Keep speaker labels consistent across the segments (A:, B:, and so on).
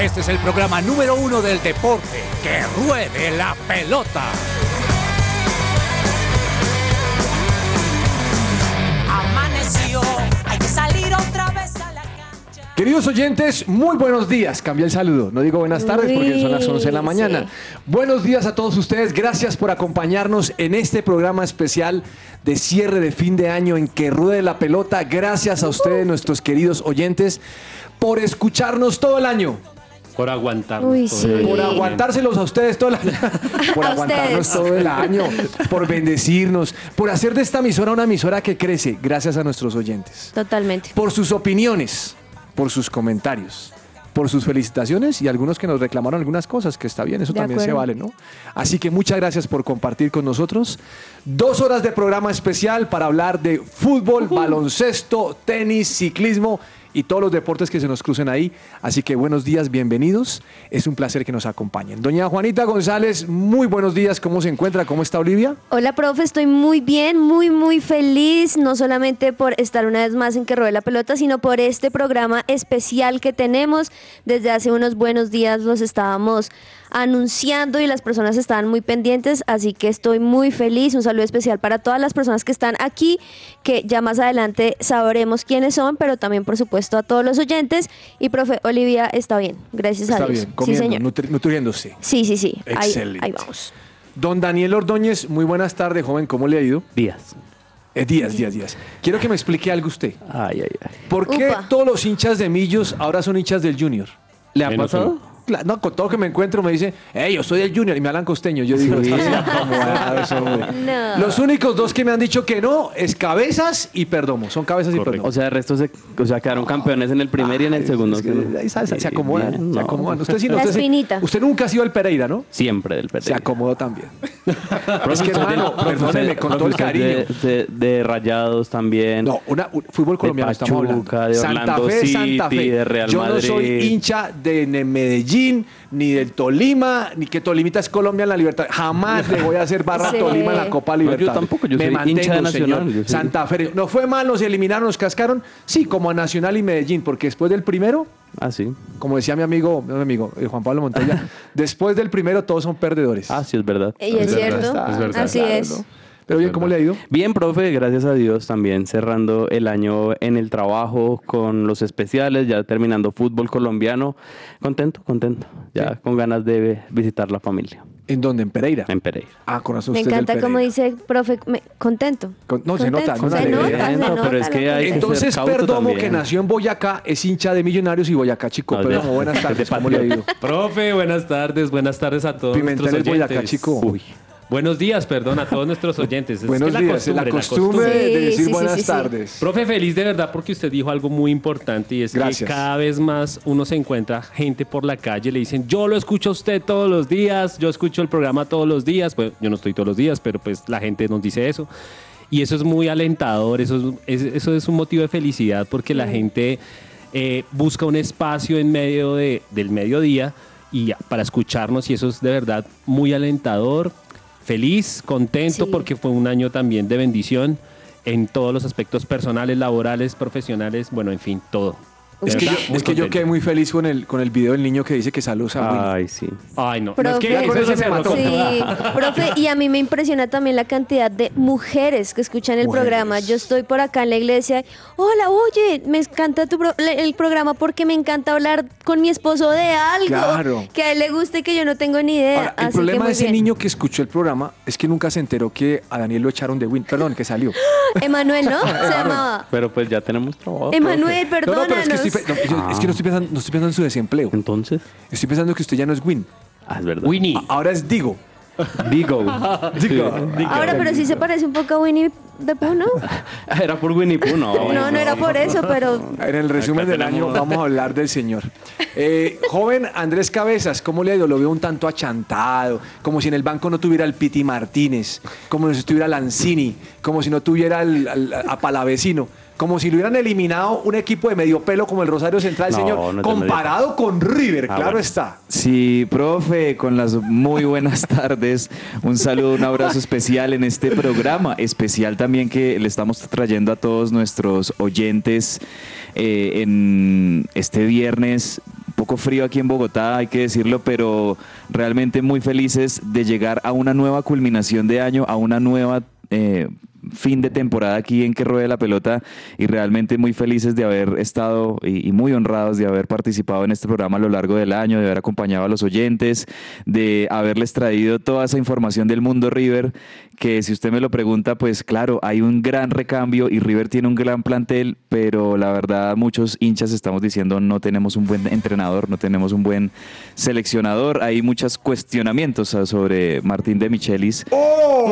A: Este es el programa número uno del deporte. ¡Que ruede la pelota!
B: Amaneció, hay que salir otra vez a la cancha.
C: Queridos oyentes, muy buenos días. Cambié el saludo. No digo buenas tardes porque son las 11 de la
D: Uy,
C: mañana.
D: sí.
C: Buenos días a todos ustedes. Gracias por acompañarnos en este programa especial de cierre de fin de año en que ruede la pelota. Gracias a ustedes, nuestros queridos oyentes, por escucharnos todo el año.
E: Por aguantar.
D: Uy, sí.
C: Por aguantárselos a ustedes todo el año. Por
D: A
C: aguantarnos
D: ustedes.
C: todo el año. Por bendecirnos. Por hacer de esta emisora una emisora que crece. Gracias a nuestros oyentes.
D: Totalmente.
C: por sus opiniones, por sus comentarios, por sus felicitaciones y algunos que nos reclamaron algunas cosas, que está bien, eso
D: De
C: también se
D: acuerdo.
C: vale, ¿no? Así que muchas gracias por compartir con nosotros. Dos horas de programa especial para hablar de fútbol, baloncesto, tenis, ciclismo y todos los deportes que se nos crucen ahí. Así que buenos días, bienvenidos. Es un placer que nos acompañen. Doña Juanita González, muy buenos días. ¿Cómo se encuentra? ¿Cómo está Olivia?
D: Hola, profe, estoy muy bien, muy, muy feliz, no solamente por estar una vez más en que robe la pelota, sino por este programa especial que tenemos. Desde hace unos buenos días los estábamos anunciando y las personas estaban muy pendientes, así que estoy muy feliz. Un saludo especial para todas las personas que están aquí, que ya más adelante sabremos quiénes son, pero también, por supuesto, a todos los oyentes. Y, profe, Olivia está bien, gracias
C: Está
D: a Dios.
C: bien, comiendo,
D: sí, señor.
C: nutri- nutriéndose.
D: Sí, sí, sí. Ahí,
C: Excelente.
D: ahí vamos.
C: Don Daniel Ordóñez, muy buenas tardes, joven. ¿Cómo le ha ido?
E: Días.
C: Eh, días, días, días. Quiero que me explique algo usted.
E: Ay, ay, ay.
C: ¿Por qué
D: Upa.
C: todos los hinchas de Millos ahora son hinchas del Junior? ¿Le ha
E: Menos
C: pasado? Cla- No, con todo que me encuentro me dicen, hey, yo soy del Junior y me hablan costeño. Yo digo, "Estás acomodado, eso, güey".
D: No.
C: Los únicos dos que me han dicho que no es Cabezas y Perdomo. Son Cabezas y Perdomo.
F: O sea, el resto se, o sea, quedaron campeones en el primer y en el segundo.
C: Es que ahí sa- sa- se acomodan,
F: Bien,
C: se
F: no.
C: acomodan. Usted, sí, no,
D: La
C: usted sí-
D: espinita.
C: usted nunca ha sido el Pereira, ¿no?
F: Siempre del PT.
C: Se acomodó también.
F: Profe,
C: es que,
F: usted
C: hermano,
F: profe,
C: perdóneme,
F: usted-
C: con todo el
F: profe, usted
C: cariño.
F: De, de- de Rayados también.
C: No, una, un- fútbol colombiano estamos
F: Pachuca,
C: hablando.
F: de Orlando City, de Real
C: Yo no soy
F: Madrid.
C: hincha de ne- Medellín, ni del Tolima, ni que Tolima es Colombia en la libertad. Jamás le voy a hacer barra a
D: Sí.
C: Tolima en la Copa
F: No, yo
C: Libertad.
F: tampoco, yo
C: Me
F: soy
C: mantengo,
F: hincha de Nacional,
C: señor.
F: yo soy-
C: Santa Fe. No fue mal, nos eliminaron, nos cascaron. Sí, como a Nacional y Medellín, porque después del primero,
F: Ah, sí.
C: como decía mi amigo, no, mi amigo, eh, Juan Pablo Montoya, después del primero todos son perdedores.
F: Ah, sí, es verdad.
D: Y es,
E: Es verdad,
D: cierto,
E: es verdad.
D: así
C: Claro,
D: es.
C: ¿no? Pero bien, ¿cómo le ha ido?
F: Bien, profe, gracias a Dios también cerrando el año en el trabajo con los especiales, ya terminando fútbol colombiano. Contento, contento. Ya con ganas de visitar la familia
C: ¿En dónde? ¿En Pereira?
F: en Pereira.
C: Ah, con razón
D: Me
C: usted es del
D: encanta como
C: Pereira.
D: dice, profe, me- contento.
C: Con- no, se nota, no,
D: Contento. se
C: no,
D: nota,
C: no,
D: se
F: no,
D: nota
F: pero es
D: la
F: que hay que
D: contento.
C: Entonces,
F: ser cauto
C: Perdomo,
F: también.
C: que nació en Boyacá, es hincha de Millonarios y Boyacá Chico.
F: No, de-
C: Perdomo, buenas
F: de
C: tardes. ¿Cómo le ha ido?
E: Profe, buenas tardes, buenas tardes a todos
C: Pimentel
E: nuestros
C: es Boyacá,
E: oyentes.
C: chico.
E: Uy. Buenos días, perdón, a todos nuestros oyentes. Es
C: Buenos
E: que
C: días. La costumbre,
D: costumbre.
C: de
D: Sí,
C: decir
D: sí, sí,
C: buenas
D: sí, sí.
C: tardes.
E: Profe, feliz de verdad porque usted dijo algo muy importante y es
C: Gracias.
E: que cada vez más uno se encuentra gente por la calle, le dicen, yo lo escucho a usted todos los días, yo escucho el programa todos los días, pues yo no estoy todos los días, pero pues la gente nos dice eso. Y eso es muy alentador, eso es, es- eso es un motivo de felicidad porque la gente eh, busca un espacio en medio de- del mediodía y para escucharnos y eso es de verdad muy alentador, feliz, contento
D: Sí.
E: porque fue un año también de bendición en todos los aspectos personales, laborales, profesionales, bueno, en fin, todo. De
C: Es que, yo,
E: verdad, muy
C: es que yo
E: contento.
C: quedé muy feliz con el, con el video del niño que dice que saludos a Willy.
F: Ay, sí.
E: Ay, no, no
D: Profe,
E: es que eso
C: con eso
E: se
C: se
E: cerró
C: mató.
E: con-
D: Sí, profe, y a mí me impresiona también la cantidad de mujeres que escuchan el
C: Mujeres.
D: programa. Yo estoy por acá en la iglesia, hola, oye, me encanta tu pro- le- el programa porque me encanta hablar con mi esposo de algo
C: Claro.
D: que a él le guste y que yo no tengo ni idea.
C: Ahora, el
D: así que
C: problema
D: muy
C: de ese
D: bien.
C: niño que escuchó el programa es que nunca se enteró que a Daniel lo echaron de Win. Perdón, que salió.
D: Emanuel, ¿no? Se llamaba.
F: Pero pues ya tenemos trabajo. profe.
D: Emanuel,
C: No, no,
D: perdónanos.
C: pero es que, estoy, pe- no, pues yo-
F: Ah.
C: es que no, estoy pensando, no estoy pensando en su desempleo.
F: Entonces,
C: Estoy pensando que usted ya no es Win.
F: ah, es verdad.
E: Winnie.
C: Ahora es Digo.
F: Digo.
D: Ahora, pero sí se parece un poco a Winnie the Pooh, ¿no?
F: Era por Winnie Pooh, no.
D: No, no era por eso, pero
C: En el resumen
F: Acá
C: del año
F: tenemos-
C: vamos a hablar del señor. Eh, joven Andrés Cabezas, ¿cómo le ha ido? Lo veo un tanto achantado, como si en el banco no tuviera el Piti Martínez, como si estuviera Lanzini, como si no tuviera al, al- a Palavecino, como si lo hubieran eliminado un equipo de medio pelo como el Rosario Central,
F: No,
C: señor,
F: no es de
C: comparado con River,
F: Ah,
C: claro
F: bueno.
C: está.
G: Sí, profe, con las muy buenas tardes. Un saludo, un abrazo especial en este programa, especial también que le estamos trayendo a todos nuestros oyentes eh, en este viernes un poco frío aquí en Bogotá, hay que decirlo, pero realmente muy felices de llegar a una nueva culminación de año, a una nueva eh, fin de temporada aquí en que ruede la pelota y realmente muy felices de haber estado y, y muy honrados de haber participado en este programa a lo largo del año, de haber acompañado a los oyentes, de haberles traído toda esa información del mundo River, que si usted me lo pregunta, pues claro, hay un gran recambio y River tiene un gran plantel, pero la verdad muchos hinchas estamos diciendo no tenemos un buen entrenador, no tenemos un buen seleccionador, hay muchos cuestionamientos ah, sobre Martín de Michelis.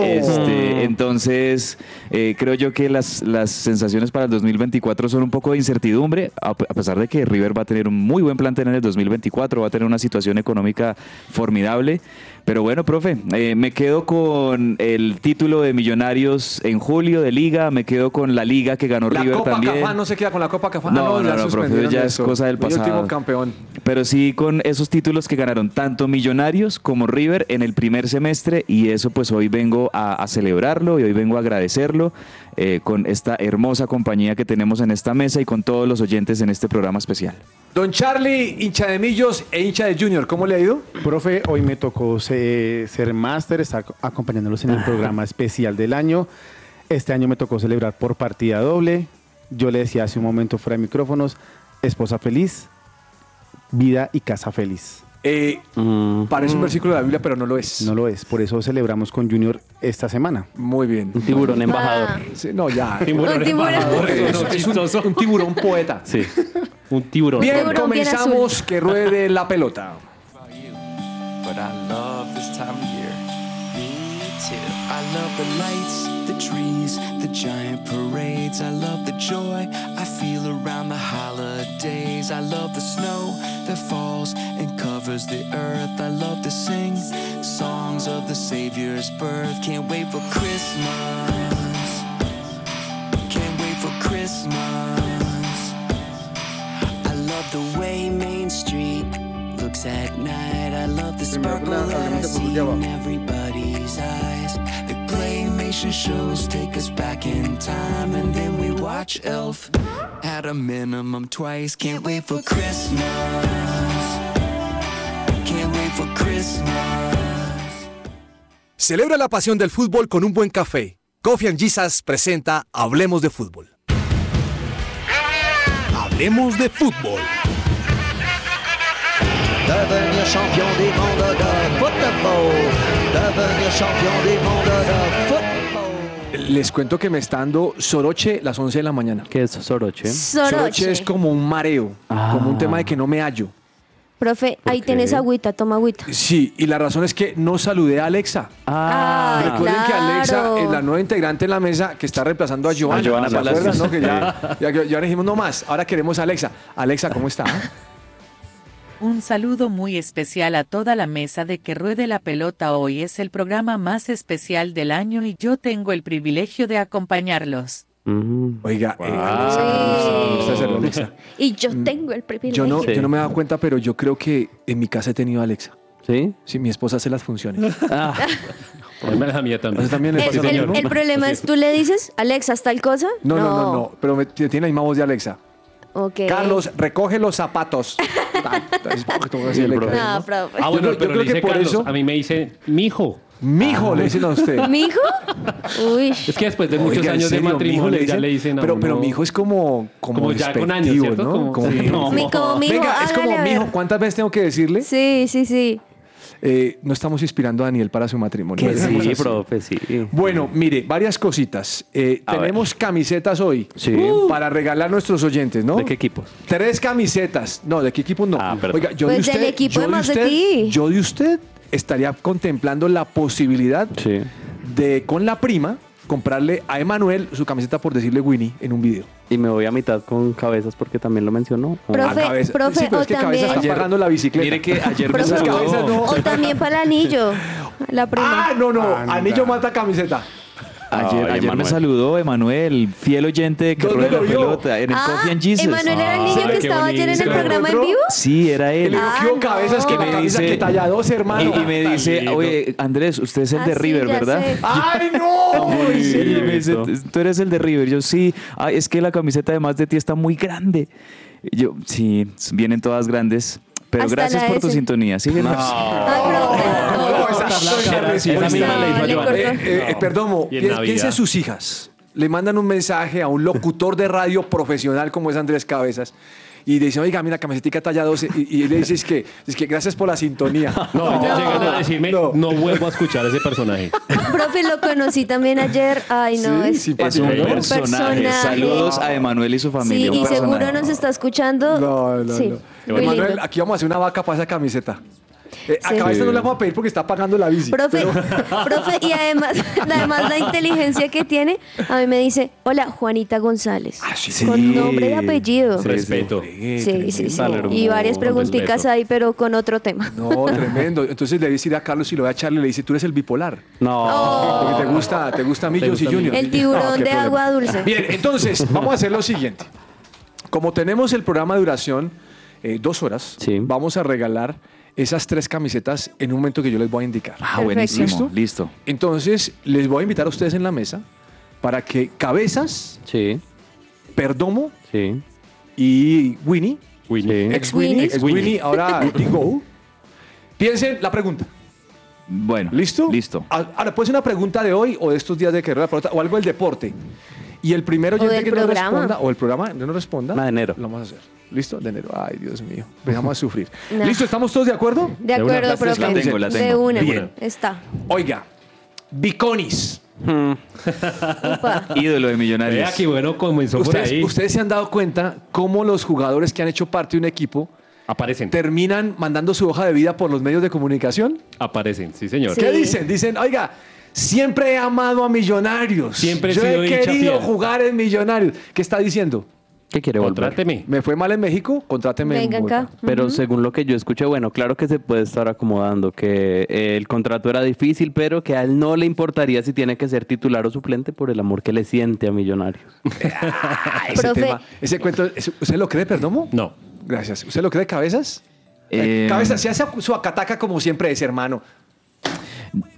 G: Este, entonces, eh, creo yo que las, las sensaciones para el 2024 son un poco de incertidumbre, a, pe- a pesar de que River va a tener un muy buen plantel en el 2024, va a tener una situación económica formidable. Pero bueno, profe, eh, me quedo con el título de Millonarios en julio de Liga, me quedo con la Liga que ganó
C: La
G: River
C: Copa
G: también.
C: Cafán no se queda con la Copa Cafán. Ah,
G: No, no,
C: ya
G: no, profe,
C: suspendieron
G: ya es cosa del
C: Fue el último
G: pasado.
C: campeón.
G: Pero sí con esos títulos que ganaron tanto Millonarios como River en el primer semestre y eso pues hoy vengo a, a celebrarlo y hoy vengo a agradecerlo eh, con esta hermosa compañía que tenemos en esta mesa y con todos los oyentes en este programa especial.
C: Don Charlie, hincha de Millos e hincha de Junior, ¿cómo le ha ido?
H: Profe, hoy me tocó se- ser máster, estar acompañándolos en el programa especial del año. Este año me tocó celebrar por partida doble. Yo le decía hace un momento fuera de micrófonos, esposa feliz, vida y casa feliz.
C: Eh,
G: Mm.
C: Parece un versículo de la Biblia, pero no lo es.
H: No lo es, por eso celebramos con Junior esta semana.
C: Muy bien.
F: Un tiburón embajador.
D: Ah,
C: Sí, no, ya.
D: un tiburón.
C: Es- es un, un tiburón poeta.
F: Sí. Un tiburón.
C: Bien,
D: Tiburón bien
C: comenzamos. Que ruede la pelota.
I: But I love this time of year. Me too. I love the lights, the trees, the giant parades. I love the joy I feel around the holidays. I love the snow that falls and covers the earth. I love to sing songs of the Savior's birth. Can't wait for Christmas. Can't wait for Christmas. I love the way Main Street looks at night. I love the sparkle that I see in everybody's eyes. The claymation shows take us back in time, and then we watch Elf at a minimum twice. Can't wait for Christmas. Can't wait for Christmas.
A: Celebra la pasión del fútbol con un buen café. Coffee and Jesus presenta Hablemos de Fútbol. Hablemos de Fútbol.
J: Devenir champion du monde de football. Devenir champion du monde de football.
C: Les cuento que me está dando soroche las 11 de la mañana.
F: ¿Qué es Soroche?
D: Soroche.
C: es como un mareo, como un tema de que no me hallo.
D: Profe, ahí tenés agüita, toma agüita.
C: Sí, y la razón es que no saludé a Alexa.
F: Ah,
D: Ay,
C: Recuerden que Alexa
D: Ah, claro.
C: es la nueva integrante en la mesa que está reemplazando a Joana.
F: Joana
C: ¿Se acuerdan,
F: Palacios.
C: no? Que ya, ya, ya dijimos no más. Ahora queremos a Alexa. Alexa, ¿cómo está?
K: Un saludo muy especial a toda la mesa de que ruede la pelota hoy es el programa más especial del año y yo tengo el privilegio de acompañarlos.
F: Mm.
C: Oiga, eh, Alexa, ¿cómo está? ¿Cómo está hacerlo, Alexa?
D: Y yo tengo el privilegio.
C: Yo no,
F: Sí.
C: yo no me he dado cuenta, pero yo creo que en mi casa he tenido a Alexa.
F: ¿Sí? Ah.
C: Sí, mi esposa hace las funciones.
E: Ponme la mía
C: ¿A usted
E: también.
C: también le
D: El,
C: pasa lo
D: Eh, el-
C: mismo?
D: el problema es, tú le dices, Alexa, ¿haz tal cosa?
C: No, no, no, no. Pero me- tiene la misma voz de Alexa.
D: Ok.
C: Carlos, recoge los zapatos. Ta- ta- es porque tengo que
F: Sí,
C: decirle,
F: profe.
C: Carlos,
D: No,
C: ¿no?
D: profe.
E: Ah, bueno,
C: Yo creo- yo creo
E: pero le
C: que
E: dice
C: por
E: Carlos,
C: eso-
E: a mí me dicen, mijo. Ah,
C: Mijo, le dicen a usted.
D: ¿Mi hijo? Uy.
E: Es que después de muchos
C: Oiga, ¿en
E: años
C: serio?
E: de
C: ¿Mijo
E: matrimonio ya
C: dicen?
E: le dicen a
C: Pero, pero
E: uno-
C: mi hijo es como. Como,
E: Como ya con años,
C: despectivo,
E: ¿cierto?
C: ¿no?
E: Como- sí. No.
D: Mi- como mi hijo,
C: Venga, es como
D: hágale, a
C: mi
D: ver.
C: hijo. ¿Cuántas veces tengo que decirle?
D: Sí, sí, sí.
C: Eh, no estamos inspirando a Daniel para su matrimonio. Pues,
F: Que
C: Una cosa
F: Pues sí,
C: así.
F: profe, sí.
C: Bueno, mire, varias cositas. Eh,
F: A ver.
C: tenemos camisetas hoy Uh.
F: Sí.
C: para regalar a nuestros oyentes, ¿no?
F: ¿De qué equipos?
C: Tres camisetas. No, ¿de qué equipo no?
F: Ah, perdón.
C: Oiga, yo
D: Pues
C: de
D: del
C: usted,
D: equipo
C: yo
D: de más de
C: usted-
D: ti.
C: Yo de usted estaría contemplando la posibilidad
F: Sí.
C: de, con la prima, comprarle a Emanuel su camiseta por decirle Winnie en un video.
F: Y me voy a mitad con cabezas porque también lo mencionó. Oh.
D: Profe,
C: a cabeza.
D: profe,
C: Sí, pero es
D: o
C: que cabeza está
D: también-
C: pagando la bicicleta.
G: Mire que ayer me
C: Esas
D: Profe,
G: saludó-
C: cabezas no.
D: O también para el anillo. La prima.
C: Ah, no, no.
H: Ah, no,
C: Anillo
H: claro.
C: mata camiseta.
G: Ayer,
F: Ay,
G: ayer me
F: Emanuel.
G: saludó Emanuel, fiel oyente de que
C: Ah, ¿Dónde
G: rueda la
C: lo vio?
G: pelota en el
D: Ah,
G: Coffee and Jesus.
D: Emanuel era el niño
E: Ay,
D: que
E: qué
D: estaba ayer en el
E: bonito.
D: programa en
C: ¿Otro?
D: vivo.
G: Sí, era
C: Y
G: él.
C: le digo,
D: Ah,
C: ¿qué hubo,
D: no.
C: cabezas que
D: Y
C: me
D: me
C: camisa
G: dice-
C: que talla dos, hermano?
G: Y, y me dice, oye, Andrés, usted es el
D: Ah,
G: de
D: sí,
G: River,
D: ya
G: ¿verdad?
D: sé.
C: ¡Ay, no! ¿En
G: Sí,
C: serio?
G: me dice,
F: Perfecto.
G: tú eres el de River. Yo sí, Ay, es que la camiseta además de ti está muy grande. Y Yo sí, vienen todas grandes. Pero
D: Hasta
G: gracias
D: la
G: por tu
D: S. Ah,
G: sintonía. Síguenos.
C: Eh, Perdomo,
E: Y en
C: pi-
E: Navidad.
C: piensa en sus hijas. Le mandan un mensaje a un locutor de radio profesional como es Andrés Cabezas. Y le dicen, oiga, mira, camisetica talla 12. Y, y él le dice, es que, es que gracias por la sintonía.
E: No, ya llegan a decirme, no. vuelvo a escuchar a ese personaje.
D: Profe, lo conocí también ayer. Ay, no,
C: Sí,
D: es
C: sí,
G: Es un
E: Simpático, ¿no?
G: personaje.
D: Personaje.
G: Saludos a Emanuel y su
D: Sí,
G: familia. un
D: y seguro
G: personaje.
D: nos está escuchando.
C: No, no,
D: sí.
C: no.
D: muy
C: Emanuel,
D: lindo.
C: aquí vamos a hacer una vaca para esa camiseta. Eh, A
D: Sí.
C: Cabezas no le vamos a pedir porque está pagando la bici.
D: Profe, profe, y además, además la inteligencia que tiene, a mí me dice, hola, Juanita González.
C: Ah,
G: Sí.
D: Con nombre y apellido.
G: Sí,
E: Respeto.
D: Sí, sí, sí.
G: Saludos.
D: Y varias preguntitas
E: respeto.
D: ahí, pero con otro tema.
C: No, tremendo. Entonces le dice a Carlos y lo voy a echarle, le dice, tú eres el bipolar.
F: No.
C: Porque te gusta, te gusta Millos y
E: gusta
C: Junior.
D: El tiburón de agua dulce.
C: Bien, entonces, vamos a hacer lo siguiente. Como tenemos el programa de duración eh, dos horas,
F: Sí.
C: vamos a regalar esas tres camisetas en un momento que yo les voy a indicar.
G: Ah, buenísimo.
D: Perfecto.
G: Listo.
C: Entonces, les voy a invitar a ustedes en la mesa para que Cabezas,
F: Sí,
C: Perdomo
F: sí.
C: y Winnie,
F: Sí.
C: ex Winnie,
D: Ex
C: ex Winnie, ahora Digo, piensen la pregunta.
G: Bueno.
C: ¿Listo?
G: Listo.
C: A- Ahora, puede ser una pregunta de hoy o de estos días de que la pelota o algo del deporte. Y el primero
D: del
C: que no
D: programa.
C: responda, o el programa no nos responda,
F: Una de enero.
C: lo vamos a hacer. ¿Listo? De enero. Ay, Dios mío. Empezamos a sufrir.
D: No.
C: ¿Listo? ¿Estamos todos de acuerdo?
D: De
E: una.
D: acuerdo,
E: Las
D: profe.
G: tres la tengo, la
D: De
G: tengo.
D: una.
G: Bien.
D: Está.
C: Oiga, Biconis.
D: Upa.
G: Ídolo de
E: Vea
G: Millonarios.
E: que bueno comenzó por ahí.
C: ¿Ustedes, ustedes se han dado cuenta cómo los jugadores que han hecho parte de un equipo
E: Aparecen.
C: terminan mandando su hoja de vida por los medios de comunicación?
E: Aparecen, sí, señor.
D: Sí.
C: ¿Qué dicen? Dicen, oiga, siempre he amado a Millonarios.
E: Siempre he
C: Yo
E: sido
C: he
E: hincha
C: querido
E: fiel".
C: jugar en Millonarios. ¿Qué está diciendo?
F: ¿Qué quiere volver?
E: Contráteme.
C: ¿Me fue mal en México? Contráteme. en
D: Vengan acá.
C: Bogotá.
F: Pero según lo que yo escuché, bueno, claro que se puede estar acomodando, que eh, el contrato era difícil, pero que a él no le importaría si tiene que ser titular o suplente por el amor que le siente a Millonarios.
C: Ah, ese
D: Profe.
C: tema, ese cuento, ese- ¿usted lo cree, Perdomo?
E: No.
C: Gracias. ¿Usted lo cree, Cabezas?
G: Eh,
C: Cabezas, se hace su acataca como siempre es, hermano.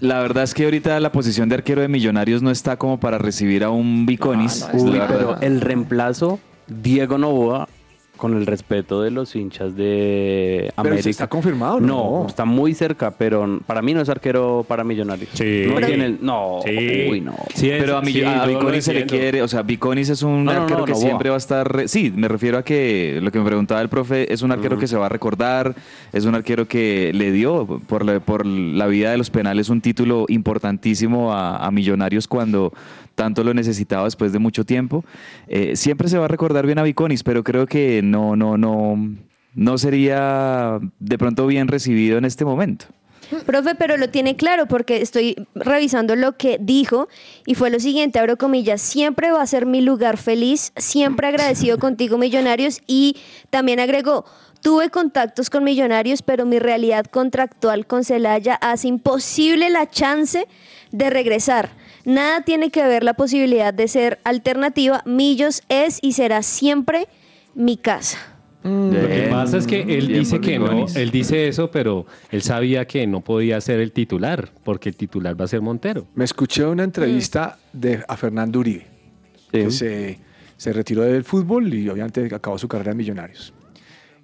G: La verdad es que ahorita la posición de arquero de Millonarios no está como para recibir a un Biconis.
C: Ah, no, es
F: Uy,
G: la verdad.
F: pero el reemplazo, Diego Novoa, con el respeto de los hinchas de
C: Pero
F: América.
C: si está confirmado,
F: No,
C: ¿no?
F: está muy cerca, pero para mí no es arquero para Millonarios.
E: Sí.
F: No, tiene el- no.
E: Sí.
F: uy, no.
E: Sí, es-
G: Pero a, mi,
E: sí, yo
G: a
E: lo
G: Biconis se le
E: defiendo.
G: quiere, o sea, Biconis es un
F: No, no,
G: arquero
F: no,
G: que
F: no,
G: siempre
F: Boa.
G: va a estar. re- sí, me refiero a que lo que me preguntaba el profe es un arquero que se va a recordar, es un arquero que le dio por la, por la vida de los penales un título importantísimo a, a Millonarios cuando tanto lo necesitaba después de mucho tiempo. Eh, siempre se va a recordar bien a Biconis, pero creo que no, no, no, no sería de pronto bien recibido en este momento.
D: Profe, pero lo tiene claro porque estoy revisando lo que dijo y fue lo siguiente, abro comillas, siempre va a ser mi lugar feliz, siempre agradecido contigo Millonarios y también agregó, tuve contactos con Millonarios, pero mi realidad contractual con Celaya hace imposible la chance de regresar. Nada tiene que ver la posibilidad de ser alternativa, Millos es y será siempre mi casa.
G: Mm.
E: Lo que pasa es que él
G: Bien
E: dice
G: por
E: que no,
G: Bigonis.
E: él dice eso, pero él sabía que no podía ser el titular, porque el titular va a ser Montero.
C: Me escuché una entrevista de, a Fernando Uribe, que
F: Sí.
C: se, se retiró del fútbol y obviamente acabó su carrera en Millonarios.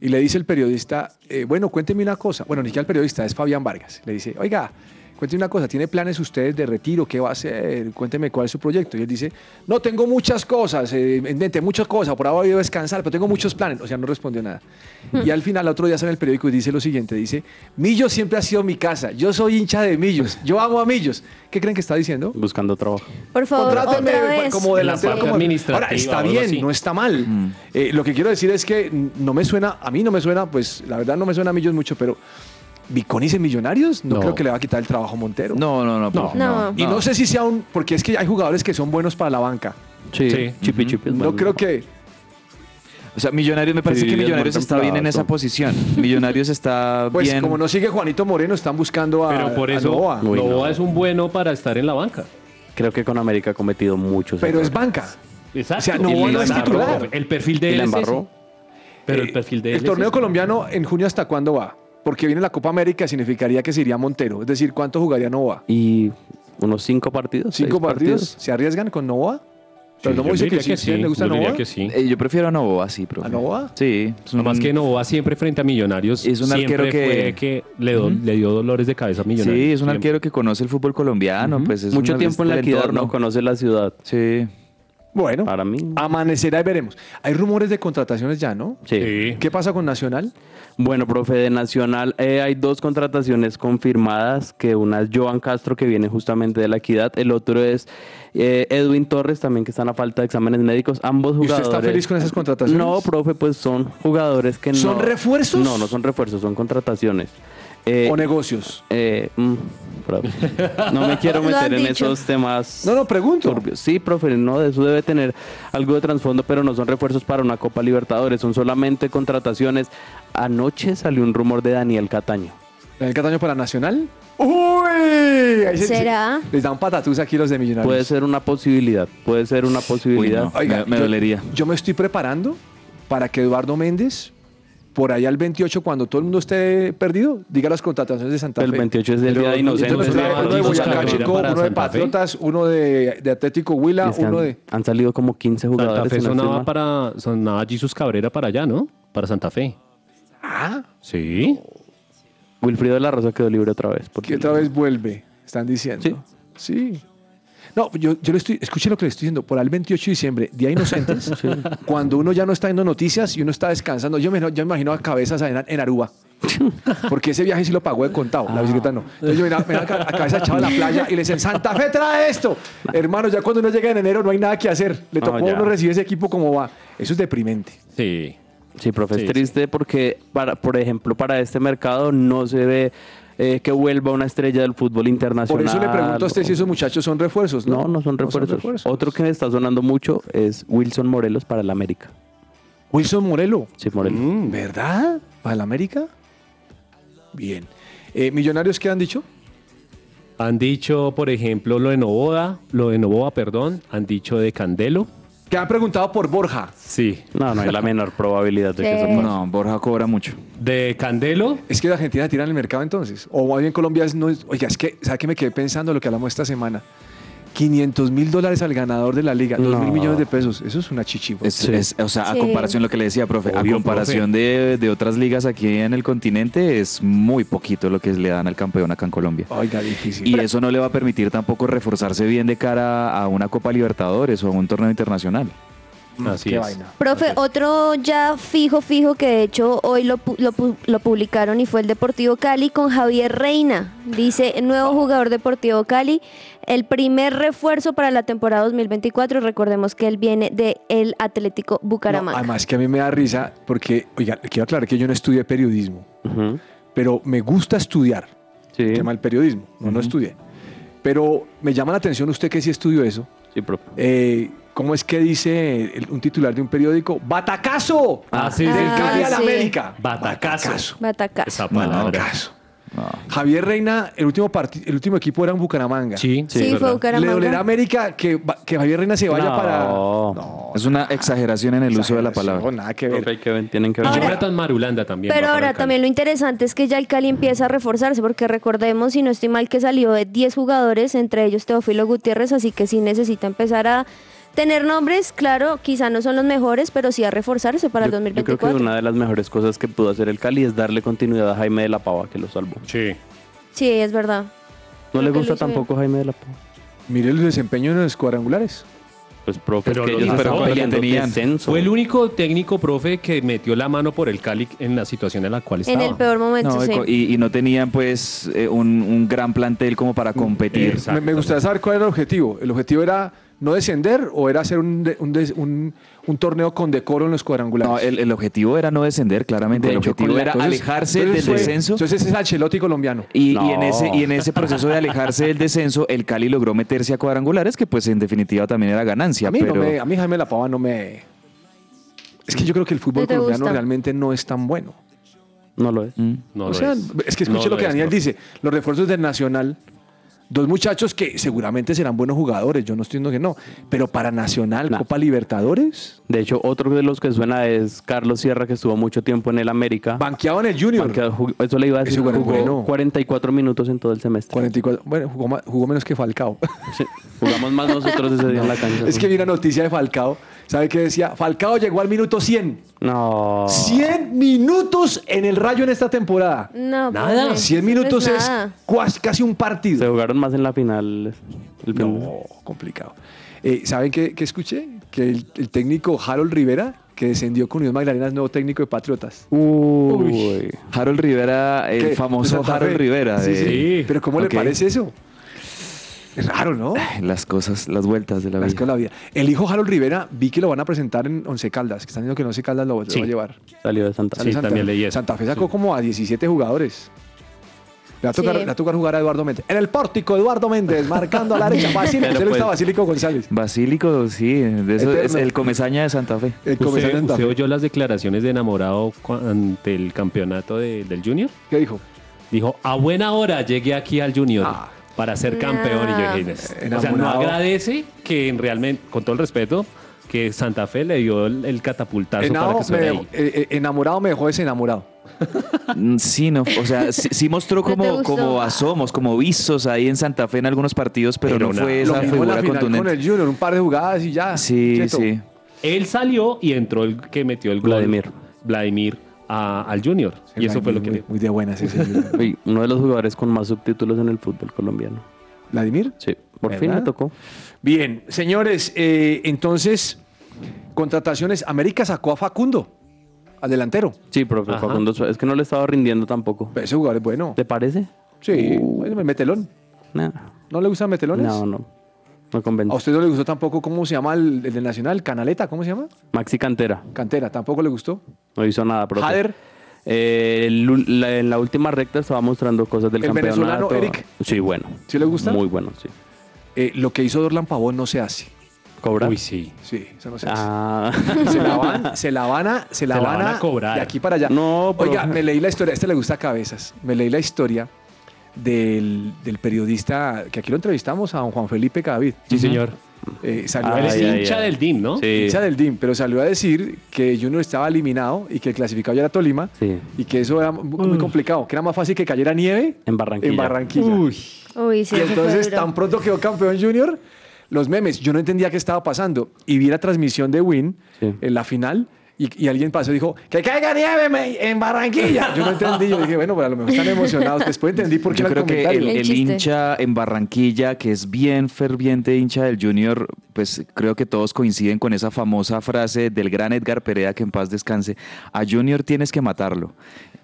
C: Y le dice el periodista, eh, bueno, cuénteme una cosa. Bueno, ni siquiera el periodista, es Fabián Vargas. Le dice, oiga, cuénteme una cosa, ¿tiene planes ustedes de retiro? ¿Qué va a hacer? Cuénteme cuál es su proyecto. Y él dice, no, tengo muchas cosas, eh, en mente, muchas cosas, por ahora voy a descansar, pero tengo muchos planes. O sea, no respondió nada. Y al final, otro día sale en el periódico y dice lo siguiente, dice, Millos siempre ha sido mi casa, yo soy hincha de Millos, yo amo a Millos. ¿qué creen que está diciendo?
F: Buscando trabajo.
D: Por favor,
C: Contráteme pues,
D: otra vez.
C: como delantero.
E: parte
C: Como...
E: administrativa
C: Ahora, está
E: o algo
C: bien,
E: así.
C: no está mal.
G: Mm.
C: Eh, lo que quiero decir es que no me suena, a mí no me suena, pues la verdad no me suena a Millos mucho, pero Viconis en Millonarios no,
E: No.
C: creo que le va a quitar el trabajo a Montero.
G: No, no, no. profe,
D: No.
C: Y no sé si sea un, porque es que hay jugadores que son buenos para la banca.
F: Sí.
E: Sí.
F: Chipi, chipi es
C: No
F: bueno.
C: creo que...
G: O sea, Millonarios, me parece
F: Sí,
G: que
F: es
G: Millonarios
F: buen
G: está bien en
F: reemplazo.
G: esa posición. Millonarios está
C: Pues
G: bien.
C: como no sigue Juanito Moreno, están buscando a,
E: Pero por
C: a
E: eso
C: Ah, Novoa.
E: Novoa
F: Uy, no.
E: es un bueno para estar en la banca.
F: Creo que con América ha cometido muchos
C: Pero es
F: errores.
C: banca.
E: Exacto.
C: O sea,
E: Y
C: Novoa
E: le
C: no es
E: embarró,
C: titular.
E: profe. El perfil de
F: Y
E: él
F: la
E: es
F: embarró.
E: ese. Pero el
C: Eh,
E: perfil de él
C: El
E: es
C: torneo
E: ese.
C: colombiano en junio hasta cuándo va? Porque viene la Copa América, significaría que se iría Montero. Es decir, ¿cuánto jugaría Novoa?
F: Y unos cinco partidos.
C: ¿Cinco
F: seis
C: partidos? ¿Se arriesgan con Novoa? Pero no me
E: yo
C: dice que
E: diría
C: sí. ¿Usted le gusta
E: yo diría
C: Novoa?
E: que sí.
G: Eh, yo prefiero a Novoa, sí, profe.
C: ¿A Novoa?
G: Sí. es un-
E: Además que Novoa siempre frente a Millonarios
G: Es un
E: siempre
G: arquero que-
E: fue que le, do- le dio dolores de cabeza a Millonarios.
G: Sí, es un
E: Siempre.
G: arquero que conoce el fútbol colombiano, pues es
F: Mucho
G: una-
F: tiempo en
G: es
F: la
G: del
F: equidad,
G: entorno.
F: ¿no? Conoce la ciudad.
G: Sí.
C: Bueno,
F: Para mí.
C: amanecerá y veremos. Hay rumores de contrataciones ya, ¿no?
F: Sí.
C: ¿Qué pasa con Nacional?
F: Bueno, profe, de Nacional eh, hay dos contrataciones confirmadas, que una es Joan Castro, que viene justamente de la Equidad, el otro es eh, Edwin Torres, también que están a falta de exámenes médicos, ambos
C: usted
F: jugadores.
C: está feliz con esas contrataciones?
F: No, profe, pues son jugadores que no...
C: ¿Son refuerzos?
F: No, no son refuerzos, son contrataciones. Eh,
C: ¿O negocios?
F: eh, mm, profe, no me quiero
D: Lo han
F: meter en
D: dicho.
F: esos temas...
C: No, no, pregunto.
F: turbios. Sí, profe, no, de eso debe tener algo de trasfondo, pero no son refuerzos para una Copa Libertadores, son solamente contrataciones. Anoche salió un rumor de Daniel Cataño.
C: ¿Daniel Cataño para Nacional? ¡Uy! Ahí se-
D: ¿Será?
C: les dan patatús aquí los de Millonarios.
F: Puede ser una posibilidad, puede ser una posibilidad.
G: no. Me- me
C: yo-
G: dolería.
C: Yo me estoy preparando para que Eduardo Méndez, por allá al 28, cuando todo el mundo esté perdido, diga las contrataciones de Santa
F: El
C: Fe.
F: 28 es el día de inocentes.
C: Entonces,
E: Entonces,
C: uno de
E: Martín
C: Boyacá
E: Santa Fe
C: Chico, uno
E: para
C: de
E: Santa Fe.
C: Patriotas, uno de, de Atlético
F: Y
C: Huila,
F: es que
C: uno
F: han,
C: de...
F: han salido como 15
E: Santa
F: jugadores.
E: Fe
F: si no estoy
E: sonaba
F: mal.
E: para sonaba Jesus Cabrera para allá, ¿no? Para Santa Fe.
C: Ah,
E: Sí.
F: Wilfrido de la Rosa quedó libre otra vez. porque-
C: que otra vez vuelve, están diciendo. Sí. No, yo, yo le estoy, escuche lo que le estoy diciendo, por al 28 de diciembre, Día Inocentes, cuando uno ya no está viendo noticias y uno está descansando, yo me, yo me imagino a cabezas en, en Aruba, porque ese viaje sí lo pagó de contado, la bicicleta no. Entonces yo me imagino a, ca- a cabeza echado a la playa y le dicen, Santa Fe trae esto. Hermano, ya cuando uno llega en enero no hay nada que hacer, le
F: No,
C: tocó a
F: ya.
C: uno recibir ese equipo como va. Eso es deprimente.
E: Sí.
F: Sí, profe,
E: Sí,
F: es triste porque, para, por ejemplo, para este mercado no se ve eh, que vuelva una estrella del fútbol
C: Por
F: internacional.
C: eso le pregunto a usted
F: o-
C: si esos muchachos son refuerzos. No,
F: No, no son refuerzos. Otro que me está sonando mucho es Wilson Morelos para el América.
C: Wilson Morelo.
F: Sí, Morelos.
C: Mm, ¿Verdad? ¿Para la América? Bien. Eh, ¿Millonarios qué han dicho?
E: Han dicho, por ejemplo, lo de Novoa, lo de Novoa, perdón, han dicho de Candelo.
C: Que han preguntado por Borja.
E: Sí.
F: No, no hay la menor probabilidad de que
D: Sí.
F: eso pase.
G: No, Borja cobra mucho.
E: De Candelo,
C: Es que la Argentina tira en el mercado entonces. O más bien Colombia es- no es- Oiga, es que, ¿sabe qué me quedé pensando lo que hablamos esta semana? 500 mil dólares al ganador de la liga, 2 mil
F: No.
C: millones de pesos. Eso es una chichigua.
G: Es- es- o sea,
D: Sí.
G: a comparación lo que le decía, profe,
E: Obvio,
G: a comparación de, de otras ligas aquí en el continente, es muy poquito lo que le dan al campeón acá en Colombia.
C: Oiga, difícil.
G: Y eso no le va a permitir tampoco reforzarse bien de cara a una Copa Libertadores o a un torneo internacional.
E: así
C: Mm, qué
E: es.
C: vaina.
D: Profe, otro ya fijo, fijo que de hecho hoy lo, pu- lo pu- lo publicaron y fue el Deportivo Cali con Javier Reina. Dice, nuevo jugador Deportivo Cali, el primer refuerzo para la temporada 2024. Recordemos que él viene de el Atlético
C: No,
D: Bucaramanga.
C: además que a mí me da risa porque, oiga, le quiero aclarar que yo no estudié periodismo,
F: Ujú.
C: pero me gusta estudiar.
F: Sí,
C: el tema del periodismo. No, no estudié. Pero me llama la atención usted que sí estudió eso.
F: sí, profe.
C: Eh, ¿Cómo es que dice el- un titular de un periódico? ¡Batacazo!
E: Ah, sí,
C: Del
E: sí,
D: Ah,
C: Cali a la
D: sí.
C: América.
E: Batacazo.
D: Batacazo.
E: Esa palabra.
C: Batacazo. Javier Reina, el último, parti- el último equipo era un Bucaramanga.
E: Sí,
D: Sí,
E: es
D: fue
E: verdad.
C: ¿Le dolerá a
D: Bucaramanga.
C: América que, va- que Javier Reina se vaya
F: No.
C: para...?
G: es una exageración en el uso de la palabra.
C: No, nada que ver.
F: Profe, que ven- tienen que ver.
E: Y
D: Ahora-
E: Jonathan Marulanda también.
D: Pero
E: va para
D: ahora
E: el Cali.
D: también lo interesante es que ya el Cali empieza a reforzarse, porque recordemos, si no estoy mal, que salió de 10 jugadores, entre ellos Teófilo Gutiérrez, así que sí necesita empezar a tener nombres, claro, quizá no son los mejores, pero sí a reforzarse para el
F: yo, yo creo que
D: 2024.
F: una de las mejores cosas que pudo hacer el Cali es darle continuidad a Jaime de la Pava, que lo salvó.
E: Sí.
D: Sí, es verdad.
F: No
D: Creo
F: le
D: que
F: gusta
D: lo hizo bien.
F: tampoco Jaime de la Pava.
C: Mire el desempeño en los cuadrangulares.
F: Pues, profe,
E: Pero
F: es que
E: lo
F: ellos
E: hizo,
F: están
E: pero lo
F: peleando
G: tenían.
F: descenso.
E: Fue el único técnico, profe, que metió la mano por el Cali en la situación en la cual estaba.
D: En el peor momento,
G: No, y
D: sí.
G: co- y, y no tenían pues eh, un, un gran plantel como
C: Mm,
G: para competir.
E: Exacto.
C: Me, me gustaría saber cuál era el objetivo. ¿El objetivo era no descender o era hacer un, de- un des- un- un torneo con decoro en los cuadrangulares?
G: No, el, el objetivo era no descender, claramente.
F: De
G: el
F: hecho,
G: objetivo
F: con la-
G: era
F: entonces-
G: alejarse
C: Entonces
G: del
C: fue-
G: descenso.
C: Entonces es Ancelotti colombiano.
G: Y, y en
F: No.
G: ese, y en ese proceso de alejarse del descenso, el Cali logró meterse a cuadrangulares, que pues en definitiva también era ganancia.
C: a, mí
G: pero
C: no me, a mí Jaime La Pava no me... Es que yo creo que el fútbol
D: ¿No te
C: colombiano
D: gusta?
C: realmente no es tan bueno.
F: No lo es.
G: Mm.
E: No
C: o
E: lo
C: sea,
E: es.
C: es, que escuche
E: No
C: lo que
E: es,
C: Daniel
E: profe.
C: dice. Los refuerzos del Nacional Dos muchachos que seguramente serán buenos jugadores, yo no estoy diciendo que no, pero para Nacional, Copa Libertadores,
F: De hecho, otro de los que suena es Carlos Sierra, que estuvo mucho tiempo en el América.
C: banqueado en el Junior.
F: Banqueado, jugó- eso le iba a
C: Ese
F: decir,
C: bueno,
F: jugó
C: bueno.
F: 44 minutos en todo el semestre.
C: 44, bueno, jugó, ma- jugó menos que Falcao.
F: Sí, jugamos más nosotros ese día en la cancha.
C: es que vi una noticia de Falcao, ¿sabe qué decía? Falcao llegó al minuto 100.
F: No.
C: 100 minutos en el rayo en esta temporada.
D: No,
E: Nada,
D: profe,
C: 100
D: eso no
C: minutos es
D: nada.
C: cuas- casi un partido.
F: Se jugaron más en la final. el primer-
C: No, complicado. Eh, ¿Saben qué, qué escuché? Que el, el técnico Harold Rivera, que descendió con Unión Magdalena, es nuevo técnico de Patriotas.
F: Uy.
G: Harold Rivera, el
C: ¿Qué?
G: famoso
C: De Santa
G: Harold
C: Fe.
G: Rivera.
C: Sí,
G: de-
C: sí. Pero ¿cómo
G: Ok.
C: le parece eso? Es raro, ¿no?
G: Las cosas, las vueltas de la
C: Las
G: vida.
C: con la vida. El hijo Harold Rivera, vi que lo van a presentar en Once Caldas, que están diciendo que en Once Caldas lo, lo
F: Sí.
C: va a llevar.
F: Salió de Santa
E: Sí,
F: Fe.
C: Santa
E: también
C: Fe.
E: leí eso.
C: Santa Fe sacó como a 17 jugadores. Le va, a tocar,
D: Sí.
C: le va a tocar jugar a Eduardo Méndez. En el pórtico, Eduardo Méndez, marcando a la derecha. Basílico,
F: Pero
C: se le gusta
F: pues-
C: Basílico González.
G: Basílico, sí, de eso es
C: Eterno.
G: el comezaña de Santa Fe.
C: El comenzar
E: ¿Usted,
C: en Santa
E: usted
C: Fe.
E: oyó las declaraciones de enamorado cu- ante el campeonato de- del Junior?
C: ¿Qué dijo?
E: Dijo, a buena hora llegué aquí al Junior
C: Ah.
E: para ser campeón. Y yo dije, "Este". o sea, no
C: Enamorado.
E: agradece que en realmente, con todo el respeto, que Santa Fe le dio el, el catapultazo para
C: Enao
E: que
C: me
E: estuviera
C: dejó-
E: ahí.
C: eh, eh, enamorado me dejó desenamorado.
G: Mm, Sí, no, o sea, sí, sí mostró
D: ¿No te
G: como,
D: gustó?
G: como asomos, como visos ahí en Santa Fe en algunos partidos, pero,
E: Pero
G: no
E: nada.
G: fue
C: Lo
G: esa
C: mismo en la
G: figura
C: final con
G: contundente.
C: el Junior, un par de jugadas y ya.
G: Sí,
C: Quieto.
G: sí.
E: Él salió y entró el que metió el gol.
F: Vladimir.
E: Vladimir a- Ah, al Junior. y eso fue lo que
C: Muy,
E: le...
C: muy de buenas ese señor.
F: Uy, uno de los jugadores con más subtítulos en el fútbol colombiano.
C: ¿Vladimir?
F: Sí, por
C: ¿Verdad?
F: fin le tocó.
C: Bien, señores, eh, entonces, contrataciones. América sacó a Facundo, al delantero.
F: Sí, profe,
E: Ajá.
F: Facundo Suárez, Es que no le estaba rindiendo tampoco.
C: Ese jugador es bueno.
F: ¿Te parece?
C: Sí,
G: Uh.
C: bueno, el metelón.
F: Nada.
C: ¿No le gustan metelones?
F: No, no. No convence.
C: ¿A usted no le gustó tampoco cómo se llama el, el del Nacional? ¿Canaleta? ¿Cómo se llama?
F: Maxi Cantera.
C: Cantera, tampoco le gustó.
F: No hizo nada, profe.
C: Jader.
F: Eh, el ul- la- en la última recta estaba mostrando cosas del
C: El
F: campeonato.
C: venezolano, Eric.
F: Sí, bueno.
C: ¿Sí le gusta?
F: Muy bueno, sí.
C: Eh, lo que hizo Dorlan Pavón no se hace.
F: ¿Cobra?
E: Uy, sí.
C: Sí, eso no se hace.
F: Ah.
C: Se la van, se la van a, se la van a,
E: cobrar.
C: De aquí para allá.
F: No, profe.
C: Oiga, me leí la historia. A este le gusta cabezas. Me leí la historia del, del periodista que aquí lo entrevistamos a don Juan Felipe Cadavid.
E: Sí, señor. Ah,
C: Eh, salió
E: Él
C: a
F: Ay,
E: es
F: ay,
C: decir,
E: hincha
F: ay.
E: del DIM, ¿no?
F: Sí.
C: hincha del DIM, pero salió a decir que Junior estaba eliminado y que el clasificado ya era Tolima
F: Sí.
C: y que eso era muy, muy complicado, que era más fácil que cayera nieve
F: En Barranquilla.
C: En Barranquilla.
D: Uy, sí,
C: Y
D: eso fue
C: entonces
D: duro.
C: tan pronto quedó campeón Junior, los memes, yo no entendía qué estaba pasando. Y vi la transmisión de Win
F: Sí.
C: en la final y, y alguien pasó y dijo, que caiga nieve me- en Barranquilla. Yo no entendí, yo dije, bueno, pero a lo mejor están emocionados. Después entendí por qué
G: Yo
C: era
G: creo
C: el
G: que el,
C: comentario.
D: El
G: el
D: chiste.
G: hincha en Barranquilla, que es bien ferviente hincha del Junior, pues creo que todos coinciden con esa famosa frase del gran Edgar Perea, que en paz descanse, a Junior tienes que matarlo.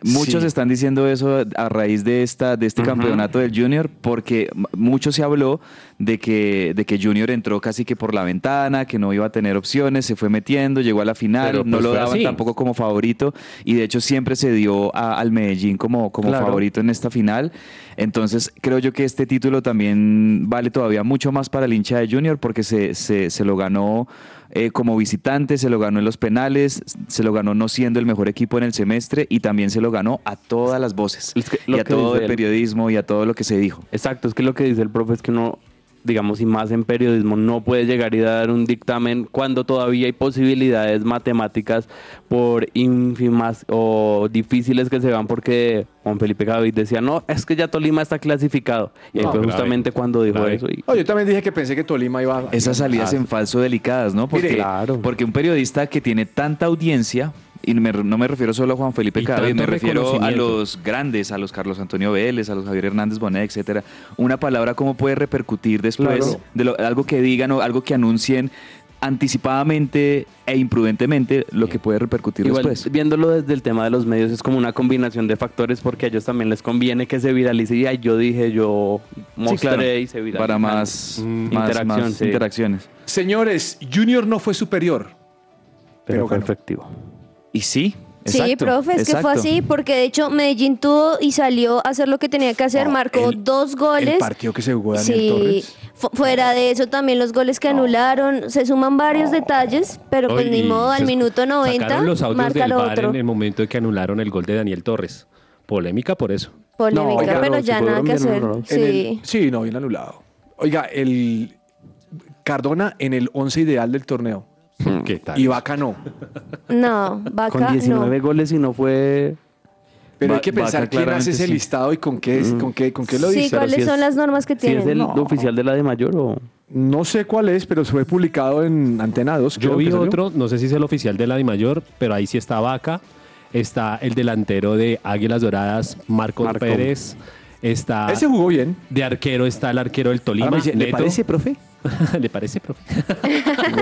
G: Muchos están diciendo eso a raíz de, esta, de este campeonato del Junior, porque m- mucho se habló de que, de que Junior entró casi que por la ventana, que no iba a tener opciones, se fue metiendo, llegó a la final,
E: Pero,
G: no
E: pues,
G: lo
E: fue
G: daban
E: así.
G: tampoco como favorito, y de hecho siempre se dio a- al Medellín como, como
F: Claro.
G: favorito favorito en esta final. Entonces, creo yo que este título también vale todavía mucho más para el hincha de Junior porque se, se- se lo ganó eh, como visitante, se lo ganó en los penales, se lo ganó no siendo el mejor equipo en el semestre y también se lo ganó a todas las voces
F: Es que lo
G: y a
F: que
G: todo
F: dice
G: el
F: él.
G: periodismo y a todo lo que se dijo.
F: Exacto, es que lo que dice el profe es que uno, digamos, y más en periodismo, no puede llegar y dar un dictamen cuando todavía hay posibilidades matemáticas por ínfimas o difíciles que se van porque Juan Felipe Gavitt decía, no, es que ya Tolima está clasificado. Y ahí
E: No,
F: fue
E: grave.
F: justamente cuando dijo
E: Grave.
F: eso. y-
C: No, yo también dije que pensé que Tolima iba a... Ah,
G: Esas salidas en falso delicadas, ¿no? Porque,
F: Mire, claro.
G: porque un periodista que tiene tanta audiencia, y me- no me refiero solo a Juan Felipe
E: Y
G: Cadavid,
E: tanto
G: me refiero a
E: reconocimiento.
G: los grandes, a los Carlos Antonio Vélez, a los Javier Hernández Bonet, etcétera. Una palabra cómo puede repercutir después
C: Claro.
G: de lo- algo que digan o algo que anuncien anticipadamente e imprudentemente lo que puede repercutir
F: Igual,
G: después.
F: viéndolo desde el tema de los medios, es como una combinación de factores porque a ellos también les conviene que se viralice. Y ay, yo dije, yo mostré y se viralizó.
G: Para más,
F: Mm,
G: más-
F: interacción,
G: más
F: sí.
G: interacciones.
C: Señores, Junior no fue superior.
F: Pero,
C: Pero
F: fue
C: ganó.
F: efectivo.
G: Y sí,
D: sí,
G: exacto,
D: profe, es que fue
G: exacto.
D: así, porque de hecho Medellín tuvo y salió a hacer lo que tenía que hacer,
C: No,
D: marcó
C: el-
D: dos goles.
C: El partido que se jugó Daniel
D: Sí,
C: Torres.
D: fu- fuera de eso también los goles que anularon, se suman varios detalles, pero pues ni
E: Ay,
D: modo, al
E: se-
D: minuto 90
E: Sacaron los audios
D: marca
E: del
D: lo
E: VAR
D: otro.
E: en el momento en que anularon el gol de Daniel Torres. Polémica por eso.
D: Polémica,
C: oiga,
D: pero
C: no,
D: ya
C: si
D: nada
C: fueron
D: que
C: bien
D: hacer.
C: anulados. En
D: Sí.
C: el- sí, no, bien anulado. Oiga, el Cardona en el 11 ideal del torneo.
F: Hmm.
E: ¿Qué tal?
C: Y Vaca no.
D: No, vaca
F: Con 19
D: no.
F: goles y no fue...
C: Pero
F: Va-
C: hay que
F: Vaca
C: pensar quién hace
F: claramente
C: ese
F: sí. Mm.
C: listado y con qué, es- con qué, con qué lo
D: Sí,
C: dice.
D: ¿cuáles
F: si es-
D: son las normas que
F: Si
D: tienen?
F: es el
C: No.
F: oficial de la de mayor o...
C: No sé cuál es, pero fue publicado en Antena 2.
E: Yo
C: creo que
E: vi
C: salió.
E: otro, no sé si es el oficial de la de mayor, pero ahí sí está Vaca. Está el delantero de Águilas Doradas, Marcos
F: Marco.
E: Pérez. Está
C: Ese jugó bien.
E: de arquero, está el arquero del Tolima.
C: Ahora me dice, ¿Le
E: Neto.
C: parece, profe?
E: ¿Le parece, profe?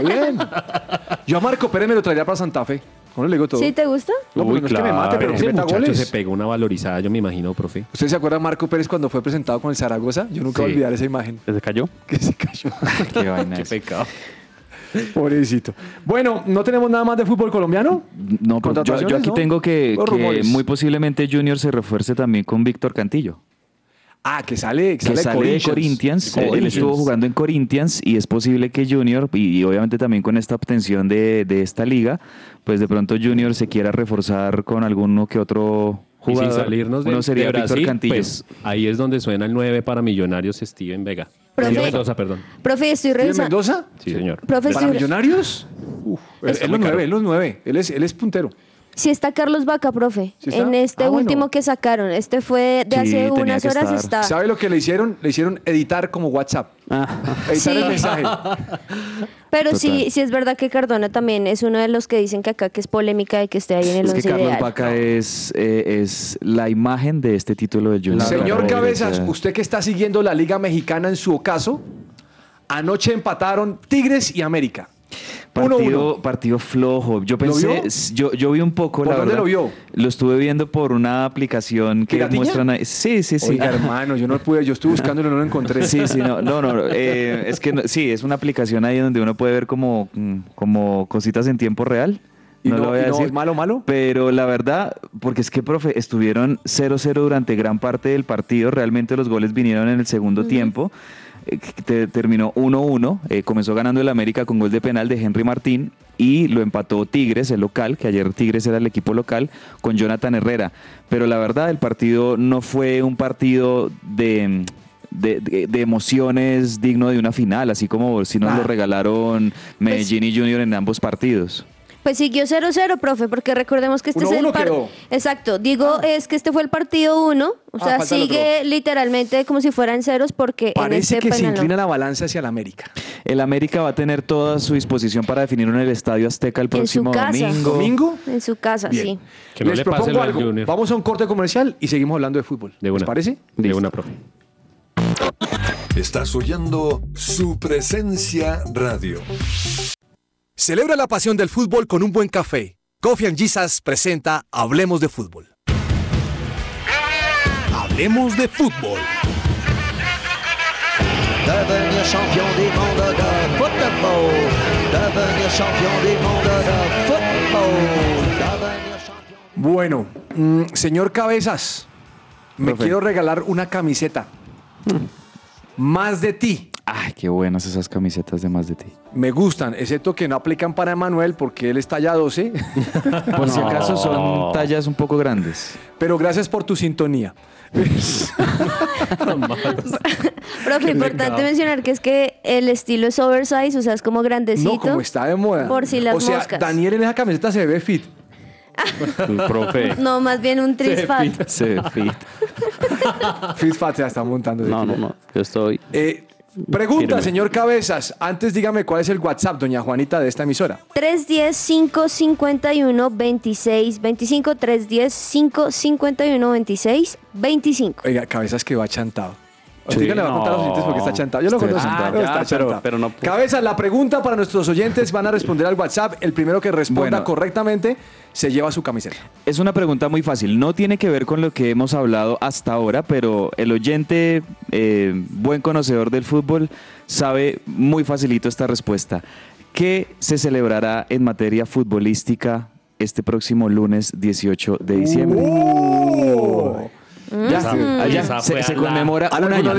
C: Muy bien. Yo a Marco Pérez me lo traería para Santa Fe. Ahora le digo todo.
D: ¿Sí te gusta?
C: No, pues, porque
E: Uy,
C: no es que me mate, pero que
E: ese
C: meta
E: muchacho
C: goles.
E: se pegó una valorizada, yo me imagino, profe.
C: ¿Usted se acuerda de Marco Pérez cuando fue presentado con el Zaragoza? Yo nunca voy a
E: Sí.
C: olvidar esa imagen.
F: ¿Se cayó?
C: Que se cayó.
G: Qué vaina es.
E: pecado.
C: Pobrecito. Bueno, ¿no tenemos nada más de fútbol colombiano?
G: No, pero yo, yo
C: Contrataciones,
G: aquí
C: ¿no?
G: tengo que,
C: Los
G: que
C: rumores.
G: muy posiblemente Junior se refuerce también con Víctor Cantillo,
C: Ah, que sale,
G: que sale, de Corinthians. Eh, Él estuvo jugando en Corinthians y es posible que Junior, y, y obviamente también con esta obtención de, de esta liga, pues de pronto Junior se quiera reforzar con alguno que otro
E: Y sin
G: jugador.
E: salirnos de,
G: Uno sería
E: de
G: Víctor
E: Brasil,
G: Cantillo.
E: pues ahí es donde suena el 9 para Millonarios Steven Vega.
D: Profe.
E: Steven Mendoza, perdón.
D: Profe, estoy
C: ¿Steven
D: revisando.
C: Mendoza?
E: Sí, señor.
D: Profe,
C: ¿Para
D: estoy-
C: Millonarios? Uf, él,
E: Está
C: él los
E: muy caro.
C: nueve, él los nueve. Él es, él es puntero.
D: Sí está Carlos Vaca, profe.
C: Sí está.
D: en este
C: Ah, bueno.
D: último que sacaron. Este fue de
G: Sí,
D: hace
G: tenía
D: unas
G: que
D: horas.
G: estar.
D: Está.
C: ¿Sabe lo que le hicieron? Le hicieron editar como WhatsApp.
F: Ah,
C: Editar
D: Sí.
C: el mensaje.
D: Pero sí,
G: Total.
D: sí es verdad que Cardona también es uno de los que dicen que acá que es polémica de que esté ahí en el
G: Es que
D: once
G: Carlos
D: ideal.
G: Vaca es, eh, es la imagen de este título de Junior.
C: Señor
G: Claro,
C: Cabezas,
G: o sea,
C: usted que está siguiendo la Liga Mexicana en su ocaso, anoche empataron Tigres y América. 1-1.
G: Partido, partido flojo. Yo pensé,
C: vio?
G: s- yo, yo vi un poco,
C: ¿Por
G: la
C: dónde
G: verdad.
C: lo vio?
G: Lo estuve viendo por una aplicación que
C: ¿Piratilla?
G: muestran ahí. Sí, sí, sí.
C: Oiga, hermano, yo no pude, yo estuve buscándolo y no lo encontré.
G: Sí, sí, no, no, no, eh, es que no- sí, es una aplicación ahí donde uno puede ver como, mm, como cositas en tiempo real.
C: Y
G: no,
C: no-
G: lo voy a
C: y no,
G: decir.
C: ¿es malo, malo?
G: Pero la verdad, porque es que, profe, estuvieron 0-0 durante gran parte del partido. Realmente los goles vinieron en el segundo tiempo. Eh, que te- terminó 1-1. eh, comenzó ganando el América con gol de penal de Henry Martín. Y lo empató Tigres, el local, que ayer Tigres era el equipo local, con Jonathan Herrera. Pero la verdad, el partido no fue un partido de. de- de- de emociones digno de una final, así como si nos lo regalaron Medellín y Junior en ambos partidos.
D: Pues siguió 0-0, profe, porque recordemos que este
C: Uno
D: es el
C: uno
D: par-
C: quedó.
D: Exacto, digo es que este fue el partido 1,
C: Ah,
D: o sea,
C: falta el otro.
D: sigue literalmente como si fueran ceros porque en
C: Parece
D: este
C: que se
D: penal no.
C: inclina la balanza hacia la América.
G: El América va a tener toda su disposición para definir en el Estadio Azteca el
D: en su
G: próximo
D: casa.
G: domingo.
C: ¿Domingo?
D: En su casa,
C: Bien.
D: sí.
E: Que no
C: Les
E: le pase
C: propongo
E: lo del
C: algo.
E: Junior.
C: Vamos a un corte comercial y seguimos hablando de fútbol.
E: De una.
C: ¿Les parece?
E: De una, profe.
L: Estás oyendo su presencia radio.
A: Celebra la pasión del fútbol con un buen café. Coffee and Jesus presenta Hablemos de fútbol. Hablemos de fútbol.
J: Devenir champion du monde de football. Devenir champion du monde de football. Devenir champion.
C: Bueno, mm, señor Cabezas, me
G: Profe.
C: quiero regalar una camiseta. Más de ti.
G: Ay, qué buenas esas camisetas de más de ti.
C: Me gustan, excepto que no aplican para Manuel porque él es talla 12.
G: Por si acaso son tallas un poco grandes.
C: Pero gracias por tu sintonía.
D: Profe, importante mencionar que es que el estilo es oversize, o sea, es como grandecito.
C: No, como está de moda.
D: Por si las
C: o sea,
D: moscas. Ah.
C: Daniel en esa camiseta se ve fit.
F: profe.
D: No, más bien un trisfat.
F: Se ve fit.
C: Fit fat se la está montando. ese
F: No,
C: tipo.
F: no, no. Yo estoy...
C: Eh, pregunta,
F: Firme.
C: señor Cabezas. Antes dígame cuál es el WhatsApp, doña Juanita, de esta emisora.
D: 310 551 26 25 310 551 26 25
C: Oiga, Cabezas que va chantado. Usted le va a contar a los
F: No.
C: oyentes porque está chantado. Yo lo
G: Usted
C: conozco.
G: chantado.
F: Ah,
C: pero está
F: ya, pero-
C: chantado.
F: pero no-
C: Cabezas, la pregunta para nuestros oyentes van a responder al WhatsApp. El primero que responda
G: Bueno.
C: correctamente se lleva su camiseta.
G: Es una pregunta muy fácil. No tiene que ver con lo que hemos hablado hasta ahora, pero el oyente, eh, buen conocedor del fútbol, sabe muy facilito esta respuesta. ¿Qué se celebrará en materia futbolística este próximo lunes 18 de diciembre?
C: ¡Oh!
G: Ya, allá se, se conmemora un año.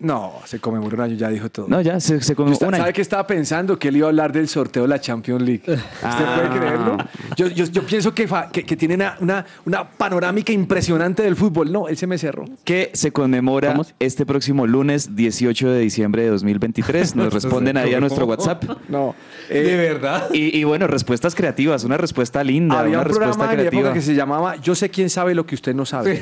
C: No, se conmemora un año, ya dijo todo.
G: No, ya se, se conmemora
C: Yo
G: un
C: esta-
G: año.
C: ¿Sabe qué estaba pensando? Que él iba a hablar del sorteo de la Champions League. ¿Usted
G: Ah.
C: puede creerlo? Yo, yo- yo pienso que, fa- que, que tiene una, una- una panorámica impresionante del fútbol. No, él se me cerró.
G: Que se conmemora este próximo lunes 18 de diciembre de 2023. Pues, Nos responden ahí a nuestro WhatsApp.
C: No.
G: ¿De verdad? Y, y bueno, respuestas creativas, una respuesta linda,
C: Había
G: una
C: un
G: respuesta
C: programa en mi época
G: creativa.
C: que se llamaba Yo sé quién sabe lo que usted no sabe.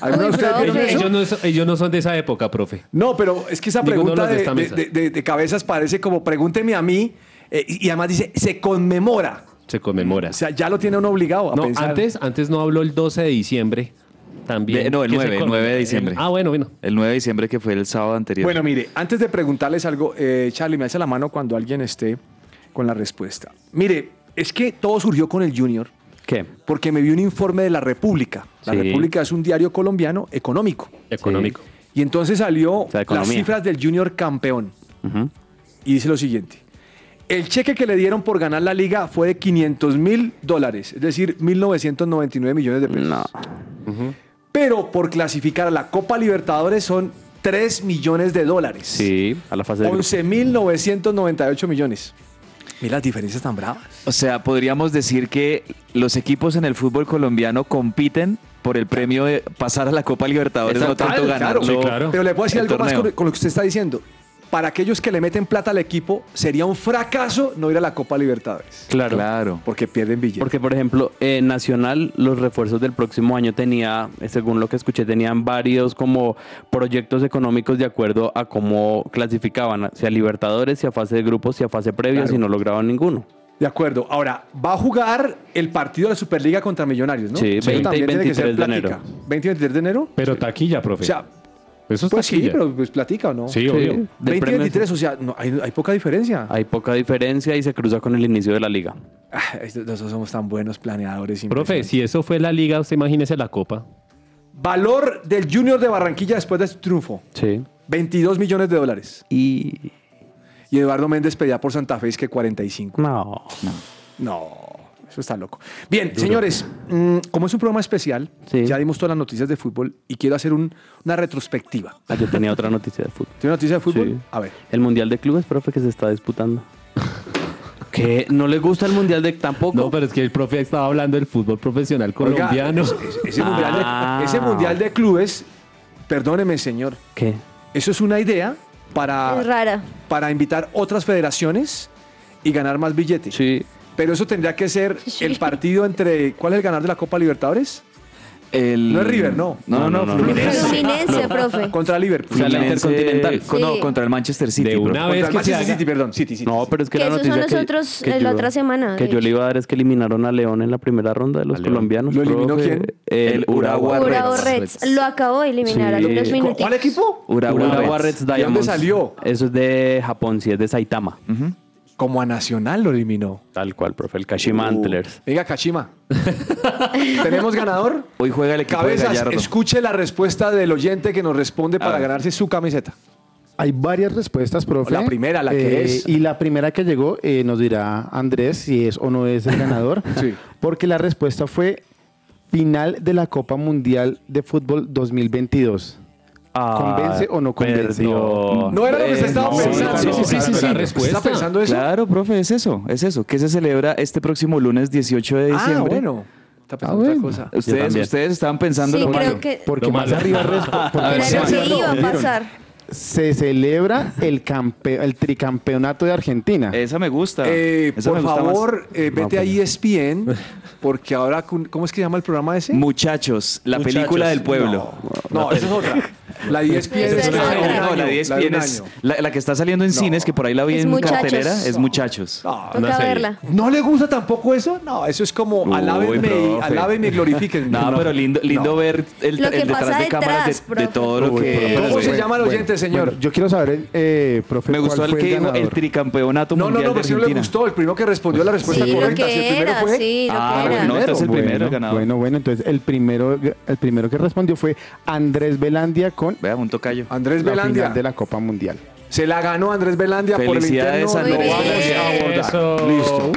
C: ¿Alguno de ustedes
E: ellos,
C: vio eso?
E: ellos no, son- ellos no son de esa época, profe.
C: No, pero es que esa
E: Ninguno
C: pregunta
E: de los de
C: de,
E: esta
C: de-
E: mesa.
C: de- de- de cabezas parece como pregúnteme a mí eh, y y además dice, se conmemora.
E: Se conmemora.
C: O sea, ya lo tiene uno obligado a
E: No,
C: pensar.
E: antes, antes no habló el 12 de diciembre. También.
G: De- no, el
E: que se
G: 9, el
E: conmemora.
G: 9 de diciembre.
E: ah, bueno, bueno.
G: El 9 de diciembre que fue el sábado anterior.
C: Bueno, mire, antes de preguntarles algo, eh, Charlie, me alza la mano cuando alguien esté con la respuesta. Mire, es que todo surgió con el Junior
F: ¿Qué?
C: porque me vi un informe de La República. La
F: Sí.
C: República es un diario colombiano económico.
E: Económico.
C: Y entonces salió
F: sea,
C: las
F: economía.
C: cifras del Junior campeón. Y dice lo siguiente. El cheque que le dieron por ganar la liga fue de 500 mil dólares, es decir, 1.999 millones de pesos.
F: No.
C: Pero por clasificar a la Copa Libertadores son 3 millones de dólares.
F: Sí, a la fase de grupos.
C: 11.998 millones. Mira las diferencias tan bravas.
G: O sea, podríamos decir que los equipos en el fútbol colombiano compiten por el premio de pasar a la Copa Libertadores, no tanto ganarlo.
C: Pero le puedo decir
G: el
C: algo más
G: torneo.
C: con, con lo que usted está diciendo. Para aquellos que le meten plata al equipo, sería un fracaso no ir a la Copa Libertadores.
G: Claro.
C: Porque pierden billetes.
F: Porque, por ejemplo, eh, Nacional, los refuerzos del próximo año tenía, eh, según lo que escuché, tenían varios como proyectos económicos de acuerdo a cómo clasificaban, si a Libertadores, si a fase de grupos, si a fase previa,
C: Claro.
F: si no lograban ninguno.
C: De acuerdo. Ahora, va a jugar el partido de la Superliga contra Millonarios, ¿no?
F: Sí,
C: Eso
F: 20 y
C: también tiene que
F: 23 de
C: ser plática.
F: enero.
C: 20 y 23 de enero.
E: Pero taquilla, profe.
C: O sea,
E: Eso es
C: pues sí,
E: taquilla.
C: pero pues platica, ¿o ¿no?
E: Sí, obvio.
F: Del
C: 20 y
F: premio-
C: 23, o sea, no, hay, hay poca diferencia.
F: Hay poca diferencia y se cruza con el inicio de la liga.
C: Ah, esto- Nosotros somos tan buenos planeadores.
E: Profe, si eso fue la liga, usted imagínese la copa.
C: Valor del Junior de Barranquilla después de su triunfo.
F: Sí.
C: 22 millones de dólares.
F: Y.
C: Y Eduardo Méndez pedía por Santa Fe es que 45.
F: No.
C: No, eso está loco. Bien, señores, mm, como es un programa especial,
F: Sí.
C: ya dimos todas las noticias de fútbol y quiero hacer un- una retrospectiva.
F: Ah, yo tenía otra noticia de fútbol.
C: ¿Tiene noticia de fútbol?
F: Sí.
C: A ver.
F: El Mundial de Clubes, profe, que se está disputando. que no le gusta el Mundial de tampoco.
E: No, pero es que el profe estaba hablando del fútbol profesional
C: Oiga,
E: colombiano.
C: es- es- ese, mundial
F: Ah.
C: de, ese mundial de clubes, perdóneme, señor,
F: ¿Qué?
C: eso es una idea para,
D: Es rara.
C: para invitar otras federaciones y ganar más billetes.
F: Sí.
C: Pero eso tendría que ser el partido entre. ¿Cuál es el ganador de la Copa Libertadores?
G: El-
C: No es River, no.
G: No, no, no. Fluminense.
D: Fluminense, profe.
C: Contra Liverpool.
F: O sea, la
G: Fluminense
F: Intercontinental.
G: con- No,
D: Sí.
G: contra el Manchester City.
E: De
G: bro.
E: una
C: Contra
E: vez
C: el
E: que se
C: Manchester
E: haga.
C: City, perdón. City, City.
F: No, pero es que,
D: Que
F: la
D: esos son
F: noticia
D: los
F: que-
D: otros,
F: que
D: eh, la otra semana,
F: Que
D: de
F: yo
D: hecho.
F: le iba a dar es que eliminaron a León en la primera ronda de los
E: A León.
F: colombianos.
C: ¿Lo eliminó
F: profe.
C: quién?
F: El Urawa
D: Urao
F: Reds.
D: Reds. Lo acabó de eliminar a
F: Sí.
D: los dos
F: ¿Cu-
D: minutitos.
C: ¿Cuál equipo?
F: Urawa,
G: Urawa
F: Reds
G: Reds.
C: dónde
F: Diamonds.
C: salió?
F: Eso es de Japón, sí, es de Saitama.
C: Como a Nacional lo eliminó. Uh.
F: Tal cual, profe. El Kashima Antlers.
C: Venga, Kashima. ¿Tenemos ganador?
G: Hoy juega el equipo de
C: Cabezas,
G: Gallardo.
C: escuche la respuesta del oyente que nos responde para
G: ver.
C: ganarse su camiseta.
H: Hay varias respuestas, profe.
C: La primera, la que
H: Eh,
C: es.
H: Y la primera que llegó eh, nos dirá Andrés si es o no es el ganador.
C: Sí.
H: Porque la respuesta fue final de la Copa Mundial de Fútbol 2022.
G: Ah,
H: ¿Convence o no convence?
F: perdón.
C: No era lo que se
F: Eh,
C: estaba
F: no,
C: pensando.
G: sí, sí, sí, sí, sí.
C: ¿Está
E: Respuesta.
C: pensando eso?
G: Claro, profe, es eso, es eso. ¿Qué se celebra este próximo lunes 18 de diciembre?
C: Ah, bueno. Está
H: Ah,
C: pensando
H: bueno.
C: otra cosa.
F: Yo
G: Ustedes,
F: también.
G: ustedes estaban pensando
D: Sí,
G: lo malo.
D: creo que
H: Porque
E: Lo
H: más
E: malo.
H: arriba respo- porque
D: era
H: más
D: lo que
H: arriba
D: iba a
H: respondieron.
D: pasar.
H: Se celebra el, campe- el tricampeonato de Argentina.
G: Esa me gusta.
C: Eh,
G: Esa
C: por
G: me gusta más. pues
C: favor, eh, vete a ESPN, porque ahora, con- ¿cómo es que se llama el programa ese?
G: Muchachos, la película del pueblo.
C: No, no, esa es otra. La ESPN
D: Esa
C: es
D: es
C: la de un
D: otra.
C: año,
G: No, la
C: de
G: 10
C: un
G: es
C: año.
G: la, la que está saliendo en cines, que por ahí la vi
D: Es
G: en
D: Muchachos.
G: cartelera, es muchachos.
C: No,
D: Toca
E: serie.
D: verla.
C: ¿No le gusta tampoco eso? No, eso es como
G: Uy,
C: alábenme y,
G: profe.
C: alábenme y glorifíquenme.
G: No, pero lindo, lindo
C: No.
G: ver el,
D: Lo
G: el
D: que
G: detrás
D: pasa
G: de cámaras
D: detrás,
G: de- de,
D: profe.
G: todo lo
H: Uy,
G: que.
H: profe,
C: eh, ¿Cómo se
H: bueno,
C: llama el
H: bueno,
C: oyente, señor?
H: bueno, yo quiero saber, eh, profe,
G: Me gustó el
H: cuál fue
G: que
H: el
G: dijo el
H: ganador.
G: tricampeonato
C: No, no,
G: mundial
C: no,
G: de
C: pero si no le
G: Argentina.
C: gustó, el primero que respondió la respuesta
D: Sí, lo
C: correcta. si el
D: que
C: primero
D: era,
C: fue.
D: sí, lo
G: Ah,
D: que era.
G: bueno, entonces el primero el ganador.
H: Bueno, bueno, entonces el primero, el primero que respondió fue Andrés Velandia con
G: Vea, un tocayo.
C: Andrés
H: la final de
C: Belandia.
H: la Copa Mundial.
C: Se la ganó Andrés Belandia por el
G: Felicidades,
C: interno.
G: Andrés.
C: Lo vamos a abordar.
E: Eso.
C: Listo.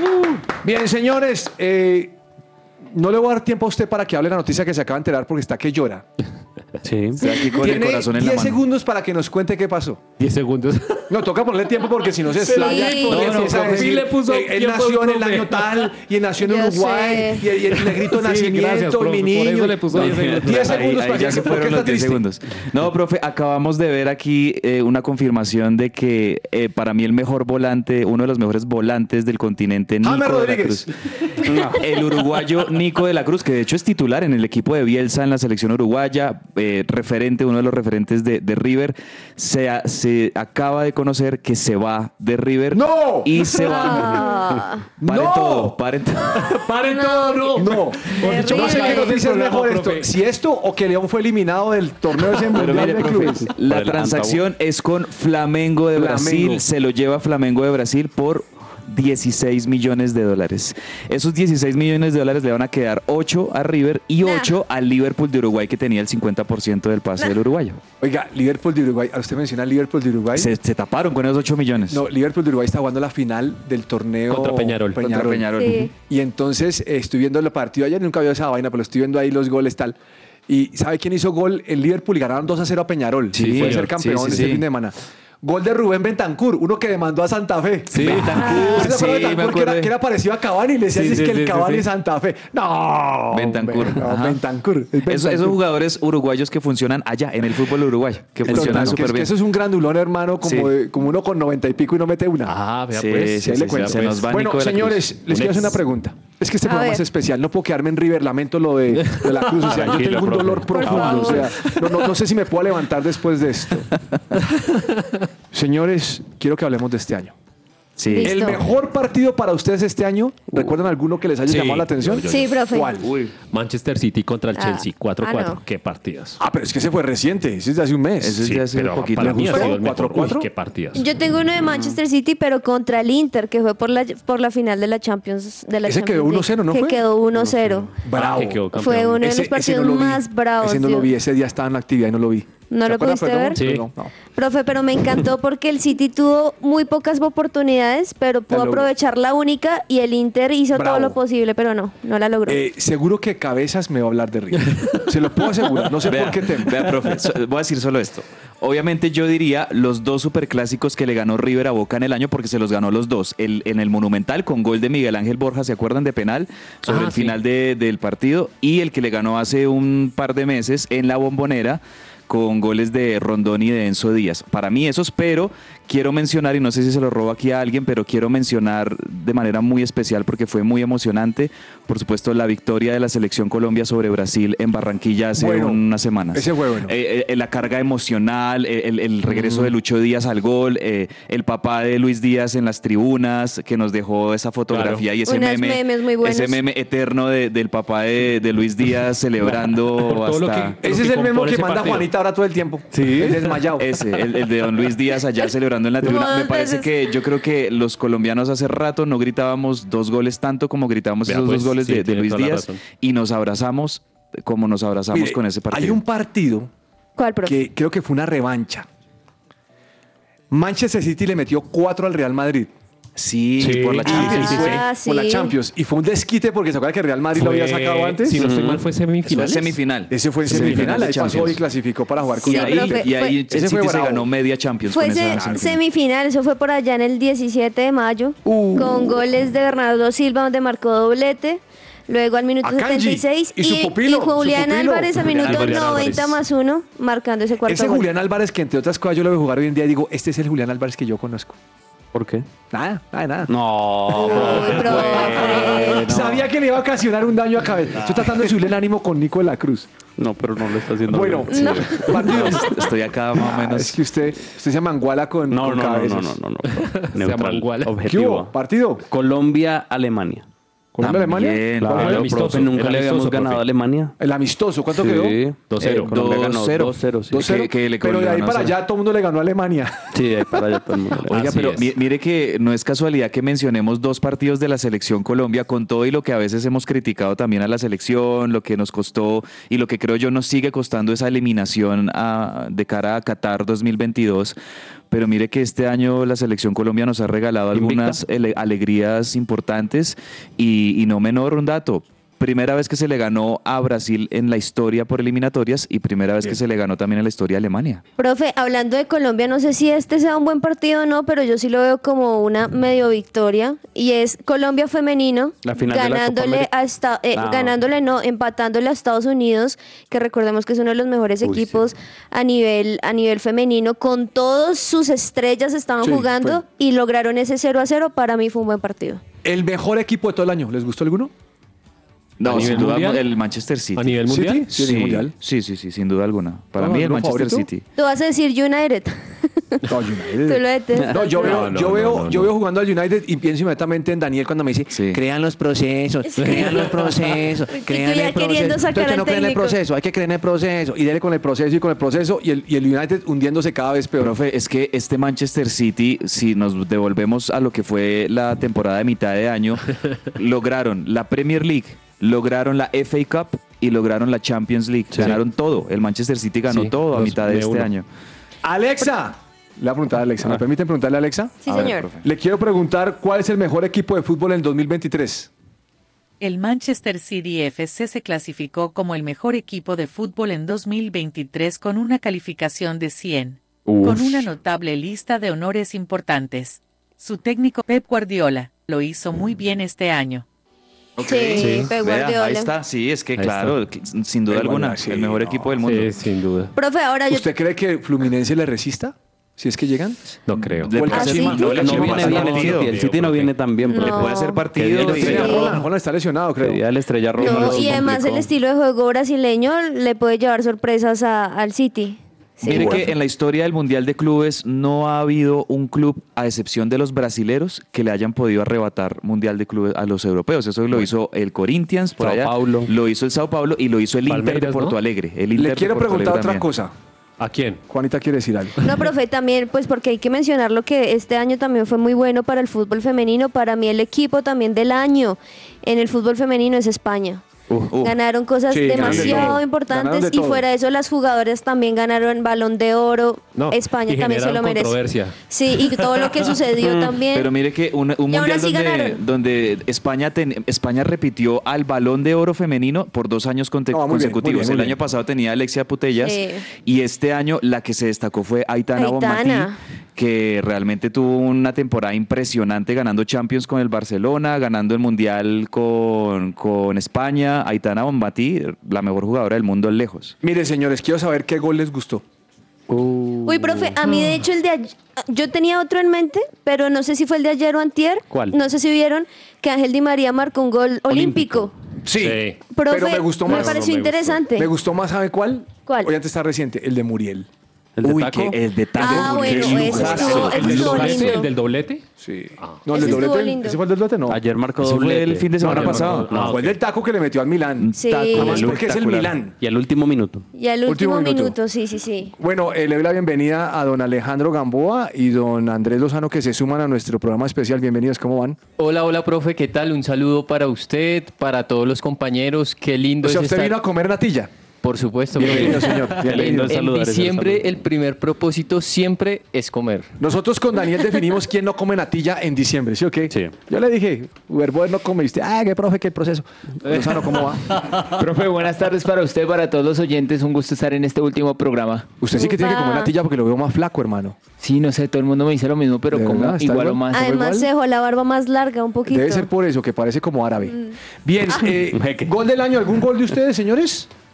C: Bien, señores, Uh, eh, no le voy a dar tiempo a usted para que hable la noticia que se acaba de enterar porque está que llora.
F: Sí.
G: aquí con el
C: Tiene
G: corazón en la
C: 10
G: mano.
C: segundos para que nos cuente qué pasó.
E: 10 segundos.
C: No, toca ponerle tiempo porque si no se
E: Se
C: explaya.
E: la-
C: y
E: no, no,
C: empieza a
E: profe, sí
C: decir,
E: le puso
C: eh, él
E: tiempo al
C: nació en el
E: profe".
C: año tal, y él nació en
D: Yo
C: Uruguay, y
D: sé.
C: el, y el negrito
E: Sí,
C: nacimiento,
E: gracias, profe,
C: mi
E: por
C: niño.
E: eso le puso
C: No,
E: 10 segundos.
C: 10 segundos
G: ahí,
C: para
G: ahí ya
C: que
G: se
C: ¿por qué
G: fueron
C: está
G: los 10
C: triste?
G: segundos. No, profe, acabamos de ver aquí eh, una confirmación de que eh, para mí el mejor volante, uno de los mejores volantes del continente, Nico
C: James
G: de la
C: Rodríguez.
G: Cruz. El uruguayo Nico de la Cruz, que de hecho es titular en el equipo de Bielsa en la selección uruguaya, eh, referente, uno de los referentes de, de River, se, a- se acaba de conocer que se va de River.
C: ¡No!
G: Y se va.
D: Ah,
G: Paren
C: ¡No!
G: todo, paren todo.
E: ¡Paren todo, no!
C: No,
D: dicho,
C: no sé
D: River.
C: qué noticia es mejor esto. Si esto o que León fue eliminado del torneo ese
G: Pero
C: mundial
G: mire,
C: de
G: profe,
C: clubes.
F: Por
G: la
F: el
G: transacción es con Flamengo de
C: Flamengo.
G: Brasil. Se lo lleva Flamengo de Brasil por 16 millones de dólares. Esos 16 millones de dólares le van a quedar 8 a River y
D: Nah.
G: 8 al Liverpool de Uruguay, que tenía el 50% del pase del uruguayo.
C: Oiga, Liverpool de Uruguay. ¿a ¿Usted menciona Liverpool de Uruguay?
G: Se, se taparon con esos 8 millones.
C: No, Liverpool de Uruguay está jugando la final del torneo
E: Contra Peñarol.
G: Contra Peñarol.
D: sí.
C: Y entonces eh, estoy viendo el partido ayer, nunca había esa vaina, pero estoy viendo ahí los goles tal. ¿Y sabe quién hizo gol? El Liverpool y ganaron 2 a 0 a Peñarol.
G: Sí,
C: puede ser
G: señor.
C: campeón
G: Sí, sí,
C: este
G: sí.
C: fin de semana. Gol de Rubén Bentancur, uno que demandó a Santa Fe.
G: Sí, Bentancur,
C: ¿Usted se acuerda de
G: sí, me
C: Bentancur que era,
G: acuerdo.
C: que era parecido a Cavani y le decía
E: Sí,
C: "Es
E: sí,
C: que
E: sí,
C: el
E: sí,
C: Cavani
E: sí.
C: es Santa Fe. No.
G: Bentancur,
C: hombre, no,
G: ajá.
C: Bentancur. es
G: Esos, esos
C: Bentancur.
G: jugadores uruguayos que funcionan allá en el fútbol uruguayo, que
C: Total,
G: funcionan
C: Pues que es-
G: súper
C: que
G: bien.
C: Eso es un grandulón, hermano, como,
G: Sí.
C: de- como uno con 90 y pico y no mete una.
E: Ah, vea
G: Sí,
E: pues.
G: sí,
E: ahí
G: sí, sí,
E: le cuento.
G: se nos va
C: bueno,
G: Nico de la Cruz.
C: señores, les
G: Un
C: quiero hacer
G: ex.
C: una pregunta. Es que este
D: A
C: programa
D: ver.
C: es especial. No puedo quedarme en River, lamento lo de, de la cruz. O
G: Ah,
C: sea, yo
E: Tranquilo,
C: tengo un
E: profe.
C: dolor
E: Por
C: profundo. O
D: favor.
C: sea, no, no- no sé si me puedo levantar después de esto. señores, quiero que hablemos de este año.
G: Sí. Uh.
D: Listo.
C: El mejor partido para ustedes este año, ¿recuerdan alguno que les haya
E: Sí.
C: llamado la atención?
E: Yo, yo,
D: Sí, profe.
C: ¿Cuál?
E: Manchester City contra el
D: Ah,
E: Chelsea. 4-4.
D: ah, no.
E: Qué partidos.
C: Ah, pero es que ese fue reciente, ese es de hace un mes.
G: Ese es
E: Sí,
G: de hace
E: pero
G: un poquito.
E: para mí ha
C: ¿Gustó?
E: sido el mejor.
C: 4-4.
E: Uy, qué partidos.
D: Yo tengo uno de
F: Mm.
D: Manchester City, pero contra el Inter, que fue por la, por la final de la Champions. De la
C: Ese quedó
D: Champions League,
C: 1-0, ¿no
D: que
C: fue?
D: quedó 1-0.
C: Bravo.
E: que quedó campeón.
D: Fue uno de
C: Ese-
D: los
C: ese no
D: partidos
C: lo vi.
D: más bravos.
C: Ese no lo
D: Dios.
C: vi, ese día estaba en actividad y no lo vi.
D: ¿No
C: ¿Se
D: lo
C: acuerdan?
D: pudiste
C: Perdón,
D: ver?
E: Sí.
C: perdón, no.
D: Profe, pero me encantó porque el City tuvo muy pocas oportunidades, pero pudo
C: logró.
D: aprovechar la única y el Inter hizo
C: Bravo.
D: todo lo posible, pero no, no la logró.
C: Eh, seguro que Cabezas me va a hablar de River. Se lo puedo asegurar. No sé
G: vea,
C: por qué temo.
G: Vea, profe, so- voy a decir solo esto. Obviamente yo diría los dos superclásicos que le ganó River a Boca en el año porque se los ganó los dos. El, en el Monumental con gol de Miguel Ángel Borja, ¿se acuerdan de penal? Sobre
E: Ah,
G: el
E: sí.
G: final de- del partido. Y el que le ganó hace un par de meses en la Bombonera con goles de Rondón y de Enzo Díaz. Para mí esos, pero quiero mencionar, y no sé si se lo robo aquí a alguien, pero quiero mencionar de manera muy especial porque fue muy emocionante, por supuesto, la victoria de la selección Colombia sobre Brasil en Barranquilla hace
C: Bueno,
G: unas semanas.
C: ese fue bueno.
G: Eh, eh, la carga emocional, eh, el, el regreso de Lucho Díaz al gol, eh, el papá de Luis Díaz en las tribunas, que nos dejó esa fotografía
E: Claro.
G: y ese
D: Unos
G: meme,
D: memes muy buenos.
G: ese meme eterno de- del papá de, de Luis Díaz celebrando
E: Por todo lo
G: hasta
E: que-
C: Ese
E: Lo
C: es el mismo
E: compone
C: que
E: ese
C: manda
E: partido.
C: Juanita ahora todo el tiempo. Sí. El desmayado.
G: ese, el, el de Don Luis Díaz allá celebrando en la tribuna.
D: Como
G: Me
D: dos
G: parece que yo creo que los colombianos hace rato no gritábamos dos goles tanto como gritábamos
E: Vea,
G: esos
E: pues,
G: dos goles
E: sí,
G: de, de
E: tiene
G: Luis
E: toda la
G: Díaz
E: razón.
G: y nos abrazamos como nos abrazamos
C: Mire,
G: con ese partido.
C: Hay un partido
D: ¿Cuál, profe?
C: que creo que fue una revancha. Manchester City le metió cuatro al Real Madrid.
G: Sí,
E: Sí.
G: por la
E: Ah,
G: Champions.
E: sí, sí, sí.
D: Ah,
C: Por la
D: sí.
C: Champions. Y fue un desquite porque se acuerda que el Real Madrid lo había
E: Fue-
C: sacado antes.
E: Si no estoy mal, fue
G: Eso
E: semifinal.
G: es semifinal.
C: Ese fue en
G: Semifinal
C: semifinal.
G: de
C: Ahí pasó
G: Champions.
C: y clasificó para jugar
G: Y
C: contra
G: ahí,
C: el
D: profe,
C: Inter.
G: y ahí
C: fue-
G: el
C: Ese fue
G: City se
C: bravo.
G: ganó media Champions
D: Fue
G: con
D: se-
G: esa semifinal.
D: semifinal, eso fue por allá en el 17 de mayo,
C: Uh.
D: con goles de Bernardo Silva, donde marcó doblete. Luego al minuto
C: Akanji,
D: 76
C: y su pupilo, su
D: Julián
C: pupilo.
D: Álvarez al
C: Julián
D: minuto
E: Álvarez.
D: 90 más 1, marcando ese cuarto
C: Ese
D: gol.
C: Julián Álvarez, que entre otras cosas yo lo veo jugar hoy en día, digo, este es el Julián Álvarez que yo conozco.
F: ¿Por qué?
C: Nada, nada, nada.
F: No.
D: Uy, profe.
C: Sabía que le iba a ocasionar un daño a cabeza. Estoy tratando de subirle el ánimo con Nico de la Cruz.
F: Ah. No, pero no lo está haciendo.
C: Bueno,
F: bien.
D: No.
C: partidos.
G: Estoy acá más o
C: Ah,
G: menos.
C: es que usted, usted se manguala con,
F: No,
C: con
F: no, no, no,
C: cabezas.
F: no, no, no, no.
E: llama
F: Neutral.
E: igual.
C: ¿Qué hubo?
F: Objetivo.
C: ¿Partido?
F: Colombia, Alemania.
C: ¿Colombia, Alemania?
G: También,
C: ¿Cuál fue?
E: Claro.
F: Pero,
E: amistoso,
F: profe,
E: el
F: nunca le
E: amistoso,
F: habíamos ganado
E: profe.
F: a Alemania.
C: El amistoso, ¿cuánto quedó?
E: 2-0.
F: Eh, Colombia ganó
G: 2-0.
F: 2-0, sí.
C: 2-0.
G: Que- que le
C: Pero de ahí
G: ganó
C: para
G: 0.
C: allá todo el mundo le ganó a Alemania.
F: Sí, de ahí para allá todo el mundo.
E: Ah,
G: Oiga,
E: Así
G: pero
E: es.
G: mi- mire que no es casualidad que mencionemos dos partidos de la selección Colombia con todo y lo que a veces hemos criticado también a la selección, lo que nos costó y lo que creo yo nos sigue costando esa eliminación a- de cara a Qatar 2022. Pero mire que este año la selección Colombia nos ha regalado
E: ¿Invicta?
G: algunas ele- alegrías importantes y, y no menor un dato. primera vez que se le ganó a Brasil en la historia por eliminatorias y primera vez que se le ganó también en la historia a Alemania.
D: Profe, hablando de Colombia, no sé si este sea un buen partido o no, pero yo sí lo veo como una medio victoria. Y es Colombia femenino
F: La final de la Copa
D: ganándole
F: América.
D: a esta- eh,
F: Ah.
D: ganándole no, empatándole a Estados Unidos, que recordemos que es uno de los mejores equipos a nivel a nivel femenino, con todas sus estrellas estaban
C: Sí,
D: jugando
C: fue.
D: y lograron ese 0 a 0. Para mí fue un buen partido.
C: El mejor equipo de todo el año. ¿Les gustó alguno?
G: No,
C: ¿A
G: sin
C: nivel
G: duda
C: mundial?
G: el Manchester City.
C: ¿A nivel mundial? ¿City? Sí, a
G: Sí,
C: nivel mundial.
G: sí, sí, sí, sin duda alguna. Para
C: ¿Alguno
G: mí el Manchester
C: favorito?
G: City.
D: Tú vas a decir United.
C: No,
D: Tú lo detestas.
C: yo
D: No,
C: veo,
G: no,
C: yo
G: no,
C: veo,
G: no,
C: yo
G: no.
C: veo jugando al United y pienso inmediatamente en Daniel cuando me dice, crean los procesos,
D: Sí.
C: crean los procesos,
D: Y tú
C: crean
D: ya
C: el
D: queriendo
C: proceso.
D: sacar
C: Entonces, que
D: al
C: no crean el
D: técnico.
C: proceso, hay que creer en el proceso. Y dele con el proceso y con el proceso y el, y el United hundiéndose cada vez peor.
G: Profe, es que este Manchester City, si nos devolvemos a lo que fue la temporada de mitad de año, lograron la Premier League, lograron la FA Cup y lograron la Champions League. Ganaron todo. El Manchester City ganó
E: Sí,
G: todo a
E: los
G: mitad de
E: de
G: este
E: uno.
G: año.
C: Alexa. Le voy a preguntar a Alexa.
G: Ah.
C: ¿Me permiten preguntarle a Alexa?
D: Sí, A ver, señor. profe.
C: Le quiero preguntar cuál es el mejor equipo de fútbol en el 2023.
K: El Manchester City FC se clasificó como el mejor equipo de fútbol en 2023 con una calificación de 100, con una notable lista de honores importantes. Su técnico Pep Guardiola lo hizo muy bien este año.
D: Sí, Sí. Pep
G: Vea, ahí
D: Guardiola.
G: está, sí, es que
E: Ahí
G: claro,
E: está.
G: que- sin duda
E: Pep
G: alguna,
E: Guardiola, sí,
G: el mejor
E: no,
G: equipo del mundo.
E: sí, sin duda.
D: Profe, ahora yo
C: ¿Usted cree que Fluminense le resista? Si es que llegan.
E: No creo.
G: Le
C: ¿O el
G: puede
D: ¿Ah,
G: hacer
D: sí?
G: mal- no, le
F: No
G: puede
F: viene
G: hacer
F: bien el
G: partido.
F: City, el City no viene tan bien.
D: No.
G: Le puede hacer
F: bien
G: partido.
F: le
G: y-
F: fue a
C: Holland, Holland está lesionado, creo.
F: Pero ya el estrella roja
D: No,
F: los
D: y además el
F: complicó.
D: estilo de juego brasileño le puede llevar sorpresas a- al City. Sí.
G: Mire que en la historia del Mundial de Clubes no ha habido un club, a excepción de los brasileros, que le hayan podido arrebatar Mundial de Clubes a los europeos. Eso lo hizo el Corinthians por
F: Sao
G: allá,
F: Paulo.
G: lo hizo el Sao Paulo y lo hizo el Inter de
E: Palmeiras,
G: Porto
E: ¿no?
G: Alegre. El Inter
C: Le
G: de
C: quiero
G: Porto
C: preguntar
G: Alegre
C: otra
G: también.
C: cosa.
E: ¿A quién?
C: Juanita quiere decir algo.
D: No, profe, también, pues porque hay que mencionarlo que este año también fue muy bueno para el fútbol femenino. Para mí el equipo también del año en el fútbol femenino es España.
G: Uh,
D: Ganaron cosas
C: Sí, ganaron de
D: demasiado
C: todo. Ganaron
D: importantes
C: de
D: y
C: todo.
D: fuera de eso las jugadoras también ganaron balón de oro.
E: No,
D: España
E: y
D: también se lo
E: generaron
D: merece.
E: controversia.
D: Sí, y todo lo que sucedió también.
G: Pero mire que un, un
D: Y aún
G: mundial
D: así
G: donde,
D: ganaron.
G: donde España ten- España repitió al balón de oro femenino por dos años conte-
C: No, muy bien, muy
G: consecutivos.
C: bien, muy
G: el
C: bien.
G: año pasado tenía a Alexia Putellas
D: Sí.
G: y este año la que se destacó fue Aitana, Bonmatí,
D: Aitana.
G: que realmente tuvo una temporada impresionante ganando Champions con el Barcelona, ganando el Mundial con, con España. Aitana Bonmatí, la mejor jugadora del mundo lejos.
C: Mire, señores, quiero saber qué gol les gustó.
D: Uy, profe, a mí
E: Mm.
D: de hecho el de ayer, yo tenía otro en mente, pero no sé si fue el de ayer o antier.
F: ¿Cuál?
D: No sé si vieron que Ángel Di María marcó un gol olímpico.
E: Sí.
D: Profe,
C: pero me gustó más.
D: pareció interesante.
C: Me gustó más, ¿sabe cuál?
D: ¿Cuál?
C: Hoy antes está reciente, el de Muriel.
F: ¿El de
G: Uy,
F: taco?
G: que el detalle.
D: Ah, bueno, ese estuvo- ese
E: ¿El,
D: estuvo
E: lugar ese,
D: lindo.
E: el del doblete?
C: Sí. No,
D: Ese
C: el del
D: estuvo
C: doblete.
D: lindo.
C: ¿Ese fue el del doblete? No.
F: Ayer marcó
G: Eso fue
F: doblete.
G: el fin de semana
E: ayer marcó-
G: pasado.
E: Ah,
C: Fue el del taco que le metió al Milán.
D: Sí.
C: Además,
G: Taco.
C: porque es el
G: Espectacular.
C: Milán.
F: Y al último minuto.
D: Y al
C: Último
D: último,
C: minuto.
D: minuto. sí, sí, sí.
C: Bueno, eh, le doy la bienvenida a don Alejandro Gamboa y don Andrés Lozano que se suman a nuestro programa especial. Bienvenidos, ¿cómo van?
M: Hola, hola, profe, ¿qué tal? Un saludo para usted, para todos los compañeros. Qué lindo
C: o sea,
M: es
C: usted
M: estar-
C: vino a comer natilla.
M: Pues Por supuesto.
C: Bienvenido,
M: profe.
C: señor. Bienvenido.
M: En, en diciembre el primer propósito siempre es comer.
C: Nosotros con Daniel definimos quién no come natilla en diciembre, ¿sí o qué? Sí. Yo le dije, Uberboer no come. Y usted, ah, qué profe, qué proceso. Lozano, ¿cómo va?
M: Profe, buenas tardes para usted, para todos los oyentes. Un gusto estar en este último programa.
C: Usted sí que tiene que comer
D: Upa.
C: natilla porque lo veo más flaco, hermano.
M: Sí, no sé, todo el mundo me dice lo mismo,
C: ¿De
M: pero como
C: verdad? ¿Está
M: igual o
C: igual?
M: más.
D: Además se dejó la barba más larga un poquito. Mm.
C: Debe ser por eso, que parece como árabe. Bien, eh,
F: Jeque.
C: gol del año, ¿algún gol de ustedes, señores?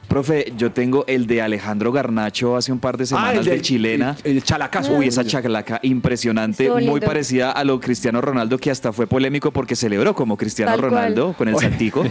G: Profe, yo tengo el de Alejandro Garnacho hace un par de semanas
C: Ah, el
G: de,
C: del-
G: Chilena.
C: el- el chalacazo.
G: Uy, esa chacalaca impresionante,
D: Estuvo
G: muy
D: lindo.
G: parecida a lo Cristiano Ronaldo, que hasta fue polémico porque celebró como Cristiano
D: Tal cual.
G: Ronaldo con el saltico.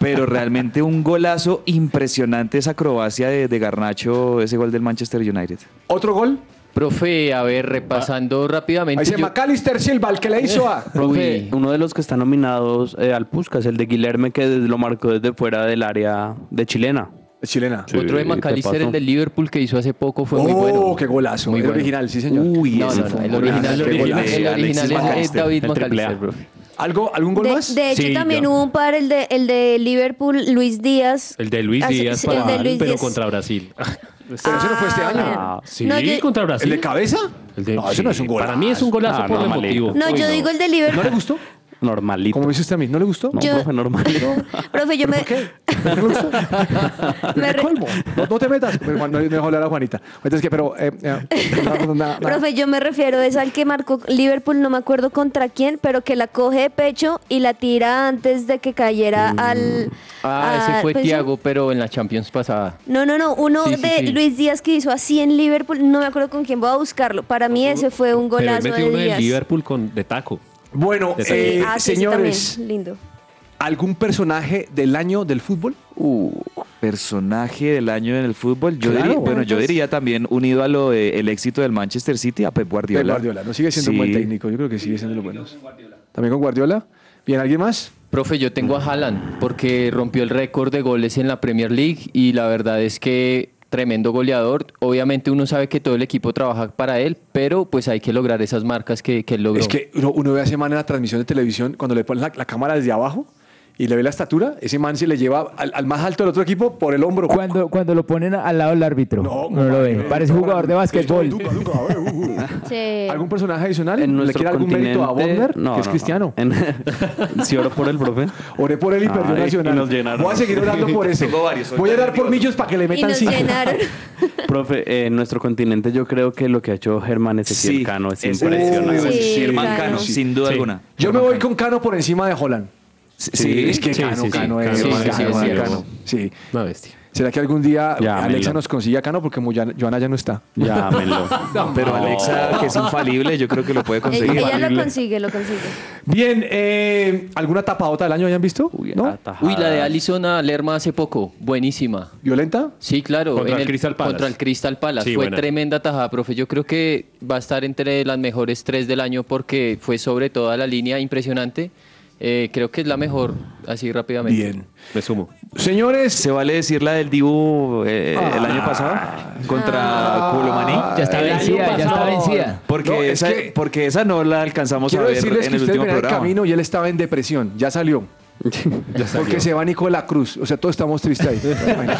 G: pero realmente un golazo impresionante esa acrobacia de, de Garnacho, ese gol del Manchester United.
C: ¿Otro gol? Ah.
M: Profe, a ver, repasando rápidamente.
C: Ahí dice
M: yo-
C: Macalister Silva, el que le hizo a...
F: Profe,
M: Uy.
F: uno de los que está nominados eh, al Puskas, el de Guilherme, que lo marcó desde fuera del área de chilena.
C: Chilena.
M: Otro de
F: Sí,
M: Macalister,
F: te
M: el
F: pasó.
M: del Liverpool que hizo hace poco, fue
C: oh,
M: muy bueno.
C: qué golazo.
M: Muy
C: el
M: bueno.
C: original, sí, señor.
G: Uy,
M: No,
G: ese
M: no, no,
G: fue un
M: el original, el
G: golazo. Qué golazo.
M: original, el
G: Eh, Alexis
M: original es- es
G: Macalister.
M: David
E: El triple A.
M: Macalister, profe.
C: ¿Algo, ¿Algún gol
D: de,
C: más?
D: de hecho,
E: Sí,
D: también
E: yo.
D: hubo un par, el de, el de Liverpool, Luis Díaz.
E: El de Luis
D: Ah, sí,
E: Díaz,
D: sí, el
E: para-
D: de Luis
E: pero
D: Díaz.
E: contra Brasil.
C: Pero ese no fue este
D: Ah,
C: año.
D: bueno.
E: Sí,
D: No, yo-
E: contra
C: ¿El
E: Brasil.
C: de cabeza?
E: El de-
C: no, eso no es un
E: sí,
C: golazo.
E: Para mí es un golazo
F: Ah,
E: por
F: no,
E: el
F: malito.
E: motivo.
D: No, yo digo el de Liverpool.
C: ¿No le gustó?
F: Normalito.
C: Como me dice usted a mí, ¿no le gustó?
F: No,
D: Yo-
F: profe, normalito.
D: Profe, yo me...
C: Me colmo. No, no te metas. Pero Juan, no, no dejo hablar a Juanita. Entonces, que, pero. eh, eh, no, no, no, no.
D: Profe, yo me refiero es al que marcó Liverpool, no me acuerdo contra quién, pero que la coge de pecho y la tira antes de que cayera al...
M: Ah, ese
D: al-
M: fue
D: pues,
M: Tiago, pero en la Champions pasada.
D: No, no, no, uno
M: Sí, sí,
D: de
M: sí.
D: Luis Díaz que hizo así en Liverpool, no me acuerdo con quién, voy a buscarlo. Para mí ese fue un
E: Pero él
D: golazo
E: metió
D: de
E: uno de
D: Díaz.
E: Liverpool con, de taco.
C: Bueno,
E: De
D: Sí,
E: taco.
C: Eh,
D: ah, sí, ese
C: señores.
D: también, lindo.
C: ¿Algún personaje del año del fútbol?
G: Uh, personaje del año en el fútbol. Yo
C: Claro.
G: diría, bueno, yo diría también unido a lo de el éxito del Manchester City a Pep Guardiola.
C: Pep Guardiola. No sigue siendo
G: Sí.
C: un buen técnico. Yo creo que sigue siendo de los buenos. También con Guardiola. Bien, ¿alguien más?
M: Profe, yo tengo a Haaland porque rompió el récord de goles en la Premier League y la verdad es que tremendo goleador. Obviamente uno sabe que todo el equipo trabaja para él, pero pues hay que lograr esas marcas que, que él logró.
C: Es que uno, uno ve a ese man en la transmisión de televisión cuando le ponen la, la cámara desde abajo y le ve la estatura. Ese man se le lleva al, al más alto del otro equipo por el hombro.
N: Cuando, cuando lo ponen al lado del árbitro, no, lo ve. Parece jugador de básquetbol.
C: ¿Algún personaje adicional?
F: En
C: ¿Le
F: nuestro
C: quiere algún mérito a
F: continente,
C: Bodmer?
F: no,
C: que
F: no,
C: es
F: no.
C: cristiano.
F: Si oro por el profe.
C: Oré por él y perdió
F: Ay,
C: Nacional.
F: y nos llenaron.
C: Voy a seguir orando por eso.
F: Tengo varios,
C: Voy a dar por millos para que le metan
D: nos
C: cinco.
D: llenaron.
F: Profe, eh, en nuestro continente yo creo que lo que ha hecho Germán Ezequiel
G: Sí,
F: Cano es
G: es- Uy,
F: impresionante.
G: sí, Germán Cano, Cano, sin duda alguna.
C: Yo me voy con Cano por encima de Holland.
G: sí,
C: es que
G: sí,
C: Cano,
G: sí, sí.
C: Cano es.
G: Sí, sí, sí,
C: Cano,
G: es cierto.
C: Cano. Sí.
E: Una bestia.
C: ¿Será que algún día
F: Llámelo.
C: Alexa nos consigue a Cano? Porque como ya, Joana ya no está.
F: Llámenlo.
G: Pero Alexa, que es infalible, yo creo que lo puede
D: Ella,
G: conseguir.
D: ella lo consigue, lo consigue.
C: Bien, eh, ¿alguna tapadota del año hayan visto? ¿No? Ah,
M: Uy, la de Alisson a Lerma hace poco, buenísima.
C: ¿Violenta?
M: Sí, claro.
E: Contra
M: en
E: el Crystal Palace.
M: Contra el Crystal Palace.
E: Sí,
M: fue
E: buena.
M: tremenda tajada, profe. Yo creo que va a estar entre las mejores tres del año porque fue sobre toda la línea impresionante. Eh, creo que es la mejor, así rápidamente.
C: Bien.
E: Me sumo.
C: Señores.
G: ¿Se vale decir la del Dibu eh, el año pasado? Contra Culomaní.
N: Ya está
G: El año
N: vencida, ya está
G: pasado.
N: vencida.
G: Porque,
C: No, es
G: esa,
C: que-
G: porque esa no la alcanzamos a
C: Quiero
G: ver
C: decirles
G: en
C: que
G: el
C: usted
G: último
C: venía el
G: programa.
C: camino y él estaba en depresión. Ya salió. Porque se va Nicolás Cruz. O sea, todos estamos tristes ahí. Bueno.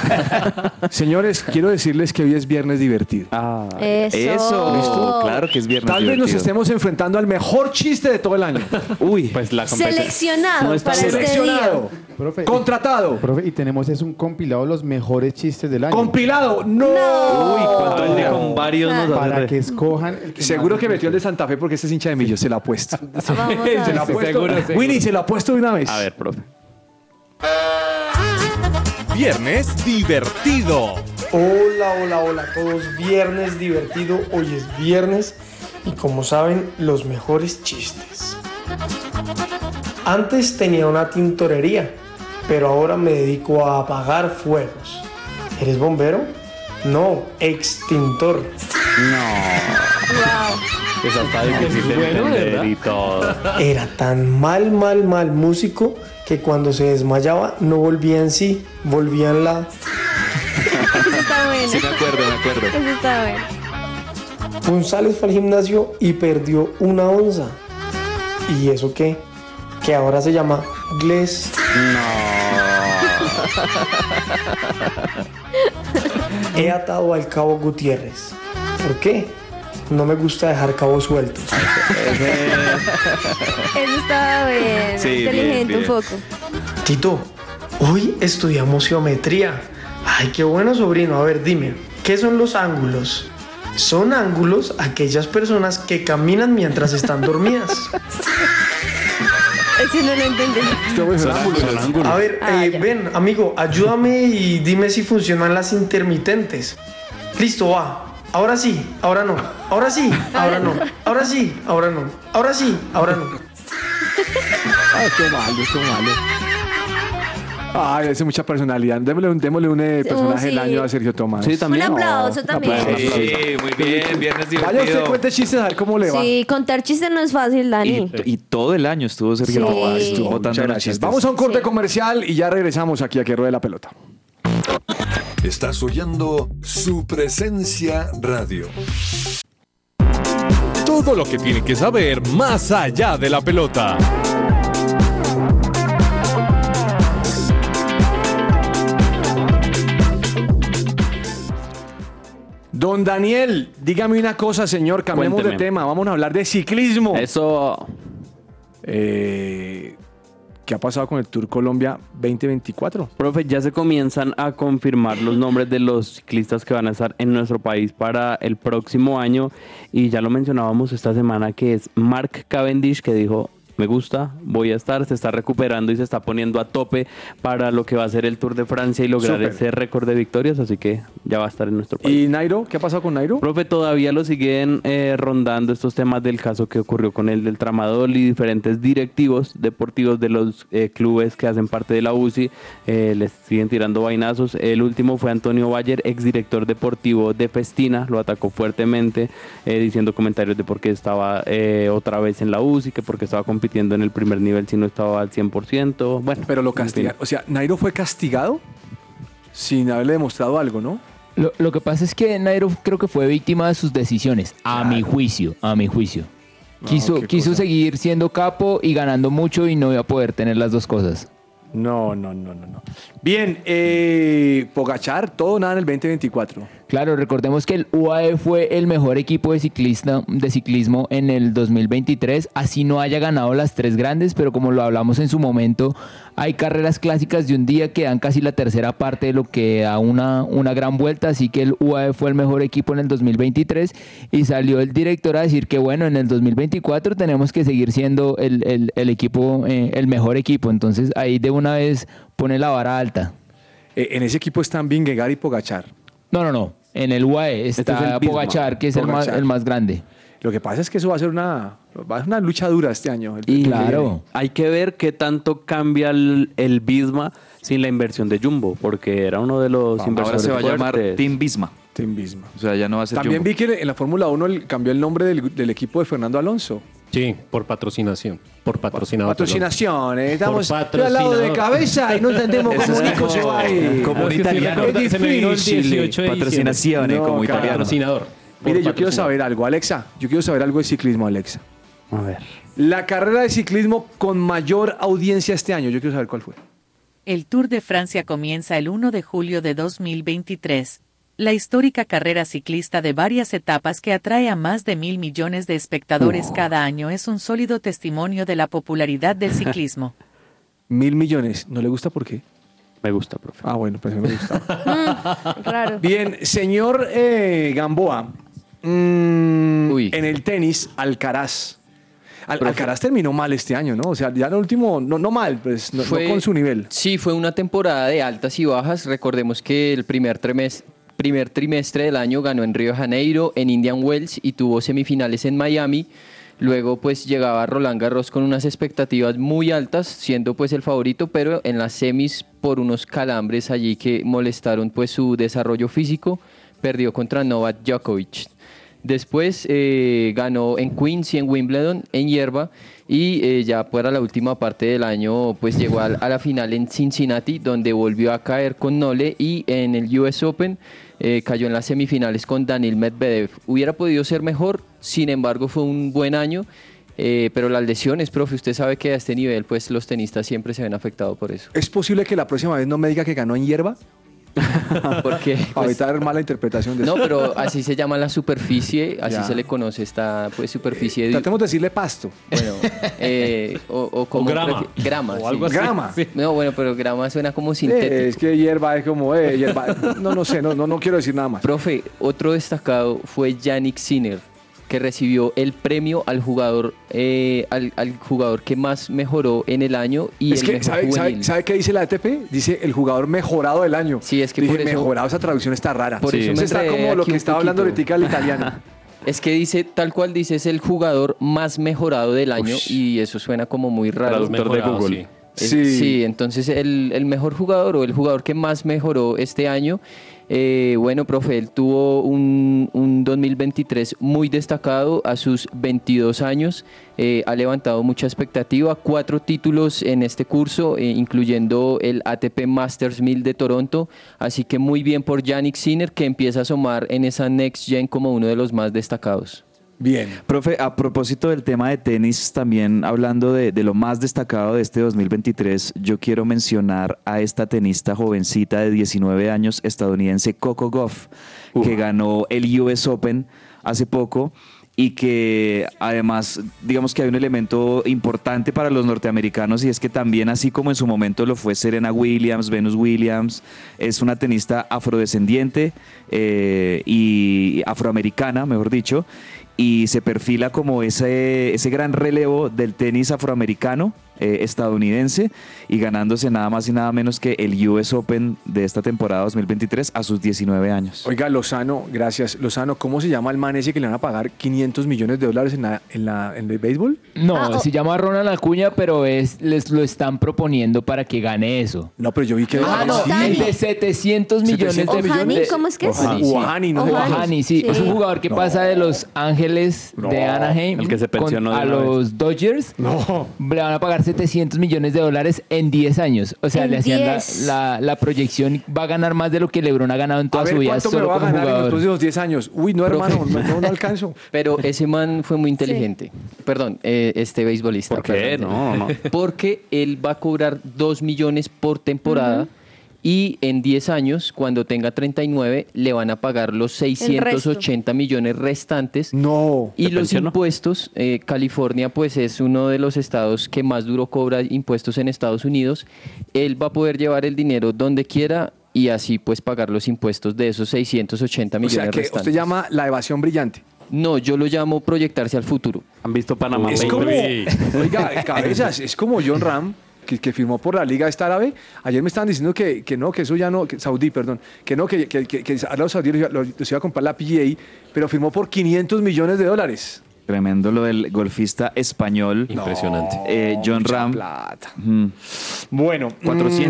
C: Señores, quiero decirles que hoy es viernes divertido.
D: Eso.
G: Ah, Eso, claro que es viernes.
C: Tal vez nos
G: divertido.
C: estemos enfrentando al mejor chiste de todo el año.
G: Uy,
F: Pues la competencia.
D: Seleccionado
F: No está
D: para este día.
C: Seleccionado,
H: Profe,
C: contratado,
H: profe, y tenemos es un compilado de los mejores chistes del año.
C: compilado. No.
G: uy, cuando él de con varios nos
H: para
G: hace
H: que
G: re-
H: escojan el que
C: Seguro
H: más
C: que
H: les
C: metió el de Santa Fe porque ese es hincha de Millo. Se lo ha puesto.
D: Vamos a ver.
C: Se lo ha puesto.
M: Seguro, seguro.
C: Winnie, se lo ha puesto de una vez.
F: A ver, profe.
A: Viernes divertido.
O: Hola, hola, hola a todos. Viernes divertido. Hoy es viernes y como saben, los mejores chistes. Antes tenía una tintorería, pero ahora me dedico a apagar fuegos. ¿Eres bombero? No, extintor.
F: Pues hasta difícil de entender y todo.
O: Era tan mal, mal, mal músico que cuando se desmayaba no volvía en sí, volvía en la...
D: Eso está bueno.
G: Sí, me acuerdo, me acuerdo.
D: Eso está bueno.
O: González fue al gimnasio y perdió una onza. ¿Y eso qué? Que ahora se llama Gles. No. He atado al cabo Gutiérrez. ¿Por qué? No me gusta dejar cabos sueltos.
D: Eso está bueno.
G: Sí, bien,
D: Inteligente
G: bien.
D: un poco.
O: Tito, hoy estudiamos geometría. Ay, qué bueno, sobrino. A ver, dime, ¿qué son los ángulos? Son ángulos aquellas personas que caminan mientras están dormidas.
D: Eso no lo entendí.
O: A ver,
D: Ah,
O: eh,
D: ya.
O: ven, amigo, ayúdame y dime si funcionan las intermitentes. Listo, va. Ahora sí, ahora no. Ahora sí, ahora no. Ahora sí, ahora no. Ahora sí, ahora no.
C: Ay, qué malo, qué malo. Ay, hace mucha personalidad. Démosle un, démosle un eh,
D: Sí,
C: personaje del
D: sí.
C: año a Sergio Tomás.
F: Sí, también.
D: Un aplauso también.
G: Sí, muy bien, viernes
C: Vaya usted,
G: divertido.
C: cuente chistes a ver cómo le va.
D: Sí, contar chistes no es fácil, Dani.
G: Y, y todo el año estuvo Sergio
D: Sí.
G: Rojas, estuvo
D: Muchas
G: botando los
C: Gracias.
G: chistes.
C: Vamos a un corte comercial y ya regresamos aquí a que ruede la pelota.
L: Estás oyendo su presencia radio.
A: Todo lo que tiene que saber más allá de la pelota.
C: Don Daniel, dígame una cosa, señor. Cambiemos de
F: Cuénteme.
C: tema. Vamos a hablar de ciclismo.
F: Eso.
C: eh, ¿Qué ha pasado con el Tour Colombia 2024?
F: Profe, ya se comienzan a confirmar los nombres de los ciclistas que van a estar en nuestro país para el próximo año. Y ya lo mencionábamos esta semana, que es Mark Cavendish, que dijo, me gusta, voy a estar, se está recuperando y se está poniendo a tope para lo que va a ser el Tour de Francia y lograr
C: Súper.
F: ese récord de victorias. Así que ya va a estar en nuestro país.
C: ¿Y Nairo? ¿Qué ha pasado con Nairo?
F: Profe, todavía lo siguen eh, rondando estos temas del caso que ocurrió con el del tramador y diferentes directivos deportivos de los eh, clubes que hacen parte de la UCI eh, les siguen tirando vainazos. El último fue Antonio Bayer, exdirector deportivo de Festina, lo atacó fuertemente eh, diciendo comentarios de por qué estaba eh, otra vez en la UCI, que por qué estaba compitiendo en el primer nivel si no estaba al 100%. Bueno,
C: pero lo castigaron. O sea, Nairo fue castigado sin haberle demostrado algo, ¿no?
P: Lo, lo que pasa es que Nairo creo que fue víctima de sus decisiones, a mi juicio, a mi juicio. Quiso, quiso seguir siendo capo y ganando mucho y no iba a poder tener las dos cosas.
C: No, no, no, no. no. Bien, eh, Pogachar, todo nada en el 2024.
P: Claro, recordemos que el UAE fue el mejor equipo de, ciclista, de ciclismo en el 2023, así no haya ganado las tres grandes, pero como lo hablamos en su momento, hay carreras clásicas de un día que dan casi la tercera parte de lo que da una, una gran vuelta, así que el UAE fue el mejor equipo en el 2023 y salió el director a decir que bueno, en el 2024 tenemos que seguir siendo el, el- el equipo, eh, el mejor equipo, entonces ahí de una vez pone la vara alta.
C: Eh, en ese equipo están Vingegaard y Pogachar.
P: No, no, no. En el UAE
C: Este es
P: está
C: el Bismarck.
P: Pogachar, que es el más,
C: Pogačar.
P: el más grande.
C: Lo que pasa es que eso va a ser una, va a ser una lucha dura este año. el- el-
F: Hay que ver qué tanto cambia el, el Bisma sin la inversión de Jumbo, porque era uno de los
G: Ahora
F: inversores
G: se va a llamar
F: fuertes.
G: Team Bisma.
C: Team Bisma.
G: O sea, ya no va a ser
C: También
G: Jumbo.
C: vi que en la Fórmula 1 el- cambió el nombre del, del equipo de Fernando Alonso.
E: Sí, por patrocinación. Por patrocinador.
C: Patrocinación, eh,
E: perdón.
C: estamos
E: Por
C: yo al lado de
E: patrocinador.
C: cabeza y no entendemos
E: Eso
C: cómo
E: es
C: Nico se
E: como-
C: va ahí.
E: como un
C: Es que estoy
E: italiano.
C: recordando-
E: Se me vino el 18 de
C: Patrocinaciones,
E: diciembre. No,
C: italiano.
E: patrocinador.
C: Mire,
E: Por
C: yo quiero
E: patrocinador.
C: saber algo, Alexa. Yo quiero saber algo de ciclismo, Alexa.
F: A ver.
C: La carrera de ciclismo con mayor audiencia este año. Yo quiero saber cuál fue.
K: El Tour de Francia comienza el 1 de julio de 2023. La histórica carrera ciclista de varias etapas que atrae a más de mil millones de espectadores cada año es un sólido testimonio de la popularidad del ciclismo.
C: Mil millones. ¿No le gusta por qué?
F: Me gusta, profe.
C: Ah, bueno, pues me gusta.
D: Raro.
C: Bien, señor eh, Gamboa. mm, En el tenis, Alcaraz. Al- Alcaraz terminó mal este año, ¿no? O sea, ya el último, no, no mal, pues no, no
M: Fue-
C: con su nivel.
M: Sí, fue una temporada de altas y bajas. Recordemos que el primer trimestre, primer trimestre del año ganó en Río de Janeiro, en Indian Wells y tuvo semifinales en Miami. Luego pues llegaba Roland Garros con unas expectativas muy altas, siendo pues el favorito, pero en las semis por unos calambres allí que molestaron pues su desarrollo físico, perdió contra Novak Djokovic. Después eh, ganó en Queens y en Wimbledon, en hierba, y eh, ya para la última parte del año, pues llegó al- a la final en Cincinnati, donde volvió a caer con Nole y en el US Open eh, cayó en las semifinales con Daniel Medvedev. Hubiera podido ser mejor, sin embargo fue un buen año, eh, pero las lesiones, profe, usted sabe que a este nivel, pues los tenistas siempre se ven afectados por eso.
C: ¿Es posible que la próxima vez no me diga que ganó en hierba?
M: Porque pues,
C: Para evitar mala interpretación de
M: No,
C: eso.
M: pero así se llama la superficie, así
C: Ya.
M: se le conoce esta pues superficie de
C: Tratemos de decirle pasto.
M: Bueno, eh, o, o como
C: grama.
M: prefi- grama.
C: O algo así. Grama.
M: No, bueno, pero grama suena como
C: Eh,
M: sintético.
C: es que hierba es como, eh, hierba. No, no sé, no, no, no quiero decir nada más.
M: Profe, otro destacado fue Yannick Sinner, que recibió el premio al jugador, eh, al, al jugador que más mejoró en el año y
C: es
M: el
C: que,
M: mejor
C: ¿sabe, sabe-
M: juvenil.
C: sabe qué dice la ATP? Dice el jugador mejorado del año. Sí,
M: es que
C: Dije,
M: por eso-
C: mejorado, esa traducción está rara.
M: Por eso me
C: está
M: enredé
C: como lo
M: aquí
C: que
M: un
C: estaba hablando
M: poquito.
C: ahorita el italiano.
M: Es que dice, tal cual dice, es el jugador más mejorado del año y eso suena como muy raro.
E: Traductor de Mejorado, Google.
M: Sí,
E: sí.
M: Es-
E: Sí.
M: sí, entonces el, el mejor jugador o el jugador que más mejoró este año, eh, bueno, profe, él tuvo un, un 2023 muy destacado a sus 22 años, eh, ha levantado mucha expectativa, cuatro títulos en este curso, eh, incluyendo el ATP Masters 1000 de Toronto, así que muy bien por Yannick Sinner que empieza a asomar en esa Next Gen como uno de los más destacados.
C: Bien.
G: Profe, a propósito del tema de tenis, también hablando de, de lo más destacado de este 2023, yo quiero mencionar a esta tenista jovencita de 19 años estadounidense, Coco Goff, que ganó el US Open hace poco. y que además digamos que hay un elemento importante para los norteamericanos y es que también así como en su momento lo fue Serena Williams, Venus Williams, es una tenista afrodescendiente eh, y afroamericana, mejor dicho, y se perfila como ese, ese gran relevo del tenis afroamericano eh, estadounidense y ganándose nada más y nada menos que el US Open de esta temporada 2023 a sus 19 años.
C: Oiga, Lozano, gracias. Lozano, ¿cómo se llama el man ese que le van a pagar 500 millones de dólares en, la, en, la, en el béisbol?
P: No,
C: oh.
P: se llama Ronald Acuña, pero es, les lo están proponiendo para que gane eso.
C: No, pero yo vi que...
P: Ah, no,
C: Sí.
P: el de 700 millones de
C: Ohani,
P: millones.
C: ¿cómo es que es? Ohani, sí.
P: Ohani, no sé.
C: Ohani,
P: Ohani, sí. Es un
C: sí.
P: jugador que
C: No.
P: pasa de Los Ángeles de
F: No.
P: Anaheim
F: El que se
P: con-
F: pensionó de
P: a
F: una vez.
P: los Dodgers. Le van a pagar 700 millones de dólares en 10 años. O sea,
C: En
P: le hacían la,
C: 10.
P: la- la proyección y va a ganar más de lo que LeBron ha ganado en toda
C: A ver,
P: su vida
C: ¿cuánto me
P: solo
C: va a
P: como
C: ganar en los
P: jugador.
C: próximos 10 años? Uy, no, hermano, no, no, no alcanzo.
M: Pero ese man fue muy inteligente. Perdón, eh, este beisbolista. ¿Por
F: qué? No, no.
M: Porque él va a cobrar 2 millones por temporada. Y en 10 años, cuando tenga 39, le van a pagar los
F: resto.
M: 680 millones restantes.
C: No.
M: Y
F: ¿Te
M: los
F: pensionó?
M: impuestos, eh, California pues es uno de los estados que más duro cobra impuestos en Estados Unidos. Él va a poder llevar el dinero donde quiera y así pues pagar los impuestos de esos 680
C: O
M: millones
C: sea, que
M: restantes.
C: usted llama la evasión brillante.
M: No, yo lo llamo proyectarse al futuro.
F: ¿Han visto Panamá?
C: Es como, oiga, cabezas, es como John Ram, que, que firmó por la Liga Esta Árabe. Ayer me estaban diciendo que, que no, que eso ya no, que, Saudí, perdón, que no, que, que, que, que a los saudíes los, iba- los iba a comprar la PGA, pero firmó por 500 millones de dólares.
G: Tremendo lo del golfista español.
C: Impresionante.
G: Eh, John
C: mucha
G: Ram.
C: plata.
G: Bueno,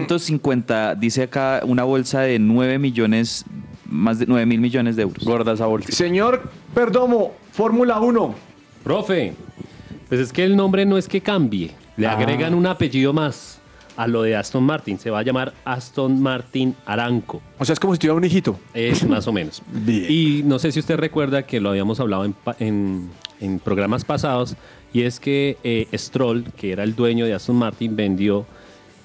G: 450, dice acá una bolsa de 9 millones, más de 9 mil millones de euros.
F: Gorda esa bolsa.
C: Señor Perdomo, Fórmula 1.
E: Profe, pues es que el nombre no es que cambie. Le
F: Ah.
E: agregan un apellido más a lo de Aston Martin. Se va a llamar Aston Martin Aranco.
C: O sea, es como si tuviera un hijito.
E: Es más o menos. Y no sé si usted recuerda que lo habíamos hablado en, pa- en- en programas pasados, y es que eh, Stroll, que era el dueño de Aston Martin, vendió,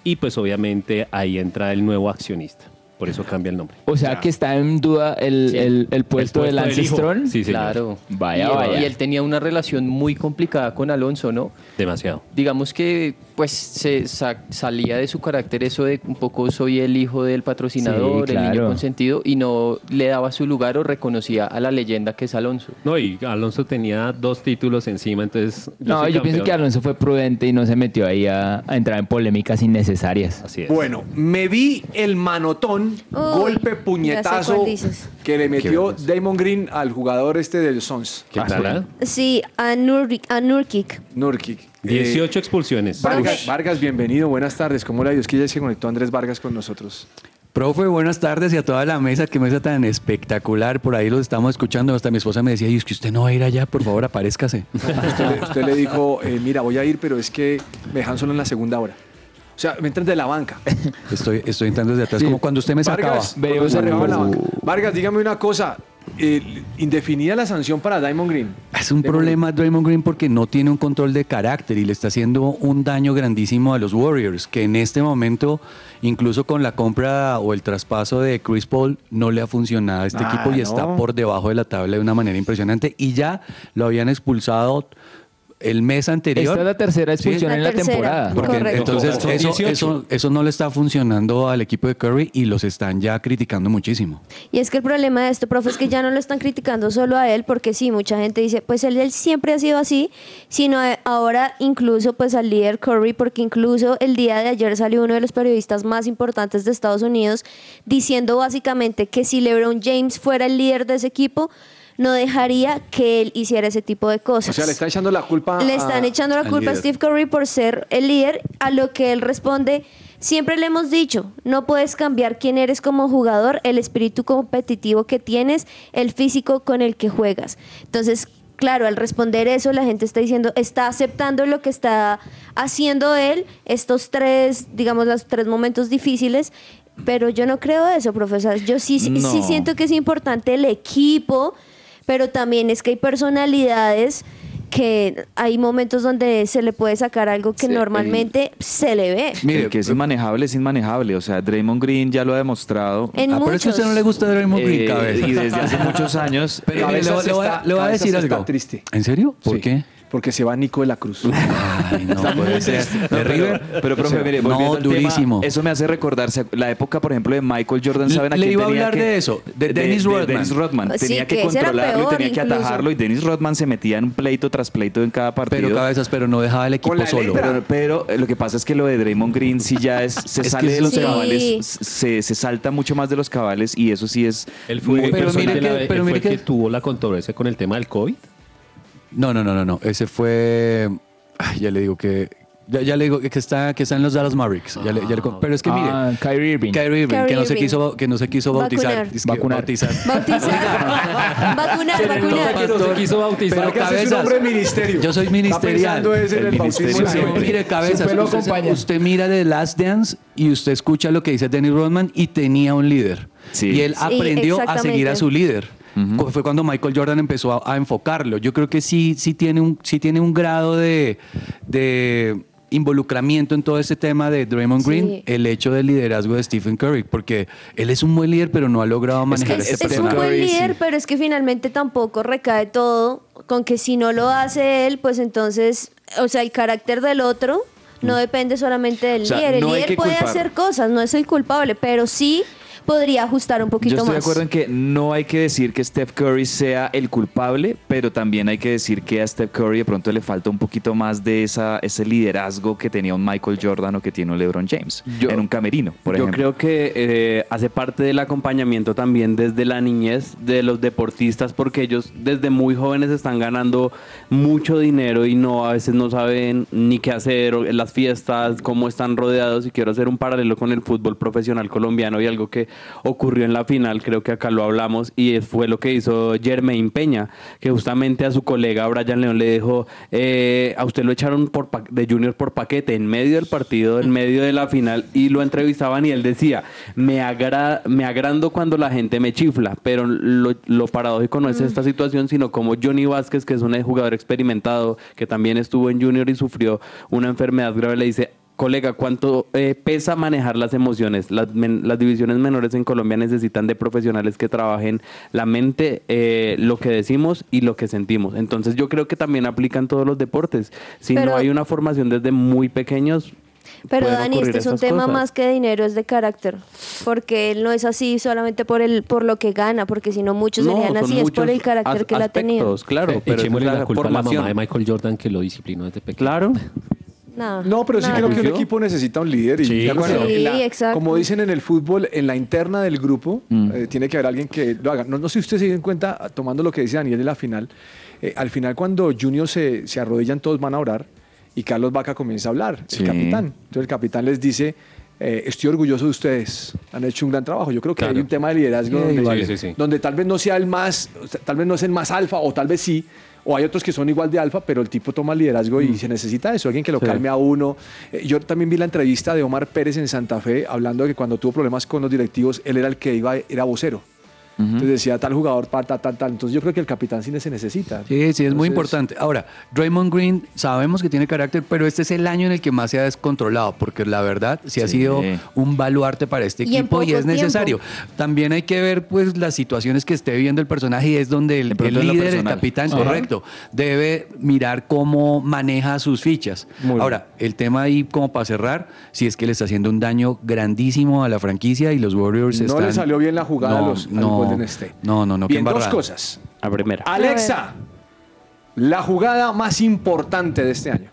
E: y pues obviamente ahí entra el nuevo accionista. Por eso cambia el nombre.
P: O sea, que está en duda el,
E: Sí.
P: el- el puesto
E: El
P: del
E: puesto del hijo.
P: ancestrón.
E: Sí, señor.
M: Claro.
P: Vaya,
M: y, él-
P: vaya.
M: y él tenía una relación muy complicada con Alonso, ¿no?
E: Demasiado.
M: Digamos que pues se sa- salía de su carácter eso de un poco soy el hijo del patrocinador,
E: Sí,
M: el niño
E: claro.
M: consentido, y no le daba su lugar o reconocía a la leyenda que es Alonso.
E: No, y Alonso tenía dos títulos encima, entonces.
P: No,
E: soy
P: yo pienso
E: campeón.
P: que Alonso fue prudente y no se metió ahí a, a entrar en polémicas innecesarias.
E: Así
C: Bueno, me vi el manotón, golpe, puñetazo
D: cuál dices.
C: que le metió Damon Green al jugador este del Sons.
E: ¿Qué tal, ah?
D: Sí, a, Nurkic. a Nurkic.
C: Nurkic. Eh,
E: 18 expulsiones.
C: Vargas, Vargas, bienvenido, buenas tardes. ¿Cómo le ha ido? Es que ya se conectó Andrés Vargas con nosotros.
Q: Profe, buenas tardes y a toda la mesa, qué mesa tan espectacular. Por ahí los estamos escuchando. Hasta mi esposa me decía, y es que usted no va a ir allá, por favor, aparézcase.
C: Usted, le- usted le dijo, eh, mira, voy a ir, pero es que me dejan solo en la segunda hora. O sea, me entran de la banca.
Q: Estoy, estoy entrando desde atrás,
C: Sí.
Q: como cuando usted me sacaba.
C: Vargas, cuando se acaba la banca. Vargas, dígame una cosa. eh, indefinida la sanción para Damon Green.
Q: Es un problema Draymond Green porque no tiene un control de carácter y le está haciendo un daño grandísimo a los Warriors, que en este momento, incluso con la compra o el traspaso de Chris Paul, no le ha funcionado a este
C: Ah,
Q: equipo y
C: no.
Q: está por debajo de la tabla de una manera impresionante. Y ya lo habían expulsado el mes anterior.
P: Esta es la tercera
Q: Sí.
P: expulsión en la temporada.
Q: Porque entonces eso, eso, eso no le está funcionando al equipo de Curry y los están ya criticando muchísimo.
D: Y es que el problema de esto, profe, es que ya no lo están criticando solo a él, porque sí, mucha gente dice, pues él, él siempre ha sido así, sino a- ahora incluso pues al líder Curry, porque incluso el día de ayer salió uno de los periodistas más importantes de Estados Unidos diciendo básicamente que si LeBron James fuera el líder de ese equipo, no dejaría que él hiciera ese tipo de cosas.
C: O sea, le están echando la culpa
D: Le
C: a-
D: están echando la
C: al
D: culpa a
C: líder.
D: Steve Curry por ser el líder, a lo que él responde, siempre le hemos dicho, no puedes cambiar quién eres como jugador, el espíritu competitivo que tienes, el físico con el que juegas. Entonces, claro, al responder eso, la gente está diciendo, está aceptando lo que está haciendo él, estos tres, digamos, los tres momentos difíciles. Pero yo no creo eso, profesor. Yo sí, sí-
R: No.
D: sí siento que es importante el equipo, pero también es que hay personalidades que hay momentos donde se le puede sacar algo que normalmente se le ve.
G: Mire, que es inmanejable es inmanejable. O sea, Draymond Green ya lo ha demostrado.
D: En Ah, pero es que a usted muchos. no le
Q: gusta Draymond Green,
P: eh,
Q: cabeza.
G: Eh, Y desde hace muchos años. eh,
C: Pero mire, Eh, le voy- le voy a- le voy a
G: Cabezas
C: decir
G: está
C: algo.
G: triste.
Q: ¿En serio? ¿Por qué?
C: Porque se va Nico de la Cruz.
G: No puede ser.
C: triste.
G: No,
C: De
G: pero,
C: River.
G: pero, profe,
C: O sea,
G: mire,
C: no,
G: volviendo al tema,
Q: durísimo.
G: eso me hace recordarse la época, por ejemplo, de Michael Jordan. ¿Saben a
Q: Le
G: quién
Q: iba a
G: tenía
Q: hablar
G: que-
Q: de eso, de Dennis Rodman.
G: Dennis Rodman.
Q: Sí,
G: Tenía
Q: que
G: que
Q: ese era
G: controlarlo
Q: peor
G: y tenía que
Q: incluso.
G: atajarlo. Y Dennis Rodman se metía en pleito tras pleito en cada partido.
Q: Pero cabezas, pero no dejaba el equipo solo.
G: Pero, pero, eh, lo que pasa es que lo de Draymond Green sí ya es, se
Q: Es que
G: sale de
Q: sí.
G: los
Q: Sí.
G: cabales, se, se salta mucho más de los cabales y eso sí es muy personal.
E: pero mire que, tuvo la controversia con el tema del COVID.
Q: No, no, no, no, no. Ese fue. ay, ya le digo que. Ya, ya le digo que está, que está en los Dallas Mavericks. Ya le- ya le con- pero es que mire.
P: Ah,
Q: Kyrie Irving. que no se
D: Kyrie
Q: quiso, que no se quiso bautizar.
P: Vacunar.
Q: Dice que Bautizar.
D: vacunar, vacunar.
Q: Pero cabezas. Yo soy ministerial. Siempre. Mire, cabezas. Usted, se- usted mira The Last Dance y usted escucha lo que dice Dennis Rodman y tenía un líder. Y él
P: Sí,
Q: aprendió a seguir a
P: exactamente.
Q: su líder. Cu- Fue cuando Michael Jordan empezó a, a enfocarlo. Yo creo que sí, sí, tiene, un, sí tiene un grado de, de involucramiento en todo este tema de Draymond Green,
D: Sí.
Q: el hecho del liderazgo de Stephen Curry, porque él es un buen líder, pero no ha logrado
D: Es que
Q: manejar
D: es,
Q: este
D: es
Q: tema.
D: un buen líder, pero es que finalmente tampoco recae todo con que si no lo hace él, pues entonces, o sea, el carácter del otro no depende solamente del
G: Mm. O sea,
D: líder. El
G: no hay
D: líder
G: que
D: puede
G: culpar.
D: hacer cosas, no es el culpable, pero sí podría ajustar un poquito
G: Yo estoy de
D: más.
G: acuerdo en que no hay que decir que Steph Curry sea el culpable, pero también hay que decir que a Steph Curry de pronto le falta un poquito más de esa, ese liderazgo que tenía un Michael Jordan o que tiene un LeBron James en un camerino, por
F: Yo
G: ejemplo.
F: creo que eh, hace parte del acompañamiento también desde la niñez de los deportistas, porque ellos desde muy jóvenes están ganando mucho dinero y no a veces no saben ni qué hacer, o en las fiestas, cómo están rodeados. Y quiero hacer un paralelo con el fútbol profesional colombiano y algo que ocurrió en la final, creo que acá lo hablamos, y fue lo que hizo Jermaine Peña, que justamente a su colega Brian León le dijo, eh, a usted lo echaron por pa- de Junior por paquete en medio del partido, en medio de la final, y lo entrevistaban y él decía, me, agra- me agrando cuando la gente me chifla, pero lo, lo paradójico no es
P: Mm.
F: esta situación, sino como Johnny Vázquez, que es un jugador experimentado, que también estuvo en Junior y sufrió una enfermedad grave, le dice, Colega, ¿cuánto eh, pesa manejar las emociones? Las, men- las divisiones menores en Colombia necesitan de profesionales que trabajen la mente, eh, lo que decimos y lo que sentimos. Entonces yo creo que también aplican todos los deportes. Si
D: Pero-
F: no hay una formación desde muy pequeños...
D: Pero
F: pueden
D: Dani, este
F: ocurrir
D: es un
F: estas
D: tema
F: cosas.
D: más que de dinero, es de carácter, porque él no es así solamente por el por lo que gana, porque si no muchos
F: No,
D: serían
F: son
D: así, es por
F: muchos
D: el carácter
F: as-
D: que él ha tenido.
F: aspectos, Claro, pero esa
E: echémosle
F: es la
E: la culpa
F: formación.
E: a la mamá de Michael Jordan que lo disciplinó desde pequeño.
F: Claro.
D: No,
C: No, pero sí
D: nada.
C: creo que un equipo necesita un líder. Y,
E: Sí,
C: ¿de acuerdo?
D: Sí,
C: En la-
D: exacto.
C: Como dicen en el fútbol, en la interna del grupo,
E: Mm.
C: eh, tiene que haber alguien que lo haga. No, no sé si ustedes se dieron cuenta, ah, tomando lo que dice Daniel de la final, eh, al final cuando Junior se, se arrodillan, todos van a orar y Carlos Vaca comienza a hablar,
G: Sí.
C: el capitán. Entonces el capitán les dice... eh, estoy orgulloso de ustedes, han hecho un gran trabajo. Yo creo que
E: Claro.
C: hay un tema de liderazgo
E: Sí,
C: donde,
E: vale. Sí, sí, sí.
C: donde tal vez no sea el más, o sea, tal vez no es el más alfa, o tal vez sí, o hay otros que son igual de alfa, pero el tipo toma liderazgo
Q: Mm.
C: y se necesita eso, alguien que lo
F: Sí.
C: calme a uno. Eh, Yo también vi la entrevista de Omar Pérez en Santa Fe, hablando de que cuando tuvo problemas con los directivos, él era el que iba, era vocero. Entonces decía tal jugador, tal, tal, tal, tal. Entonces yo creo que el capitán cine se necesita.
Q: Sí, sí, es muy
C: Entonces-
Q: importante. Ahora, Draymond Green sabemos que tiene carácter, pero este es el año en el que más se ha descontrolado, porque la verdad sí, ha
G: Sí.
Q: sido un baluarte para este
G: Y en
Q: equipo y
G: poco
Q: es necesario. También hay que ver pues las situaciones que esté viviendo el personaje y es donde el,
G: pronto
Q: el
G: en lo
Q: líder, el
G: personal.
Q: capitán,
G: Ajá.
Q: correcto, debe mirar cómo maneja sus fichas.
G: Muy
Q: Ahora, el tema ahí como para cerrar, si es que le está haciendo un daño grandísimo a la franquicia y los Warriors
C: No
Q: pues están...
C: le salió bien la jugada
Q: No,
C: a los al
Q: no,
C: Golden State.
Q: No, no, no. qué
C: Bien, dos
Q: embarrada.
C: cosas.
F: La primera.
C: Alexa, la jugada más importante de este año.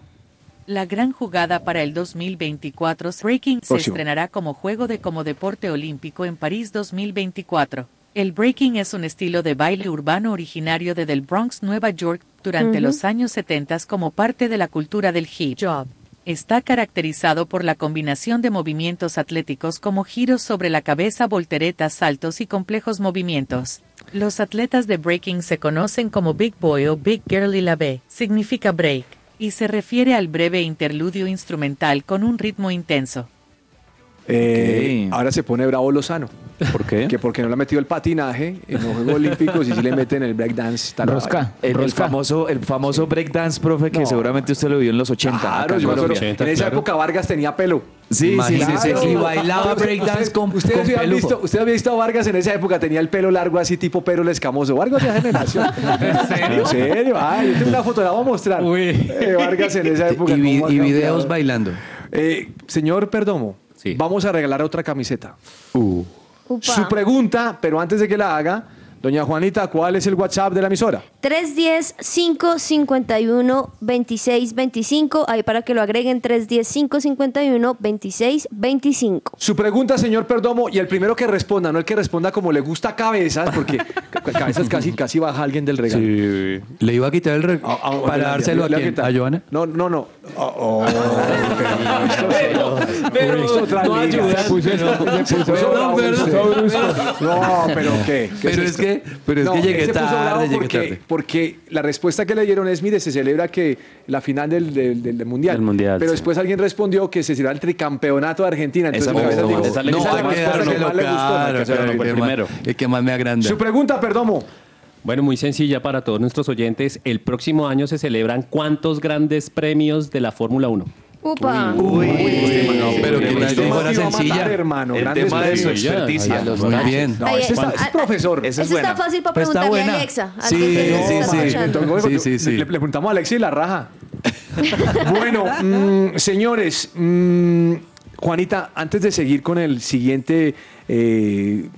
K: La gran jugada para el 2024 Breaking se
C: Próximo.
K: estrenará como juego de como deporte olímpico en París 2024. El breaking es un estilo de baile urbano originario de Del Bronx, Nueva York, durante
R: Ujú.
K: los años 70 como parte de la cultura del hip hop. Está caracterizado por la combinación de movimientos atléticos como giros sobre la cabeza, volteretas, saltos y complejos movimientos. Los atletas de breaking se conocen como Big Boy o Big Girl y la B significa break, y se refiere al breve interludio instrumental con un ritmo intenso.
C: Eh, Ahora se pone bravo Lozano.
G: ¿Por qué?
C: Que porque no le ha metido el patinaje en los Juegos Olímpicos y sí le meten el breakdance. tal-
G: El, el famoso, el famoso breakdance, profe, que seguramente usted lo vio en los 80. acá
C: Claro,
G: en
C: yo me acuerdo.
G: Colombia.
C: en esa época Vargas tenía pelo.
G: Sí, sí, sí, sí, sí.
C: Y
G: Y bailaba breakdance con-
C: Ustedes
G: con
C: habían
G: peluco.
C: visto, ustedes habían visto a Vargas en esa época, tenía el pelo largo así tipo pelo escamoso. Vargas de esa generación. ¿En serio? ¿En serio? Ah, yo tengo una foto, la voy a mostrar. Eh, Vargas en esa época.
Q: Y vi-
C: ¿cómo ha
Q: y
C: cambiado?
Q: videos bailando.
C: Eh, señor Perdomo, vamos a regalar otra camiseta.
D: Upa.
C: Su pregunta, pero antes de que la haga, doña Juanita, ¿cuál es el WhatsApp de la emisora?
D: 310-551-2625. Ahí para que lo agreguen, 310-551-2625.
C: Su pregunta, señor Perdomo, y el primero que responda, no el que responda como le gusta a cabezas, porque ca- cabezas casi, casi baja alguien del regalo.
Q: Le iba a quitar el regalo para
C: Orlando,
Q: dárselo a,
C: le voy a
Q: quién?
C: quitar.
Q: ¿A Joana.
C: No, no, no. Oh, oh, pero,
Q: pero no ayuda.
C: Se puso,
Q: No.
C: se puso
Q: Perdón,
C: bravo
Q: perdón.
C: usted.
Q: Fue brusco.
C: No, pero qué. ¿Qué
Q: Pero es
C: esto?
Q: que- pero es que llegué
C: él se puso
Q: tarde,
C: bravo
Q: llegué
C: porque,
Q: tarde.
C: Porque la respuesta que le dieron es, mire, se celebra que la final del, del, del- del mundial.
F: Del Mundial,
C: Pero
F: sí.
C: después alguien respondió que se celebra el tricampeonato de Argentina. Entonces,
Q: Esa me
C: Cabezas
Q: gustó
C: dijo,
Q: más. Esa le
C: no,
Q: gustó
C: la
Q: más,
C: respuesta
Q: claro,
C: que más le gustó, no,
Q: claro,
C: que se
Q: claro,
C: lo
Q: fue el
C: confirmó.
Q: primero. El que más me agranda.
C: Su pregunta, Perdomo.
E: Bueno, muy sencilla para todos nuestros oyentes. El próximo año se celebran cuántos grandes premios de la Fórmula 1.
D: Upa.
F: este
E: No,
Q: pero que tal vez fuera sencilla.
C: hermano.
Q: El
C: grandes
Q: tema de su
C: premios.
Q: experticia.
C: Ay, los
Q: Muy
C: grandes.
Q: bien.
C: No, ese está, ese es profesor.
D: Esa es está fácil para
C: Pues
Q: Pero está
D: preguntarle a
Q: buena.
D: Alexa.
Q: Sí,
D: Alguien que nos
Q: sí,
D: está
Q: sí.
D: escuchando.
Q: Sí, sí, sí.
C: Le, le preguntamos a Alexis la raja. bueno, mm, señores, mm, Juanita, antes de seguir con el siguiente eh,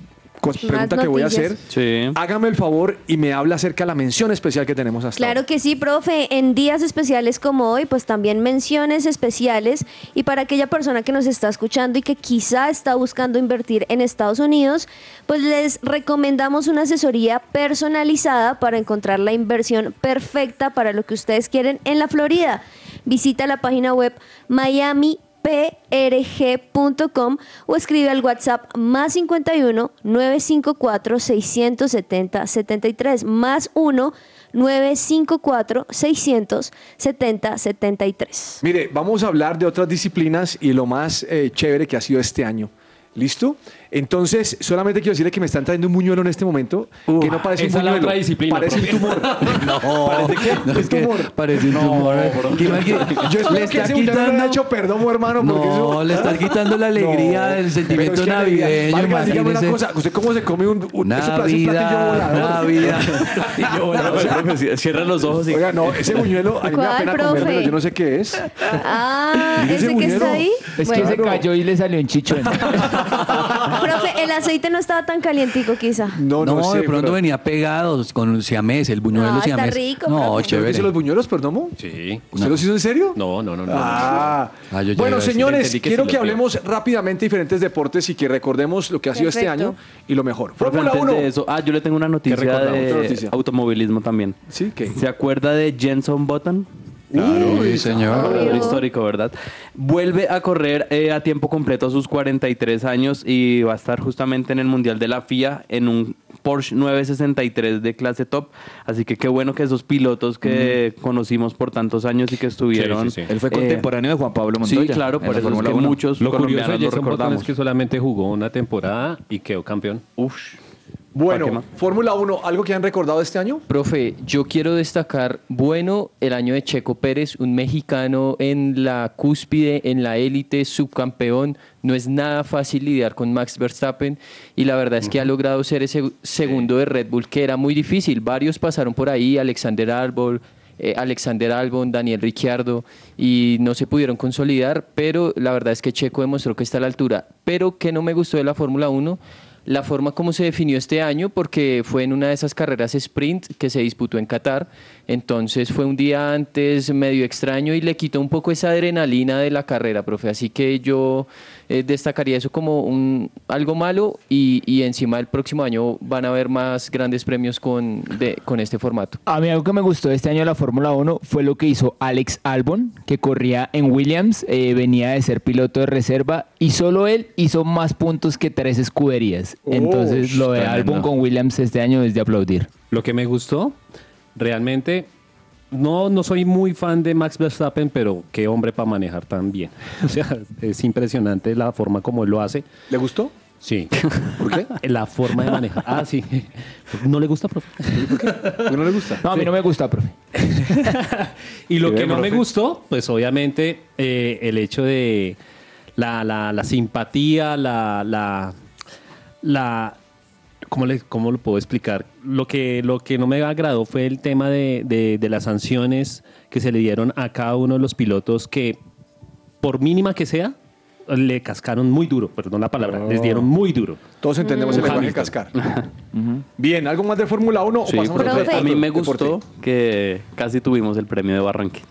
C: cos-
D: Más
C: pregunta que voy a hacer,
D: noticias.
C: hágame el favor y me habla acerca de la mención especial que tenemos hasta
D: Claro que sí, profe. En días especiales como hoy, pues también menciones especiales. Y para aquella persona que nos está escuchando y que quizá está buscando invertir en Estados Unidos, pues les recomendamos una asesoría personalizada para encontrar la inversión perfecta para lo que ustedes quieren en la Florida. Visita la página web Miami prg.com o escribe al WhatsApp más 51 954 670 73 más 1 954 670 73.
C: Mire, vamos a hablar de otras disciplinas y lo más eh, chévere que ha sido este año. ¿Listo? Entonces, solamente quiero decirle que me están trayendo un muñuelo en este momento, que no parece
E: esa
C: un
E: es la
C: muñuelo,
E: otra disciplina,
C: parece un
E: profe.
C: tumor. ¿Parece qué?
Q: No, es que parece un tumor. Que imagina-
C: Yo espero
Q: le
C: que
Q: está
C: ese muñeco no le haya
Q: quitando.
C: hecho perdón, hermano, porque
Q: No,
C: eso-
Q: le están quitando la alegría
C: No,
Q: del sentimiento
C: pero es que alegría.
Q: navideño,
C: Vargas, dígame una
Q: imagínese.
C: cosa, ¿usted cómo se come un, un ese pla- ese platillo volador?
Q: Navidad,
G: Cierra los ojos y.
C: Oiga, no, ese buñuelo, a mí me da
D: ¿Cuál,
C: pena
D: profe?
C: comérmelo, yo no sé qué es.
D: Ah,
C: Mire ese
D: ese que
C: buñuelo.
D: está ahí.
P: Es
D: Bueno,
P: que se cayó y le salió un chichón.
D: profe, el aceite no estaba tan calientico quizá.
C: No,
Q: No,
C: no sé,
Q: de pronto
C: pero-
Q: venía pegados con siamés, el buñuelo
D: Ah, está
Q: siamés.
D: rico,
Q: no,
D: profe.
Q: chévere.
C: ¿Hizo los buñuelos, perdón?
E: Sí.
C: ¿Usted los hizo en serio?
E: No, no, no. no.
C: Ah.
Q: Ah, yo ya iba
C: Bueno,
Q: a decir,
C: señores,
Q: entendí que
C: quiero
Q: se
C: que
Q: lo
C: hablemos rápidamente de diferentes deportes y que recordemos lo que ha sido este
D: Perfecto.
C: año y lo mejor.
F: Profe,
C: Fórmula
F: antes
C: 1.
F: de eso, ah, yo le tengo una noticia
C: recordamos?
F: de
C: Otra noticia.
F: automovilismo también.
C: Sí, ¿qué?
F: ¿Se acuerda de Jenson Button?
Q: Uy, señor.
F: Corredor histórico, ¿verdad? Vuelve a correr eh, a tiempo completo a sus 43 años y va a estar justamente en el Mundial de la FIA en un Porsche 963 de clase top. Así que qué bueno que esos pilotos que conocimos por tantos años y que estuvieron.
E: sí.
G: Él fue
F: eh,
G: contemporáneo de Juan Pablo Montoya.
F: Sí, claro,
G: en
F: por
G: la
F: eso es
G: Fórmula
F: que
G: 1.
F: muchos
E: Lo curioso de
F: colombianos lo
E: Jason Button
F: recordamos.
E: es que solamente jugó una temporada y quedó campeón.
F: Uf.
C: Bueno, Fórmula 1, ¿algo que han recordado este año?
M: Profe, yo quiero destacar, bueno, el año de Checo Pérez, un mexicano en la cúspide, en la élite, subcampeón. No es nada fácil lidiar con Max Verstappen y la verdad es que ha logrado ser ese segundo de Red Bull, que era muy difícil. Varios pasaron por ahí, Alexander Albon, eh, Alexander Albon, Daniel Ricciardo, y no se pudieron consolidar, pero la verdad es que Checo demostró que está a la altura. Pero que no me gustó de la Fórmula 1, la forma como se definió este año, porque fue en una de esas carreras sprint que se disputó en Qatar, entonces fue un día antes medio extraño y le quitó un poco esa adrenalina de la carrera, profe, así que yo eh, destacaría eso como un, algo malo y, y encima el próximo año van a haber más grandes premios con, de- con este formato.
P: A mí algo que me gustó de este año de la Fórmula 1 fue lo que hizo Alex Albon, que corría en Williams, eh, venía de ser piloto de reserva y solo él hizo más puntos que tres escuderías. Entonces lo de
E: tremendo.
P: Albon con Williams este año es de aplaudir.
E: Lo que me gustó, realmente, no, no soy muy fan de Max Verstappen, pero qué hombre para manejar tan bien. O sea, es impresionante la forma como él lo hace.
C: ¿Le gustó?
E: Sí. ¿Por qué? La forma de manejar. Ah, sí. No le gusta, profe. ¿Por qué? no le gusta?
P: No, a mí no me gusta, profe.
E: Y lo
P: Sí,
E: que
P: bueno,
E: no me
P: profe.
E: gustó, pues obviamente eh, el hecho de la, la- la simpatía, la... la, la- ¿cómo, le- cómo lo puedo explicar? Lo que, lo que no me agradó fue el tema de, de- de las sanciones que se le dieron a cada uno de los pilotos que, por mínima que sea, le cascaron muy duro, perdón la palabra, les dieron muy duro.
C: Oh. Todos entendemos el lenguaje
E: Hamilton.
C: cascar. Bien, ¿algo más de Fórmula 1
F: Sí,
C: o pasamos
F: profe,
C: otro
F: a mí me
C: deporte?
F: gustó que casi tuvimos el premio de Barranquilla.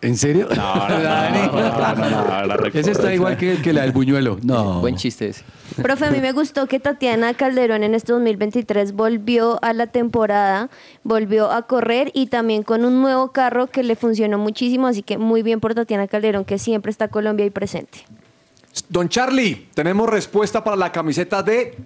Q: ¿En serio?
F: No, no,
Q: Ese está igual que, que la del buñuelo. No. Buen
M: chiste ese.
D: Profe, a mí me gustó que Tatiana Calderón en este 2023 volvió a la temporada, volvió a correr y también con un nuevo carro que le funcionó muchísimo, así que muy bien por Tatiana Calderón que siempre está Colombia ahí presente.
C: Don Charlie, tenemos respuesta para la camiseta de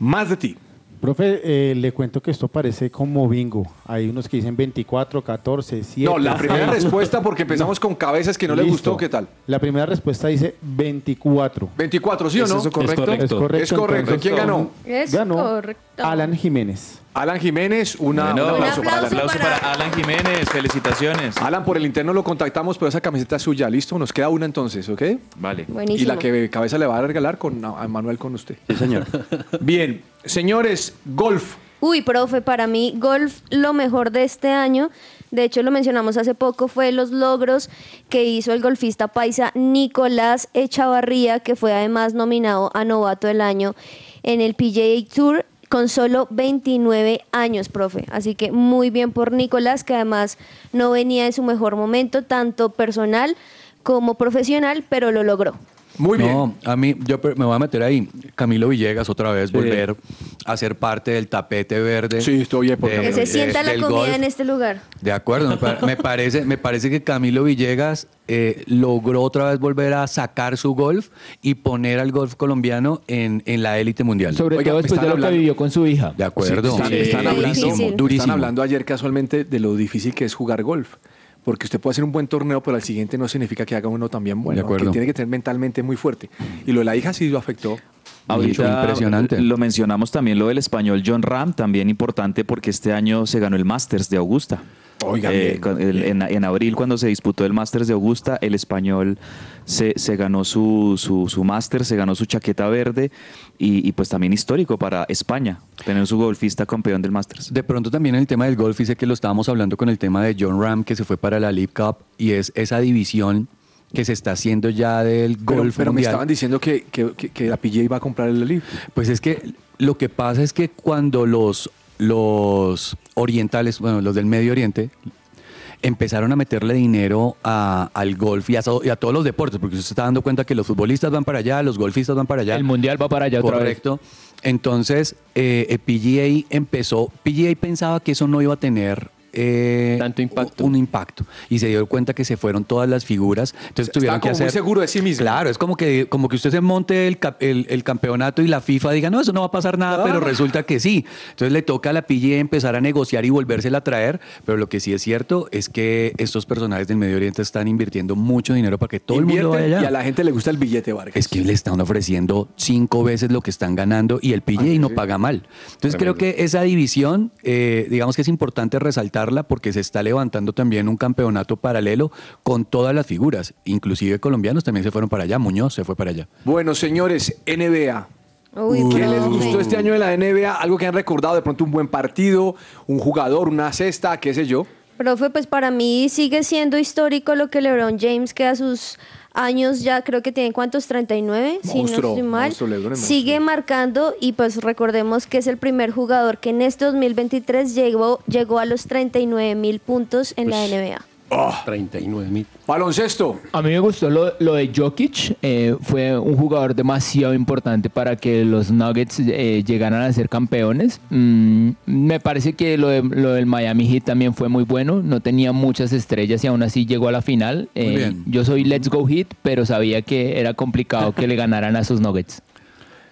C: Más de ti.
R: Profe, eh, le cuento que esto parece como bingo. Hay unos que dicen 24, 14, 7.
C: No, la primera
R: seis.
C: respuesta, porque empezamos con cabezas que no le
R: Listo.
C: gustó, ¿qué tal?
R: La primera respuesta dice 24.
C: 24, ¿sí o
R: ¿Es
C: no?
R: eso correcto? Es correcto.
C: Es correcto.
R: Es correcto.
C: entonces,
R: ¿Quién ganó?
D: Es
R: Ganó.
D: correcto.
R: Alan Jiménez.
C: Alan Jiménez, una,
G: Bueno,
C: un aplauso, para Alan.
G: aplauso para Alan Jiménez. Felicitaciones.
C: Alan, por el interno lo contactamos, pero esa camiseta es suya, listo, nos queda una entonces, ¿ok?
G: Vale.
C: Y la que cabeza le va a regalar con a Manuel con usted. Sí,
F: señor.
C: Bien, señores, golf.
D: Uy, profe, para mí golf lo mejor de este año, de hecho lo mencionamos hace poco, fue los logros que hizo el golfista paisa Nicolás Echavarría, que fue además nominado a Novato del Año en el PGA Tour con solo 29 años, profe. Así que muy bien por Nicolás, que además no venía en su mejor momento, tanto personal como profesional, pero lo logró.
C: Muy
Q: bien. No, a mí, yo per- me voy a meter ahí. Camilo Villegas otra vez, volver a ser parte del tapete verde. Sí,
C: estoy bien.
Q: Eh,
D: que se sienta la comida en este lugar.
Q: De acuerdo, me, pa- me parece, me parece que Camilo Villegas eh, logró otra vez volver a sacar su golf y poner al golf colombiano en, en la élite mundial.
P: Sobre
Q: Oiga,
P: todo
Q: me
P: después de
Q: están
P: lo que
Q: hablando-
P: vivió con su hija.
Q: De acuerdo.
C: Sí, están, están hablando,
Q: durísimo,
C: están
Q: durísimo.
C: hablando ayer casualmente de lo difícil que es jugar golf. Porque usted puede hacer un buen torneo, pero al siguiente no significa que haga uno también bueno.
Q: De acuerdo.
C: Que tiene que tener mentalmente muy fuerte. Y lo de la hija sí lo afectó.
G: Ahorita Lo mencionamos también lo del español John Ram, también importante porque este año se ganó el Masters de Augusta. Eh,
C: Oiga, bien,
G: con- el- en, en abril, cuando se disputó el Masters de Augusta, el español se, se ganó su, su, su Masters, se ganó su chaqueta verde y, y pues también histórico para España, tener su golfista campeón del Masters.
Q: De pronto también el tema del golf, y sé que lo estábamos hablando con el tema de John Ram, que se fue para la League Cup, y es esa división que se está haciendo ya del
C: Pero,
Q: golf
C: pero me
Q: mundial.
C: estaban diciendo que, que, que- que la PGA iba a comprar el LIF.
Q: Pues es que lo que pasa es que cuando los, los orientales, bueno, los del Medio Oriente, empezaron a meterle dinero a- al golf y a, so- y a todos los deportes, porque usted se está dando cuenta que los futbolistas van para allá, los golfistas van para allá. El
P: mundial va para allá otra vez.
Q: Correcto. Entonces, eh, eh, PGA empezó, PGA pensaba que eso no iba a tener... tanto impacto un impacto y se dio cuenta que se fueron todas las figuras entonces tuvieron que
C: como
Q: hacer
C: muy seguro de sí mismo
Q: claro es como que como que usted se monte el, cap- el- el campeonato y la FIFA diga no eso no va a pasar nada pero resulta que sí entonces le toca a la PGA empezar a negociar y volvérsela a traer pero lo que sí es cierto es que estos personajes del Medio Oriente están invirtiendo mucho dinero para que todo el mundo
C: Invierten
Q: vaya allá
C: y a la gente le gusta el billete, Vargas.
Q: es que le están ofreciendo cinco veces lo que están ganando y el PJ no paga mal. Entonces creo que esa división, eh, digamos que es importante resaltarla porque se está levantando también un campeonato paralelo con todas las figuras, inclusive colombianos también se fueron para allá, Muñoz se fue para allá.
C: Bueno, señores, NBA.
D: Uy,
C: ¿Qué les
D: profe.
C: gustó este año de la NBA? Algo que han recordado, de pronto un buen partido, un jugador, una cesta, qué sé yo.
D: Profe, pues para mí sigue siendo histórico lo que LeBron James, que a sus años ya creo que tiene cuántos, 39, si no
C: Monstruo,
D: estoy mal,
C: monstruo, LeBron es
D: sigue marcando y pues recordemos que es el primer jugador que en este 2023 llegó, llegó a los 39 mil puntos en la NBA.
Q: Oh.
E: 39 mil.
C: Baloncesto.
P: A mí me gustó lo, lo de Jokic. eh, fue un jugador demasiado importante para que los Nuggets eh, llegaran a ser campeones. Mm, me parece que lo, de- lo del Miami Heat también fue muy bueno. No tenía muchas estrellas y aún así llegó a la final. Eh,
Q: bien.
P: Yo soy Let's Go Heat, pero sabía que era complicado que le ganaran a sus Nuggets.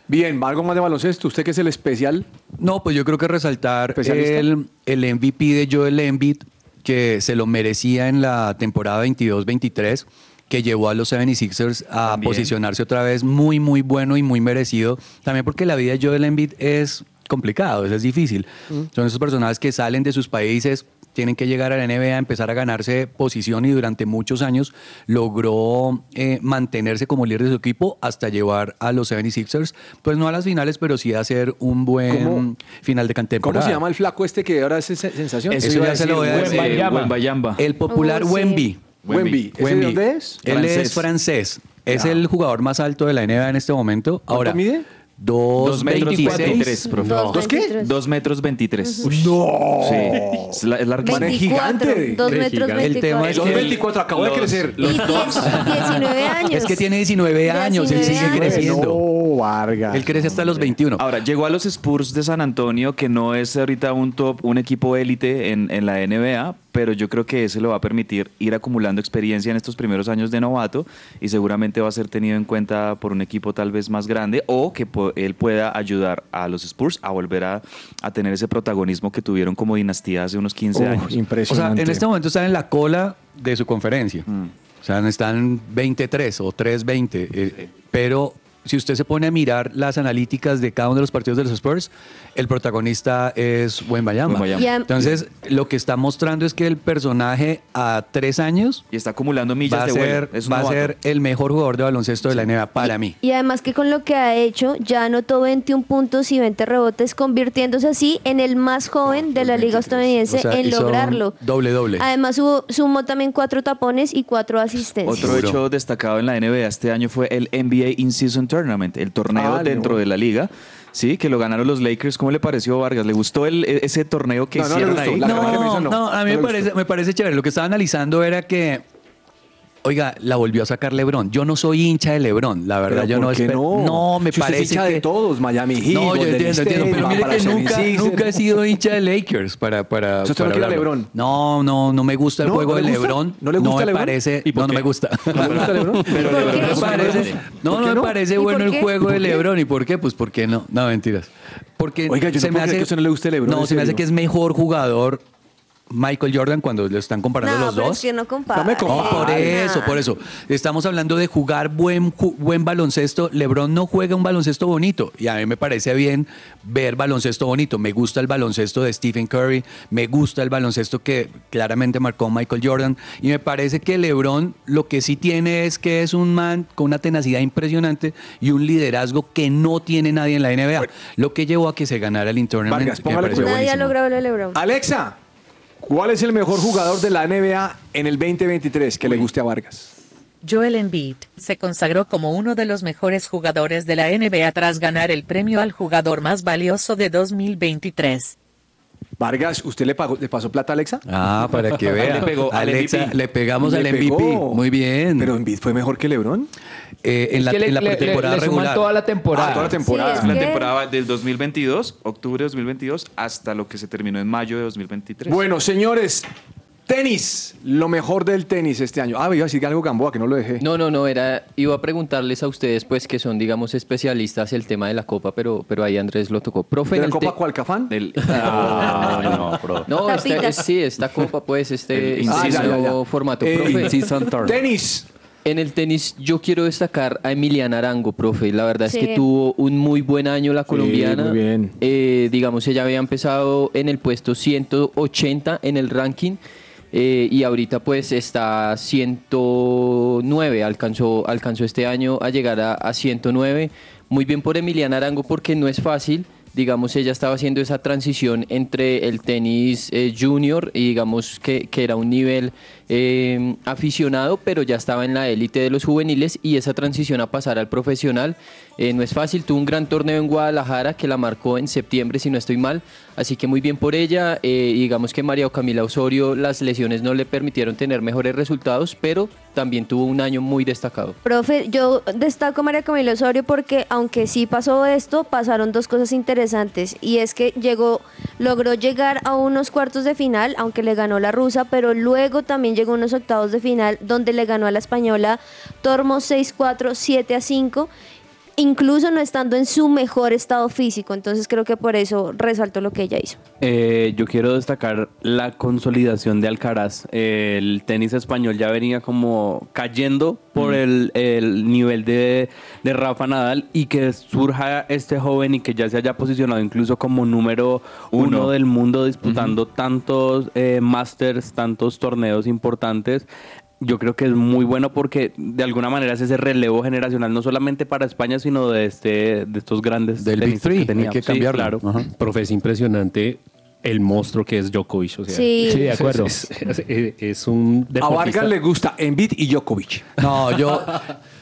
C: Bien, algo más de baloncesto. ¿Usted que es el especial?
Q: No, pues yo creo que resaltar
C: ¿Especialista?
Q: el, el MVP de Joel Embiid, que se lo merecía en la temporada 22-23. que llevó a los 76ers a posicionarse otra vez muy, muy bueno y muy merecido. También porque la vida de Joel Embiid es complicado, es, es difícil.
C: Mm.
Q: Son esos personajes que salen de sus países, tienen que llegar a la NBA, empezar a ganarse posición y durante muchos años logró eh, mantenerse como líder de su equipo hasta llevar a los 76ers, pues no a las finales, pero sí a hacer un buen
C: ¿Cómo-
Q: final de
C: ¿Cómo
Q: temporada.
C: se llama el flaco este que ahora es sen- sensación?
Q: Eso ya se lo voy a decir. El popular
D: Oh,
Q: Wemby.
C: Wemby. ¿Ese de dónde es?
Q: Él
C: Francés.
Q: es francés. Es
C: Ya.
Q: el jugador más alto de la NBA en este momento. Ahora, mide?
G: Dos
Q: 2
G: metros veintitrés, profe.
D: ¿Dos qué?
G: Dos metros veintitrés.
D: Ujú.
G: ¡No! Sí. Es la, es la
D: Man, es gigante. 24, dos metros
Q: El tema es
D: Dos
Q: que-
D: veinticuatro,
C: acabó de crecer.
Q: los
D: Y
Q: dos-
D: 19 años.
Q: Es que tiene 19 años, él sigue
D: 19
Q: creciendo.
G: Él
Q: crece hasta los 21.
G: Ahora, llegó a los Spurs de San Antonio, que no es ahorita un top, un equipo élite en, en la NBA, pero yo creo que eso le va a permitir ir acumulando experiencia en estos primeros años de novato y seguramente va a ser tenido en cuenta por un equipo tal vez más grande o que po- él pueda ayudar a los Spurs a volver a, a tener ese protagonismo que tuvieron como dinastía hace unos 15
Q: Uf,
G: años.
Q: O sea, en este momento están en la cola de su conferencia.
G: Mm.
Q: O sea, están 23 o 3-20. eh, pero si usted se pone a mirar las analíticas de cada uno de los partidos de los Spurs, el protagonista es Wembayama.
G: Wembanyama. Y a-
Q: Entonces, lo que está mostrando es que el personaje a tres años...
G: Y está acumulando
Q: va
G: millas
Q: a
G: de
Q: ser,
G: vuelo. Es un
Q: va a
G: novato.
Q: ser el mejor jugador de baloncesto de la NBA para mí.
D: Y además que con lo que ha hecho ya anotó 21 puntos y 20 rebotes, convirtiéndose así en el más joven de la liga estadounidense
Q: O sea,
D: en
Q: hizo
D: lograrlo.
Q: Doble, doble.
D: Además hubo- sumó también cuatro tapones y cuatro asistencias.
G: Otro hecho destacado en la NBA este año fue el NBA In-Season Tournament, el torneo
D: Ah,
G: dentro de la liga. Sí, que lo ganaron los Lakers. ¿Cómo le pareció Vargas? ¿Le gustó el, e- ese torneo que
Q: No, no le
G: hicieron
Q: gustó.
G: ahí?
Q: La verdad que me hizo Ah, no. No, a mí me, parece, me parece chévere. Lo que estaba analizando era que, oiga, la volvió a sacar LeBron. Yo no soy hincha de LeBron, la verdad.
C: Pero
Q: yo
C: ¿por
Q: no
C: qué
Q: espe-
C: no?
Q: No, me
C: Si usted es
Q: parece
C: hincha
Q: que-
C: de todos, Miami Heat,
Q: No, yo
C: Golden
Q: entiendo,
C: State,
Q: entiendo. Pero
C: va
Q: mire
C: para
Q: que
C: los
Q: nunca,
C: 76ers.
Q: nunca he sido hincha de Lakers para para.
C: O sea, usted no
Q: Ah, para
C: quiere
Q: hablarlo.
C: LeBron.
Q: No, no, no me gusta el
C: ¿No?
Q: juego
C: ¿No
Q: de
C: le gusta?
Q: LeBron.
C: ¿No le gusta
Q: me
C: LeBron?
Q: parece.
C: ¿Y por
Q: No, no
C: qué?
Q: me gusta.
C: ¿No le gusta LeBron?
Q: Pero
C: ¿Por
Q: LeBron
C: qué?
Q: me parece-
C: ¿Por
Q: No,
C: qué
Q: no
C: no?
Q: me parece
C: ¿Y por
Q: bueno el
C: qué?
Q: juego
C: ¿Por
Q: de
C: qué?
Q: LeBron. ¿Y por qué? Pues porque no. No, mentiras. Porque
C: Oiga, yo no puedo creer que a usted no le guste LeBron,
Q: No,
C: en
Q: se me hace
C: serio.
Q: que es mejor jugador Michael Jordan cuando lo están comparando
D: No,
Q: los
D: pero
Q: dos.
D: es que no compara.
Q: No, por eso, por eso. Estamos hablando de jugar buen, ju- buen baloncesto. LeBron no juega un baloncesto bonito. Y a mí me parece bien ver baloncesto bonito. Me gusta el baloncesto de Stephen Curry. Me gusta el baloncesto que claramente marcó Michael Jordan. Y me parece que LeBron lo que sí tiene es que es un man con una tenacidad impresionante y un liderazgo que no tiene nadie en la NBA. lo que llevó a que se ganara el internament.
C: Vargas,
Q: que me
C: póngale
Q: pareció
D: Nadie ha
Q: buenísimo.
D: logrado el LeBron.
C: Alexa, ¿cuál es el mejor jugador de la NBA en el 2023 que le guste a Vargas?
K: Joel Embiid se consagró como uno de los mejores jugadores de la NBA tras ganar el premio al jugador más valioso de 2023.
C: Vargas, ¿usted le, pagó- le pasó plata a Alexa?
Q: Ah, para que vea.
C: Le pegó al
Q: Alexa,
C: MVP.
Q: le pegamos
C: Le
Q: al MVP.
C: pegó.
Q: Muy bien.
C: ¿Pero Embiid fue mejor que LeBron?
Q: Eh, en la,
G: que le-
Q: en la
G: le- le-
Q: temporada
G: le suman
Q: regular.
G: toda
P: la temporada.
Q: Ah, toda la temporada.
G: Es la temporada del 2022, octubre de 2022, hasta lo que se terminó en mayo de 2023.
C: Bueno, señores, tenis, lo mejor del tenis este año. Ah, iba a decir algo Gamboa, que no lo dejé.
M: No, no, no, era, iba a preguntarles a ustedes, pues, que son, digamos, especialistas el tema de la copa, pero, pero ahí Andrés lo tocó. Profe,
C: ¿De la
M: el
C: Copa
M: te-
C: Cualcafán?
M: Ah, no, No, esta-
C: Tapita.
M: es- sí, esta copa, pues,
C: El
M: este este
C: in-season.
M: nuevo
C: Ah, ya, ya, ya.
M: formato.
C: Eh,
M: profe.
C: in-season tournament. Tenis.
M: En el tenis, yo quiero destacar a Emiliana Arango, profe. La verdad es
E: Sí.
M: que tuvo un muy buen año la colombiana.
E: muy bien.
M: Eh, digamos, ella había empezado en el puesto 180 en el ranking. eh, y ahorita pues está 109, alcanzó, alcanzó este año a llegar a, a 109. Muy bien por Emiliana Arango porque no es fácil. Digamos, ella estaba haciendo esa transición entre el tenis eh, junior y digamos que, que era un nivel eh, aficionado, pero ya estaba en la élite de los juveniles y esa transición a pasar al profesional eh, no es fácil. Tuvo un gran torneo en Guadalajara que la marcó en septiembre, si no estoy mal. Así que muy bien por ella. Eh, digamos que María Camila Osorio, las lesiones no le permitieron tener mejores resultados, pero también tuvo un año muy destacado.
D: Profe, yo destaco a María Camila Osorio porque aunque sí pasó esto, pasaron dos cosas interesantes y es que llegó, logró llegar a unos cuartos de final, aunque le ganó la rusa, pero luego también llegó a unos octavos de final donde le ganó a la española Tormo 6-4, 7-5 incluso no estando en su mejor estado físico. Entonces creo que por eso resalto lo que ella hizo.
F: Eh, yo quiero destacar la consolidación de Alcaraz. Eh, el tenis español ya venía como cayendo por el, el nivel de, de Rafa Nadal y que surja este joven y que ya se haya posicionado incluso como número uno,
G: Uno.
F: del mundo disputando tantos eh, masters, tantos torneos importantes. Yo creo que es muy bueno porque de alguna manera es ese relevo generacional, no solamente para España, sino de este de estos grandes
Q: Del Big
F: tenistas
Q: Three, hay
F: teníamos.
Q: que
F: Sí,
Q: cambiarlo.
F: claro.
E: Profe, es impresionante el monstruo que es Djokovic. o sea,
D: Sí. Sí, de acuerdo.
E: Es, es- es- es un
Q: A
E: deportista.
Q: Vargas le
C: gusta Embiid y Djokovic.
Q: No, yo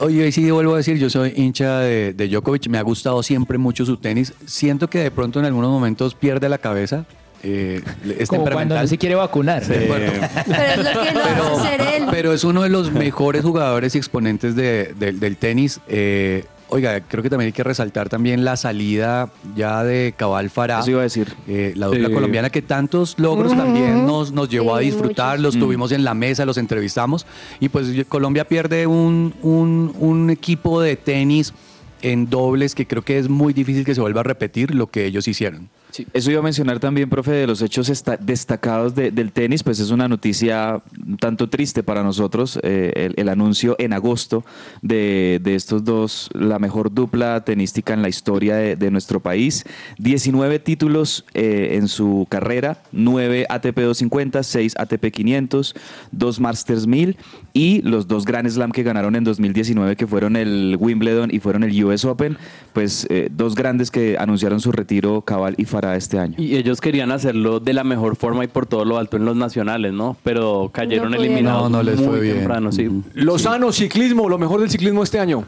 Q: hoy sí vuelvo a decir, yo soy hincha de, de Djokovic, me ha gustado siempre mucho su tenis. Siento que de pronto en algunos momentos pierde la cabeza. eh, es
P: Como cuando no
Q: temperamental.
P: se quiere vacunar.
Q: De acuerdo.
D: Pero es lo que lo hace ser él.
Q: Pero es uno de los mejores jugadores y exponentes de- del- del tenis. Eh, oiga, creo que también hay que resaltar también la salida ya de Cabal Farah.
G: Eso iba a decir.
Q: Eh, la dupla
G: Sí.
Q: colombiana que tantos logros también nos, nos llevó a
G: Sí,
Q: disfrutar,
G: muchos.
Q: los tuvimos en la mesa, los entrevistamos y pues yo- Colombia pierde un, un- un equipo de tenis en dobles que creo que es muy difícil que se vuelva a repetir lo que ellos hicieron.
G: Eso iba a mencionar también, profe, de los hechos esta- destacados de- del tenis, pues es una noticia un tanto triste para nosotros, eh, el, el anuncio en agosto de, de estos dos, la mejor dupla tenística en la historia de, de nuestro país, 19 títulos eh, en su carrera, 9 ATP 250, 6 ATP 500, 2 Masters 1000 y los dos Grand Slam que ganaron en 2019, que fueron el Wimbledon y fueron el US Open, pues eh, dos grandes que anunciaron su retiro Cabal y Farah este año.
F: Y ellos querían hacerlo de la mejor forma y por todo lo alto en los nacionales, ¿no? Pero cayeron
C: No pudieron.
F: eliminados
C: No, no les
F: muy
C: fue bien.
F: temprano, sí.
C: Lozano, ciclismo, lo mejor del ciclismo este año.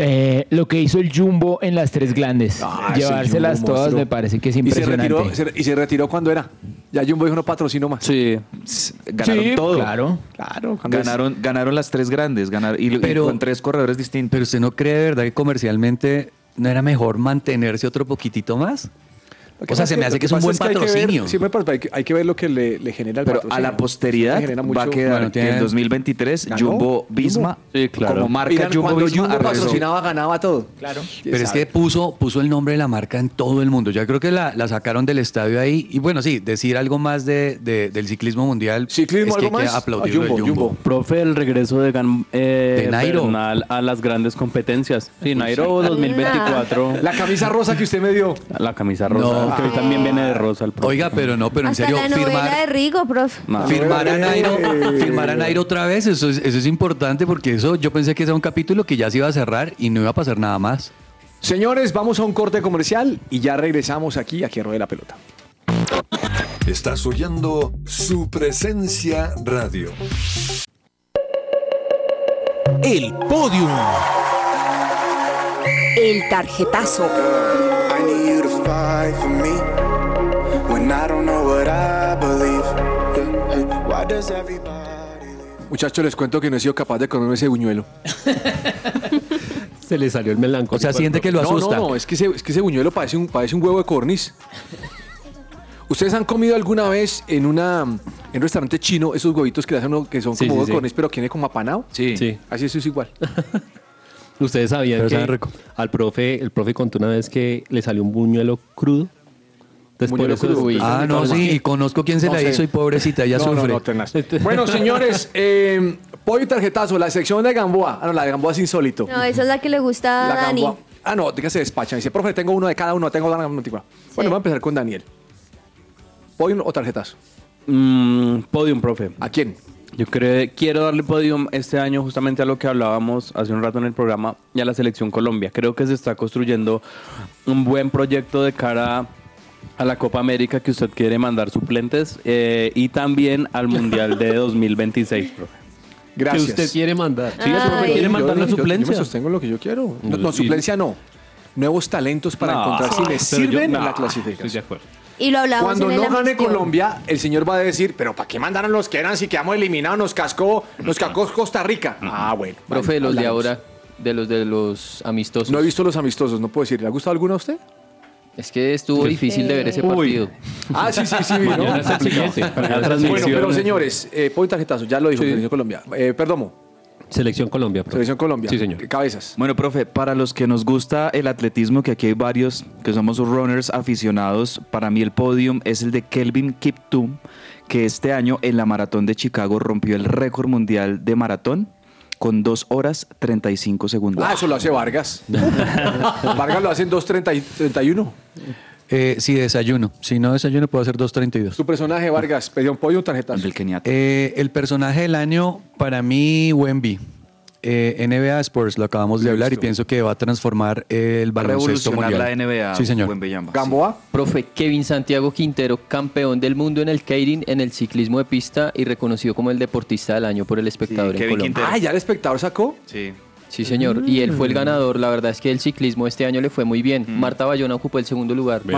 P: Eh, lo que hizo el Jumbo en las tres grandes.
C: Ah, ese
P: Llevárselas
C: Jumbo,
P: todas
C: monstruo.
P: me parece que es
C: Y se
P: impresionante.
C: retiró, se- y se retiró cuando era. Ya Jumbo dijo no patrocino más.
F: Sí.
G: Ganaron todo.
P: Claro.
G: Claro.
C: pues,
G: Ganaron, ganaron las tres grandes, ganaron, y, y con tres corredores distintos.
Q: Pero usted no cree de verdad que comercialmente no era mejor mantenerse otro poquitito más?
C: Lo
Q: O sea,
C: pasa
Q: se me hace que es un
C: pasa
Q: buen
C: hay que ver-
Q: patrocinio.
C: sí, me parece, hay, que, hay que ver lo que le, le genera el
G: Pero a
C: patrocinio.
G: la posteridad
C: Le genera
G: va a
C: mucho-
G: quedar
C: Bueno, tiene-
G: que en 2023
C: ¿Ganó?
G: Jumbo Visma
F: Sí, claro.
G: como marca
C: Miran,
G: Jumbo
C: cuando
G: Visma
C: Jumbo
G: arrasó.
C: patrocinaba ganaba todo. Claro.
Q: Pero es que puso, puso el nombre de la marca en todo el mundo. Ya creo que la, la sacaron del estadio ahí. Y bueno, sí, decir algo más de, de- del ciclismo mundial.
C: Ciclismo,
Q: es que
C: ¿algo
Q: hay que
C: más?
Q: aplaudirlo al
C: Jumbo,
Q: Jumbo.
C: Jumbo.
F: Profe, el regreso de, Gan, eh,
Q: De Nairo.
F: Bernal a las grandes competencias. Sí, Nairo 2024.
C: La camisa rosa que usted me dio.
F: La camisa rosa, que hoy también
Q: Ah.
F: viene de rosa el profe.
Q: Oiga, pero no, pero en
D: Hasta
Q: serio,
D: la novela
Q: firmar,
D: de Rigo, profe.
Q: firmar, a Nairo,
D: Eh.
Q: firmar a Nairo otra vez, eso es, eso es importante porque eso yo pensé que era un capítulo que ya se iba a cerrar y no iba a pasar nada más.
C: Señores, vamos a un corte comercial y ya regresamos aquí a que ruede la pelota.
L: Estás oyendo su presencia radio.
S: El podium. El tarjetazo.
T: I need you to fight for me when I don't know what I believe. Why does everybody?
C: Muchachos, les cuento que no he sido capaz de comerme ese buñuelo.
E: Se le salió el melancólico.
C: O sea, siente que lo asusta. No, no, es que ese, es que ese buñuelo parece un, parece un huevo de corniz. ¿Ustedes han comido alguna vez en una en un restaurante chino esos huevitos que le hacen uno que son
E: Sí,
C: como
E: sí,
C: huevo
E: sí.
C: de corniz, pero que viene como apanado?
E: Sí. Sí.
C: Así eso es igual.
E: Ustedes sabían
C: Pero
E: que
C: sabe rico.
E: al profe, el profe contó una vez que le salió un buñuelo crudo. Entonces, por
Q: Buñuelo
E: eso
Q: crudo.
E: es-
Q: Ah, no, sí, y conozco quién se
E: No
Q: la
E: sé.
Q: hizo y pobrecita, ella
E: No, no,
Q: sufre.
E: no,
C: bueno, señores, eh, pollo y tarjetazo, la sección de Gamboa. Ah, no, la de Gamboa es insólito.
D: No, esa es la que le gusta a
C: la
D: Dani.
C: Gamboa. Ah, no, que se despacha. Dice, profe, tengo uno de cada uno, tengo una antigua. Bueno, voy a empezar con Daniel. ¿Pollo o tarjetazo?
F: Mm, podium, profe.
C: ¿A quién?
F: Yo creo, quiero darle podium este año justamente a lo que hablábamos hace un rato en el programa y a la selección Colombia. Creo que se está construyendo un buen proyecto de cara a la Copa América que usted quiere mandar suplentes eh, y también al Mundial de 2026, profe.
E: Gracias. Que usted quiere mandar.
F: Sí, el profe
C: Ay.
F: quiere mandar
C: Yo-
F: la
C: yo- yo me
F: suplencia.
C: sostengo en lo que yo quiero. No,
F: Mm,
C: no,
F: sí.
C: suplencia no. Nuevos talentos para
F: No,
C: encontrar si me
F: pero
C: sirven
F: yo-
C: en
F: no,
C: la clasificación.
E: Estoy de acuerdo.
D: Y lo hablamos
C: Cuando
D: en el
C: no gane
D: anfitrión.
C: Colombia, el señor va a decir, pero ¿para qué mandaron los que eran si quedamos eliminados? Nos cascó, nos cascó Costa Rica. Ah, bueno.
M: Profe, de los de
C: hablamos.
M: ahora, de los de los amistosos.
C: No he visto los amistosos, no puedo decir. ¿Le ha gustado alguno a usted?
M: Es que estuvo difícil de ver ese
C: Uy.
M: partido.
C: Ah, sí, sí, sí. vi, ¿no?
M: Mañana es el siguiente. Mañana es la
C: Bueno, pero
M: transmisión.
C: señores, eh, pongo tarjetazo, ya lo dijo el señor Colombia. Eh, perdomo.
E: Selección Colombia. profe.
G: Selección
C: Colombia.
E: Sí, señor.
C: Cabezas.
G: Bueno, profe, para los que nos gusta el atletismo, que aquí hay varios que somos runners aficionados, para mí el podium es el de Kelvin Kiptum, que este año en la maratón de Chicago rompió el récord mundial de maratón con 2 horas 35 segundos.
C: Ah, eso lo hace Vargas. Vargas lo hace en 2.31.
Q: Eh, si desayuno. Si no desayuno, puedo hacer 2.32.
C: ¿Tu personaje, Vargas, pedía un pollo o un tarjetazo?
G: El keniata.
Q: Eh, el personaje del año, para mí, Wemby. Eh, NBA Sports, lo acabamos de hablar y pienso que va a transformar el baloncesto
M: revolucionar
Q: mundial.
M: la NBA,
Q: Sí, señor.
M: Wemby Yamba.
C: ¿Gamboa?
M: Profe Kevin Santiago Quintero, campeón del mundo en el keirin, en el ciclismo de pista y reconocido como el deportista del año por el espectador en Colombia.
C: Ah, ya el espectador sacó.
G: Sí.
M: Sí, señor. Y él fue
G: Mm.
M: el ganador. La verdad es que el ciclismo este año le fue muy bien. Marta Bayona ocupó el segundo lugar.
G: pues,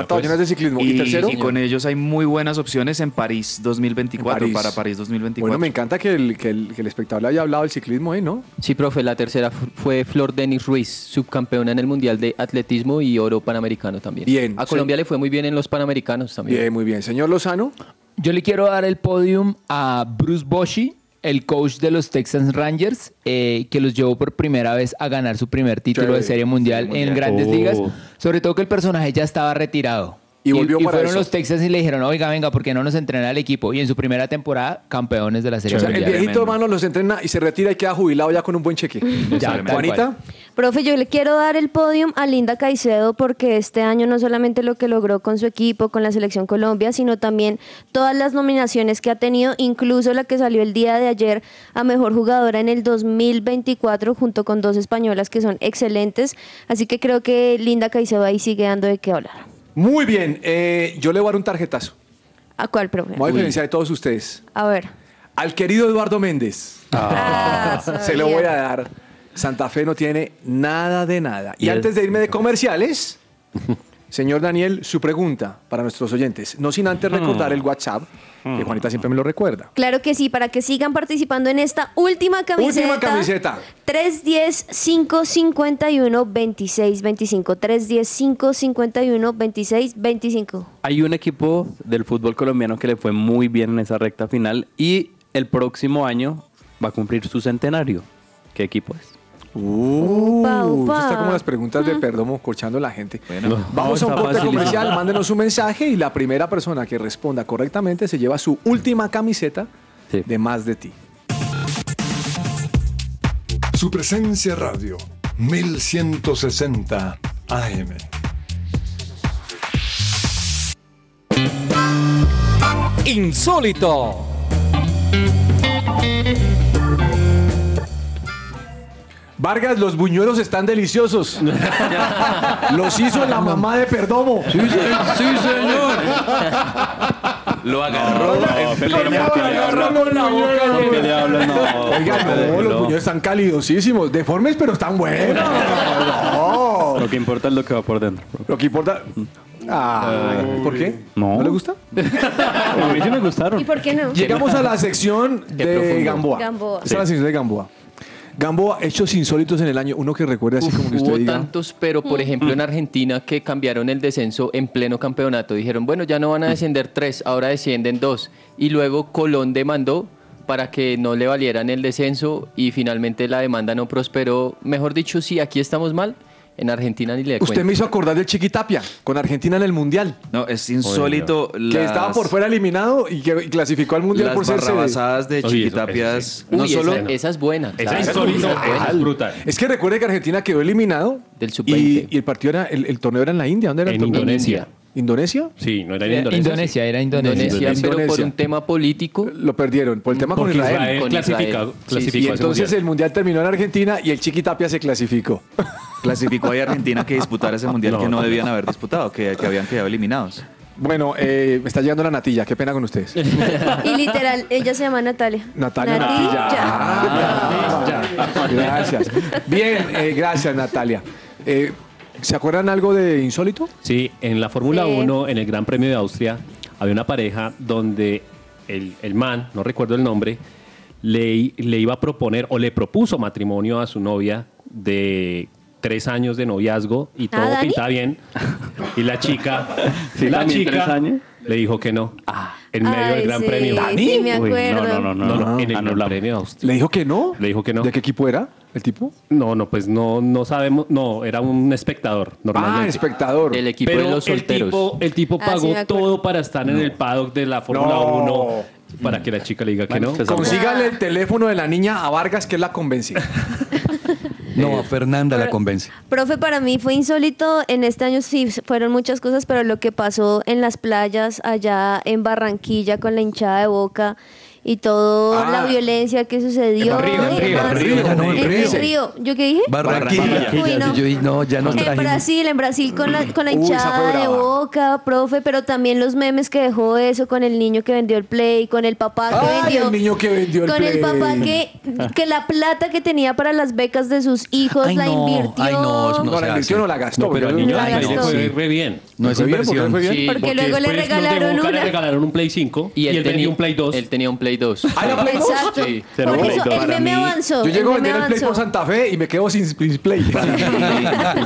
G: Y, y con ellos hay muy buenas opciones en París 2024,
C: En París.
G: para París 2024.
C: Bueno, me encanta que el, que el- que el espectador le haya hablado del ciclismo ahí, ¿no?
M: Sí, profe, la tercera fu- fue Flor Denis Ruiz, subcampeona en el Mundial de Atletismo y oro panamericano también.
C: Bien.
M: A Colombia le fue muy bien en los panamericanos también.
C: Bien, muy bien. Señor Lozano.
P: Yo le quiero dar el podium a Bruce Boshi, el coach de los Texas Rangers, eh, que los llevó por primera vez a ganar su primer título
Q: Chévere.
P: de Serie Mundial,
Q: Serie
P: en
Q: Mundial.
P: Grandes
Q: Oh.
P: Ligas. Sobre todo que el personaje ya estaba retirado.
C: Y volvió para
P: fueron
C: eso.
P: los Texas y le dijeron, oiga, venga, ¿por qué no nos entrena el equipo? Y en su primera temporada, campeones de la Serie
C: O sea, el
P: Mundial.
C: viejito hermano los entrena y se retira y queda jubilado ya con un buen cheque.
P: tal cual.
C: Juanita,
D: Profe, yo le quiero dar el podium a Linda Caicedo porque este año no solamente lo que logró con su equipo, con la selección Colombia, sino también todas las nominaciones que ha tenido, incluso la que salió el día de ayer a mejor jugadora en el 2024 junto con dos españolas que son excelentes. Así que creo que Linda Caicedo ahí sigue dando de qué hablar.
C: muy bien. eh, yo le voy a dar un tarjetazo.
D: ¿A cuál, profe?
C: Me Voy a diferenciar de todos ustedes.
D: A ver.
C: Al querido Eduardo Méndez. Ah, se lo
D: Ah, sabía.
C: voy a dar. Santa Fe no tiene nada de nada. Y
E: Y el-
C: antes de irme de comerciales, señor Daniel, su pregunta para nuestros oyentes. No sin antes recordar el WhatsApp, que Juanita siempre me lo recuerda.
D: Claro que sí, para que sigan participando en esta última camiseta.
C: Última camiseta.
D: 310-551-2625. 310-551-2625.
F: Hay un equipo del fútbol colombiano que le fue muy bien en esa recta final y el próximo año va a cumplir su centenario. ¿Qué equipo es?
C: Upa,
D: upa. Ah.
C: Está como las preguntas de Perdomo, corchando a la gente. Vamos
F: No,
C: a un
F: está
C: corte
F: facilísimo.
C: comercial, mándenos un mensaje y la primera persona que responda correctamente se lleva su última camiseta de Más de Ti.
L: Su presencia radio 1160 AM.
S: Insólito.
C: Vargas, los buñuelos están deliciosos. los hizo la mamá de Perdomo. Sí, señor.
G: Lo agarró en plena
C: Oiga, no, los buñuelos están calidosísimos. Deformes, pero están buenos.
G: Oh.
U: Lo que importa es lo que va por dentro.
C: Lo que importa. Ah,
G: eh,
C: ¿Por qué?
U: No.
C: ¿No le gusta?
U: A mí sí me gustaron.
D: ¿Y por qué no?
C: Llegamos a la sección
D: Qué
C: de
D: profundo.
C: Gamboa.
D: Gamboa.
C: Esa es la sección de Gamboa. Gamboa, hechos insólitos en el año. Uno que recuerde así como que usted
M: Hubo
C: diga.
M: tantos, pero por ejemplo en Argentina que cambiaron el descenso en pleno campeonato. Dijeron, bueno, ya no van a
C: Mm.
M: descender tres, ahora descienden dos. Y luego Colón demandó para que no le valieran el descenso y finalmente la demanda no prosperó. Mejor dicho, si aquí estamos mal, en Argentina ni le
C: Usted
M: cuento.
C: me hizo acordar del Chiquitapia con Argentina en el Mundial.
G: No, es insólito.
C: Que
G: las-
C: estaba por fuera eliminado y que y clasificó al Mundial
G: Las
C: por ser sede.
G: barrabasadas de Chiquitapias.
M: Uy, esa- esa, es buena. claro. Esa es buena.
C: Es que recuerde que Argentina quedó eliminado del y, y el partido era el, el torneo era en la India, ¿dónde era el
E: En
C: torneo?
E: Indonesia.
C: ¿Indonesia?
E: Sí, no era en
M: Eh,
E: Indonesia.
M: Indonesia, era Indonesia. Indonesia, pero por un tema político.
C: Lo perdieron, por el tema con
E: Porque
C: Israel.
E: Israel
C: Con
E: clasifica-
C: Israel.
E: clasificó
C: Sí, sí. Y
E: a ese
C: entonces
E: mundial.
C: el mundial terminó en Argentina y el Chiquitapia se clasificó.
G: Clasificó ahí a Argentina que disputara ese mundial que no debían haber disputado, que, que habían quedado eliminados.
C: Bueno, eh, me está llegando la natilla, qué pena con ustedes.
D: Y literal, ella se llama Natalia.
Q: Ah,
C: Natalia
D: Natilla.
P: Ah.
C: Natilla. Gracias. Bien, eh, gracias Natalia. Eh, ¿Se acuerdan algo de insólito?
E: Sí, en la Fórmula
C: Sí.
E: 1, en el Gran Premio de Austria, había una pareja donde el, el man, no recuerdo el nombre, le, le iba a proponer o le propuso matrimonio a su novia de tres años de noviazgo y
V: ¿Ah,
E: todo
V: Dani?
E: pintaba bien. Y la chica,
V: Sí,
E: la
V: también
E: chica
V: tres años.
E: le dijo que no. En medio
D: Ay,
E: del Gran
D: sí,
E: Premio.
D: sí, me
E: Uy,
D: acuerdo.
E: no, no, no, no,
C: Ah,
E: no, en el Gran Premio de Austria.
C: ¿Le dijo que no?
E: ¿Le dijo que no?
C: ¿De qué equipo era el tipo?
E: No, no, pues no, no sabemos. No, era un espectador normalmente.
C: Ah, espectador.
E: El
C: equipo
E: Pero
C: de los solteros.
E: El tipo, el tipo
C: Ah, sí,
E: pagó
C: me acuerdo.
E: todo para estar en
C: No.
E: el paddock de la Fórmula
C: No.
E: 1 para que la chica le diga que
C: pues,
E: no.
C: Consígale el teléfono de la niña a Vargas, que es la convencida.
Q: No, a Fernanda la convence.
D: Profe, para mí fue insólito. En este año sí fueron muchas cosas, pero lo que pasó en las playas allá en Barranquilla con la hinchada de Boca y toda
Q: Ah.
D: la violencia que sucedió.
Q: En Río, en
D: y
Q: Río,
D: demás.
Q: en Río, no, en
D: En
Q: Río.
D: Río. ¿Yo qué dije?
Q: Barranquilla.
D: Uy, no.
Q: Yo dije, no, ya nos
D: En
Q: trajimos.
D: Brasil, en Brasil con la, con la
Q: Uy, esa fue
D: hinchada de
Q: brava.
D: boca, profe, pero también los memes que dejó eso con el niño que vendió el play, con el papá que
C: Ay,
D: vendió.
C: el niño que vendió el
D: con el
C: play.
D: papá que, que la plata que tenía para las becas de sus hijos la invirtió.
Q: ay, no, eso no,
C: No,
Q: se
C: la
Q: hace.
C: invirtió no la gastó.
Q: No, pero al
C: pero
Q: niño
C: la
Q: le
C: gastó.
E: fue
Q: Sí.
E: re bien.
Q: No es
E: Fue bien, porque
Q: inversión.
E: fue bien.
M: Sí,
D: Porque luego le
E: después nos de
D: regalaron
E: Boca
D: una.
E: Le regalaron un Play 5 y,
M: Y él
E: él tenía
M: tenía-
E: un Play 2.
M: Él tenía un Play 2.
C: Ah,
D: Exacto.
M: Sí.
D: Por eso, el meme avanzó.
C: Yo
D: el
C: llego a
D: meme
C: vender el play
D: avanzó.
C: por Santa Fe y me quedo sin, sin play.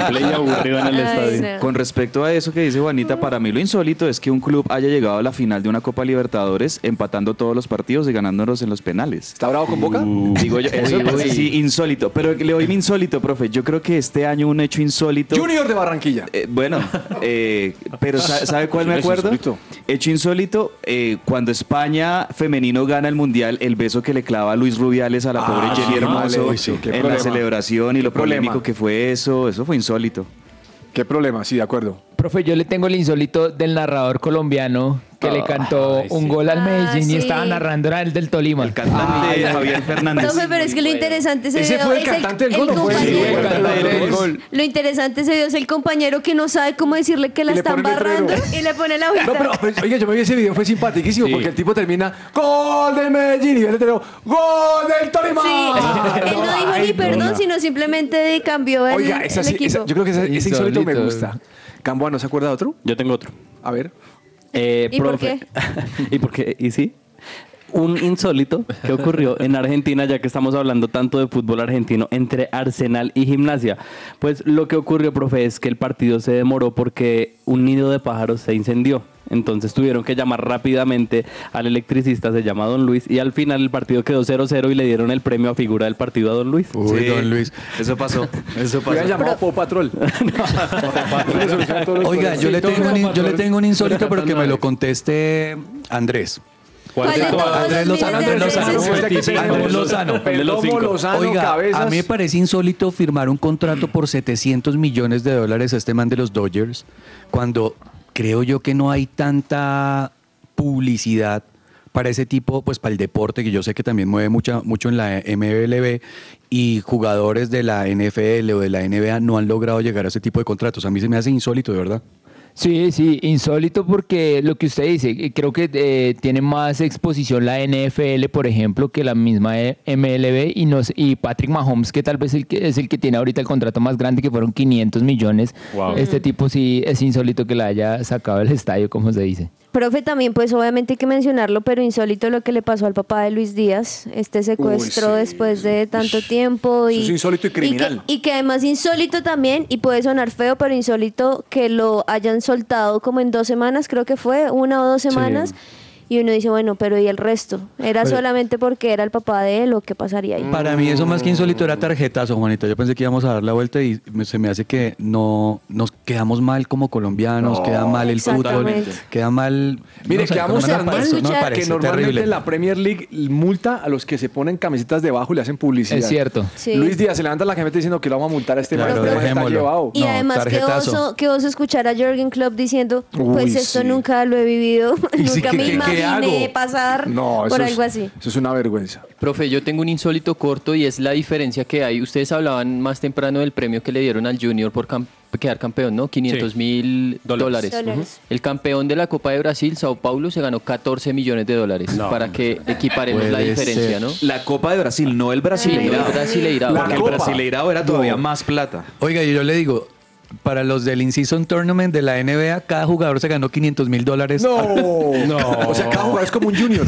G: Play aburrido en el
D: Ay,
G: estadio.
D: no.
G: Con respecto a eso que dice Juanita, para mí lo insólito es que un club haya llegado a la final de una Copa Libertadores empatando todos los partidos y ganándonos en los penales.
C: ¿Está bravo con Boca?
G: Digo yo, eso
C: Uy, uy.
G: sí, insólito. Pero le doy mi insólito, profe. Yo creo que este año un hecho insólito.
C: Junior de Barranquilla.
G: Eh, bueno, eh, pero sa- ¿sabe cuál me
C: Hecho
G: acuerdo?
C: insólito.
G: Hecho insólito, eh, cuando España femenino gana el mundial, el beso que le clava Luis Rubiales a la pobre
C: Ah, sí,
G: Jenny Hermoso
C: vale, sí, qué
G: en
C: problema.
G: la celebración y lo
C: Qué problema.
G: polémico que fue eso, eso fue insólito.
C: ¿Qué problema? Sí, de acuerdo.
P: Profe, yo le tengo el insólito del narrador colombiano que
G: Ah,
P: le cantó un gol al
D: Ah,
P: Medellín
D: sí.
P: y estaba narrando era el del Tolima. El
G: cantante Javier Fernández.
D: Profe, pero es que lo interesante ese, video es compañero. Lo interesante ese video es el compañero que no sabe cómo decirle que la
C: Y le
D: están
C: pone un letrero.
D: barrando y le pone la hojita.
C: No, pero, pues, oiga, yo me vi ese video, fue simpaticísimo porque el tipo termina ¡Gol de Medellín! Y yo le tengo ¡Gol del Tolima!
D: Sí, él no dijo ni
C: Ay,
D: perdón,
C: no.
D: sino simplemente cambió el,
C: Oiga, esa
D: el
C: sí-
D: equipo.
C: esa- yo creo que esa- ese insólito me
U: Insólito.
C: gusta. Gamboa, ¿no se acuerda de otro?
U: Yo tengo otro.
C: A ver.
U: Eh,
D: ¿Y por
U: profe.
D: qué?
F: ¿Y por qué? ¿Y sí? Un insólito que ocurrió en Argentina, ya que estamos hablando tanto de fútbol argentino, entre Arsenal y Gimnasia. Pues lo que ocurrió, profe, es que el partido se demoró porque un nido de pájaros se incendió. Entonces tuvieron que llamar rápidamente al electricista, se llama Don Luis, y al final el partido quedó 0-0 y le dieron el premio a figura del partido a Don Luis.
Q: Uy,
G: Sí,
Q: don Luis.
G: Eso pasó. Eso
C: Hubiera
G: pasó.
C: llamado Pop Patrol.
Q: Oiga, yo le, tengo un, in- yo le tengo un insólito, pero que me lo conteste Andrés.
E: ¿Cuál de todos
Q: Andrés
E: los
Q: Lozano.
E: miles
Q: Andrés
E: de
Q: Lozano.
E: veces?
Q: Andrés Lozano. Andrés Lozano.
C: Perdón, Lozano,
Q: Oiga,
C: cabezas.
Q: a mí me parece insólito firmar un contrato por 700 millones de dólares a este man de los Dodgers cuando creo yo que no hay tanta publicidad para ese tipo, pues para el deporte, que yo sé que también mueve mucha, mucho en la MLB y jugadores de la NFL o de la NBA no han logrado llegar a ese tipo de contratos. A mí se me hace insólito, de verdad.
P: Sí, sí, insólito porque lo que usted dice, eh, creo que eh, tiene más exposición la NFL, por ejemplo, que la misma eh, MLB y, nos, y Patrick Mahomes, que tal vez el que, es el que tiene ahorita el contrato más grande, que fueron 500 millones.
D: Wow.
P: Este
D: Mm.
P: tipo sí es insólito que la haya sacado del estadio, como se dice.
D: Profe, también pues obviamente hay que mencionarlo, pero insólito lo que le pasó al papá de Luis Díaz, este secuestro
C: Uy, sí.
D: después de tanto tiempo. Y,
C: Eso es insólito y
D: que-
C: criminal.
D: Y que, además insólito también, y puede sonar feo, pero insólito que lo hayan soltado como en dos semanas, creo que fue, una o dos semanas. Y uno dice, bueno, pero ¿y el resto? ¿Era
Q: Pero-
D: solamente porque era el papá de él o qué pasaría ahí?
Q: Para mí eso más que insólito era tarjetazo, Juanita. Yo pensé que íbamos a dar la vuelta y me- se me hace que no nos quedamos mal como colombianos,
C: No,
Q: queda mal el fútbol,
C: exactamente.
Q: queda mal...
C: Mire,
Q: no sé,
C: quedamos
Q: no me
C: tan mal
Q: parece, no me
C: que
Q: parece,
C: normalmente
Q: terrible.
C: la Premier League multa a los que se ponen camisetas debajo y le hacen publicidad.
P: Es cierto.
D: Sí.
C: Luis Díaz se levanta la camioneta diciendo que lo vamos a multar a este
Q: Claro,
C: man, este man está
Q: dejémoslo.
C: llevado.
D: Y además, qué oso, qué oso escuchar a Jürgen Klopp diciendo,
C: Uy,
D: pues esto
C: sí.
D: nunca lo he vivido,
C: Y sí,
D: nunca
C: ¿qué-
D: me
C: qué- qué
D: imaginé
C: hago?
D: pasar
C: No, eso
D: por
C: es-
D: algo así.
C: Eso es una vergüenza.
M: Profe, yo tengo un insólito corto y es la diferencia que hay. Ustedes hablaban más temprano del premio que le dieron al Junior por cam- quedar campeón, ¿no? 500 mil dólares.
E: Dólares.
M: Ujú. El campeón de la Copa de Brasil, Sao Paulo, se ganó 14 millones de dólares para que equiparemos la
G: Puede
M: diferencia,
G: ser.
M: ¿no?
G: La Copa de Brasil, no el Brasileirao.
M: no el Brasileirao.
G: Porque
M: La
G: el
M: Copa.
G: Brasileirao era todavía más plata.
Q: Oiga, y yo le digo, para los del In-Season Tournament de la NBA, cada jugador se ganó 500 mil dólares.
C: no. O sea, cada jugador es como un junior.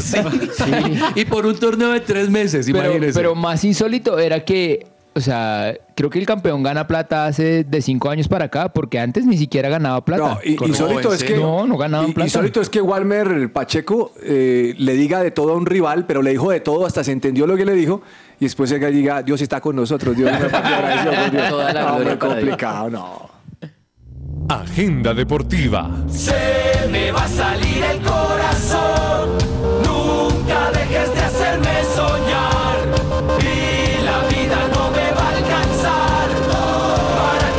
Q: Y por un torneo de tres meses,
P: Pero,
C: Pues
Q: imagínese.
P: pero más insólito era que o sea, creo que el campeón gana plata hace de cinco años para acá, porque antes ni siquiera ganaba plata.
C: No, y, y solito es que
P: No, no ganaban
C: y- y
P: plata.
C: solito es que Walmer el Pacheco eh, le diga de todo a un rival, pero le dijo de todo hasta se entendió lo que le dijo y después él diga Dios está con nosotros, Dios nos agradeció, por Dios".
L: Toda la
C: No,
L: gloria
C: muy
L: para Dios.
C: complicado, no.
L: Agenda deportiva.
I: Se me va a salir el corazón. Nunca dejes de hacerme soñar. Y la vida no me va a alcanzar para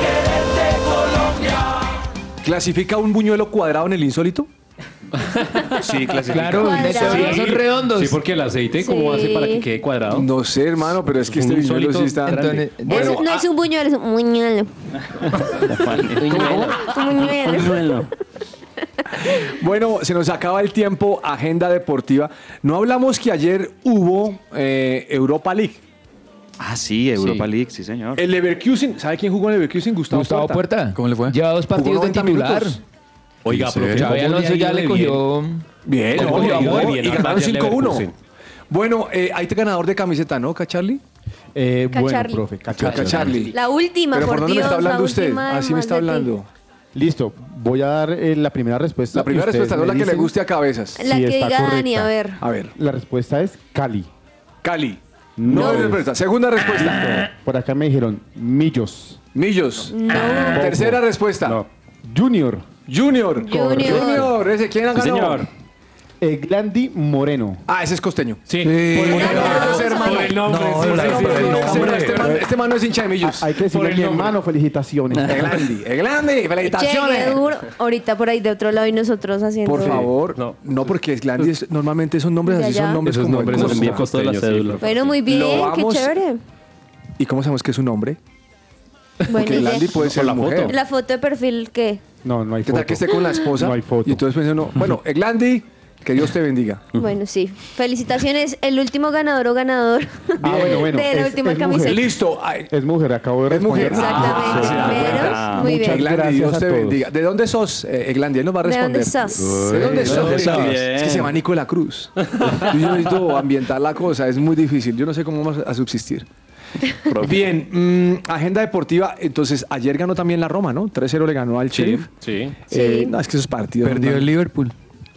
I: quererte, Colombia.
C: ¿Clasifica un buñuelo cuadrado en el insólito?
E: Sí, clasifica.
C: Claro,
E: Sí,
C: esos son redondos.
E: Sí, porque el aceite, ¿cómo
D: Sí.
E: hace para que quede cuadrado?
C: No sé, hermano, pero es que este
E: Un
C: buñuelo sí
E: solito
C: está...
E: grande.
D: Eso no
C: ah.
D: es un buñuelo, es un muñuelo. Muñuelo.
C: Bueno, se nos acaba el tiempo, agenda deportiva. No hablamos que ayer hubo eh, Europa League.
G: Ah, sí, Europa
C: Sí.
G: League, sí, señor.
C: El Leverkusen, ¿sabe quién jugó en Leverkusen? Gustavo,
G: Gustavo
P: Puerta.
Q: ¿Cómo le fue?
P: Lleva dos partidos de titular.
E: Oiga, pero que
P: Xavi
E: cómo
P: Alonso
E: ha ido
P: ya le
E: de
P: cogió.
C: Bien,
E: ¿Cómo
C: oye,
E: le ha ido de
C: amor,
E: bien
C: y
E: al
C: ganaron
E: Bayern
C: 5-1.
E: Leverkusen?
C: Bueno, eh, hay ganador de camiseta, ¿no, Cacharli?
R: Eh, bueno,
D: Cacharli.
R: profe,
C: Cacharli.
D: La última,
C: Pero ¿por dónde me
D: Dios,
C: está hablando
D: la
C: usted?
D: última,
C: Así me
D: más
C: está
D: de ti.
C: hablando.
R: Listo, voy a dar eh, la primera respuesta.
C: La primera
R: y ustedes
C: respuesta, no
R: me
C: la que le
R: dicen
C: guste a cabezas.
D: La
R: si
D: que
R: está
D: diga Dani,
R: correcta.
D: a ver.
C: A ver.
R: La respuesta es Cali.
C: Cali. No,
R: es.
C: es respuesta. Segunda respuesta.
R: Por acá me dijeron Millos.
C: Millos. Ah, Tercera respuesta.
R: Junior.
C: Junior.
R: Correcto.
C: Junior, ese quién ha
R: Sí,
C: ganado.
R: señor. Eh, Glandy Moreno.
C: Ah, ese es costeño.
E: Sí.
C: Por el nombre,
R: Por
C: ese
R: el
C: hermano.
R: nombre, sí,
C: No,
R: sí,
C: por el
R: sí,
C: nombre,
R: sí,
C: por el
R: sí,
C: nombre.
R: hombre.
C: Este man- Este man no es hincha de Millos.
R: Hay que decirle a mi hermano, felicitaciones.
C: Glandy, eh, Glandy,
D: Che, qué
C: felicitaciones.
D: duro. Ahorita por ahí de otro lado y nosotros haciendo.
C: Por favor, no, porque es Glandy es- normalmente esos nombres
D: Ya,
C: así
D: ya.
C: son nombres
E: Esos
C: como
E: nombres
C: como-
E: son bien
C: como-
E: costeños,
C: costeños,
E: sí,
C: sí,
E: profe.
D: Bueno, muy bien,
C: Lo
D: qué
C: vamos-
D: chévere.
C: ¿Y cómo sabemos que es un hombre?
D: Bueno,
C: Porque
D: y
C: Glandy
D: ya.
C: puede ser
R: la
C: mujer.
D: La foto de perfil, ¿qué?
R: No, no hay
C: ¿Qué
R: foto.
C: tal que esté con la esposa?
R: No hay foto.
C: Y entonces piensa uno, bueno, eh, Glandy, que Dios te bendiga.
D: Bueno, sí. Felicitaciones, el último ganador o ganador
R: Ah, bueno, bueno.
D: de la
R: es-
D: última
R: es mujer.
D: camiseta.
C: Listo.
R: Es mujer, acabo de responder.
D: Exactamente.
R: Ah,
D: Pero,
R: Muchas
D: muy bien.
C: Eglandi,
R: gracias
C: Dios
R: a
C: te
R: todos.
C: bendiga. ¿De dónde sos, eh, Eglandi? Él nos va a
D: ¿De
C: responder.
D: dónde sos?
C: ¿De dónde
G: ¿De dónde
C: sos?
G: sos?
C: Es que se llama Nico de la Cruz. Yo yo necesito ambientar la cosa, es muy difícil. Yo no sé cómo vamos a subsistir. Bien, mm, agenda deportiva. Entonces, ayer ganó también la Roma, ¿no? 3-0 le ganó al
E: Sí,
C: Sheriff.
E: sí.
C: Eh,
D: Sí.
C: no, es que esos partidos.
Q: Perdió
C: no-
Q: el Liverpool.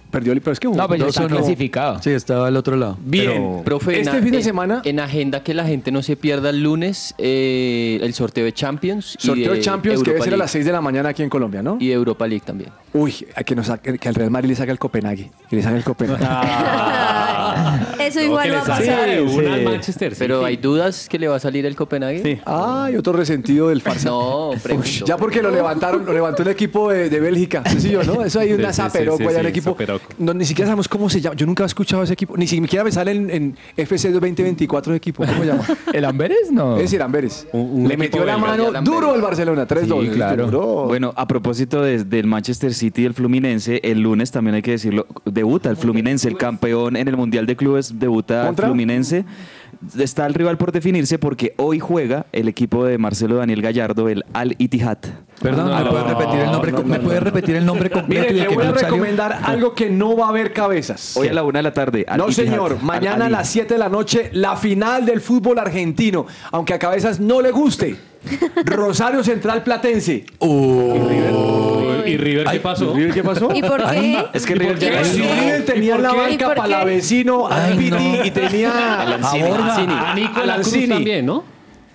C: Perdió el. Pero es que.
P: No, pero ya
Q: Dos
P: está
Q: o no.
P: clasificado.
Q: Sí, estaba al otro lado.
C: Bien.
M: Profe, en
C: este
M: a-
C: fin de
M: en-
C: semana.
M: En agenda que la gente no se pierda el lunes eh, el sorteo de Champions. y
C: Sorteo
M: de
C: Champions que debe
M: Europa
C: ser a
M: League.
C: las 6 de la mañana aquí en Colombia, ¿no?
M: Y de Europa League también.
C: Uy, a que, nos, saque- que al Real Madrid le saca el Copenhague. Que le saca el Copenhague.
D: Eso igual va a pasar.
E: Manchester
M: Pero hay dudas que le va a salir el Copenhague.
C: Ay, otro resentido del farsa.
M: No, pregunto.
C: Ya porque lo levantaron, lo levantó el equipo de, de Bélgica. Sí, sí, yo, ¿no? Eso hay
E: Sí,
C: una
E: sí, sí,
C: zaperoco
E: sí,
C: allá
E: sí,
C: el equipo.
E: zaperoco.
C: No, ni siquiera sabemos cómo se llama. Yo nunca he escuchado ese equipo. Ni siquiera me sale en, en FC 2024 de equipo. ¿Cómo se llama?
P: ¿El Amberes? No.
C: Es decir, Amberes.
E: un
C: Le
E: equipo
C: metió la
E: belga,
C: mano
E: el Amberes.
C: duro al Barcelona. 3-2.
G: Sí, claro.
C: Duro.
G: Bueno, a propósito de- del Manchester City y el Fluminense, el lunes también hay que decirlo, debuta el Fluminense, el campeón en el Mundial de Clubes, debuta el
C: ¿Contra?
G: Fluminense. Está el rival por definirse porque hoy juega el equipo de Marcelo Daniel Gallardo, el Al Ittihad.
Q: Perdón, ¿me puedes repetir el nombre? co- ¿Me puedes repetir el nombre completo
C: Mire,
Q: y
C: le
Q: el que
C: voy a
Q: no salió?
C: recomendar algo que no va a haber cabezas.
G: Hoy a la una de la tarde. Al
C: No,
G: Ittihad,
C: señor.
G: Al
C: Mañana a
G: Ali.
C: las 7 de la noche, la final del fútbol argentino. Aunque a cabezas no le guste. Rosario Central Platense.
E: ¿Y River qué pasó?
C: River, ¿Qué pasó?
D: ¿Y por qué?
G: Es que River
C: Ay, sí, River tenía la banca para la vecino,
D: Ah,
C: al Piti y tenía
G: Lanzini.
Q: Borja.
E: A Nico de la Cruz
C: Lanzini.
E: también, ¿no?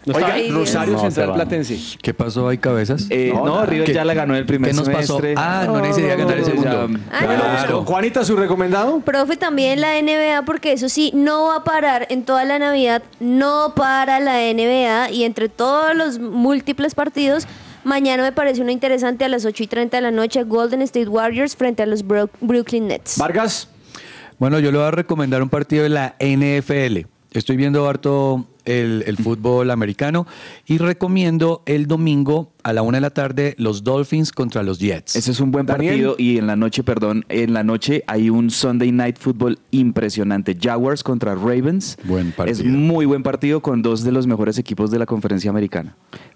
E: No
C: Oiga,
E: estaba-
C: Rosario
E: No, se
C: Central
E: va.
C: Platense.
Q: ¿Qué pasó ahí, cabezas?
G: Eh, no, River
Q: ¿Qué-
G: ya la ganó el primer
Q: ¿Qué nos pasó?
G: semestre.
Q: Ah, no necesitaría ganar el segundo.
D: Ah, no.
C: Claro. Juanita, su recomendado.
D: Profe, también la NBA, porque eso sí, no va a parar en toda la Navidad, no para la NBA y entre todos los múltiples partidos. Mañana me parece uno interesante a las 8 y 30 de la noche, Golden State Warriors frente a los Bro- Brooklyn Nets.
C: Vargas.
Q: Bueno, yo le voy a recomendar un partido de la NFL. Estoy viendo harto el, el fútbol americano y recomiendo el domingo a la una de la tarde los Dolphins contra los Jets.
G: Ese es un buen
C: Daniel.
G: partido y en la noche, perdón, en la noche hay un Sunday Night Football impresionante. Jaguars contra Ravens.
Q: Buen partido.
G: Es muy buen partido con dos de los mejores equipos de la conferencia americana.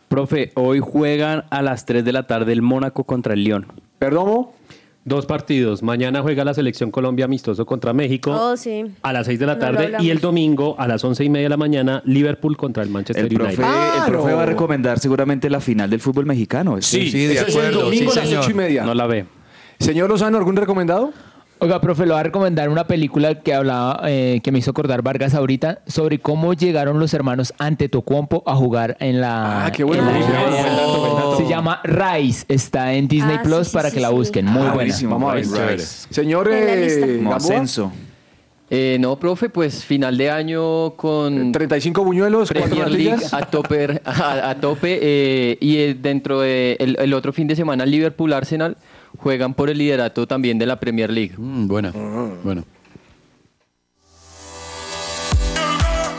F: Profe, hoy juegan a las 3 de la tarde el Mónaco contra el Lyon.
C: Perdomo.
E: Dos partidos. Mañana juega la selección Colombia amistoso contra México
D: Oh, sí.
E: a las 6 de la
D: No lo
E: tarde
D: hablamos.
E: y el domingo a las 11 y media de la mañana Liverpool contra el Manchester
G: El profe,
E: United.
G: el profe va a recomendar seguramente la final del fútbol mexicano.
C: Sí, sí, de Ese es el acuerdo, domingo sí, a las señor. ocho y media.
G: No la ve.
C: Señor Lozano, ¿algún recomendado?
P: Oiga, profe, lo voy a recomendar una película que hablaba, eh, que me hizo acordar Vargas ahorita, sobre cómo llegaron los hermanos ante Tocompo a jugar en la. Ah, qué
C: buena película. Buen dato, buen dato.
P: Se llama Rise, está en Disney
C: Ah,
P: Plus
C: sí, sí,
P: para
C: sí,
P: que la
C: sí.
P: busquen.
C: Ah,
P: Muy buena.
C: buenísimo, Rise, chévere. Señor,
P: En la
C: eh,
P: lista. Como
C: Gamboa.
P: ascenso.
M: Eh, no, profe, pues final de año
C: Eh,
M: con...
C: 35 buñuelos, cuatro
M: Premier League
C: natillas.
M: a tope, a, a tope eh, y eh, dentro de el, el otro fin de semana Liverpool-Arsenal juegan por el liderato también de la Premier League.
Q: buena,
C: Ah.
Q: bueno.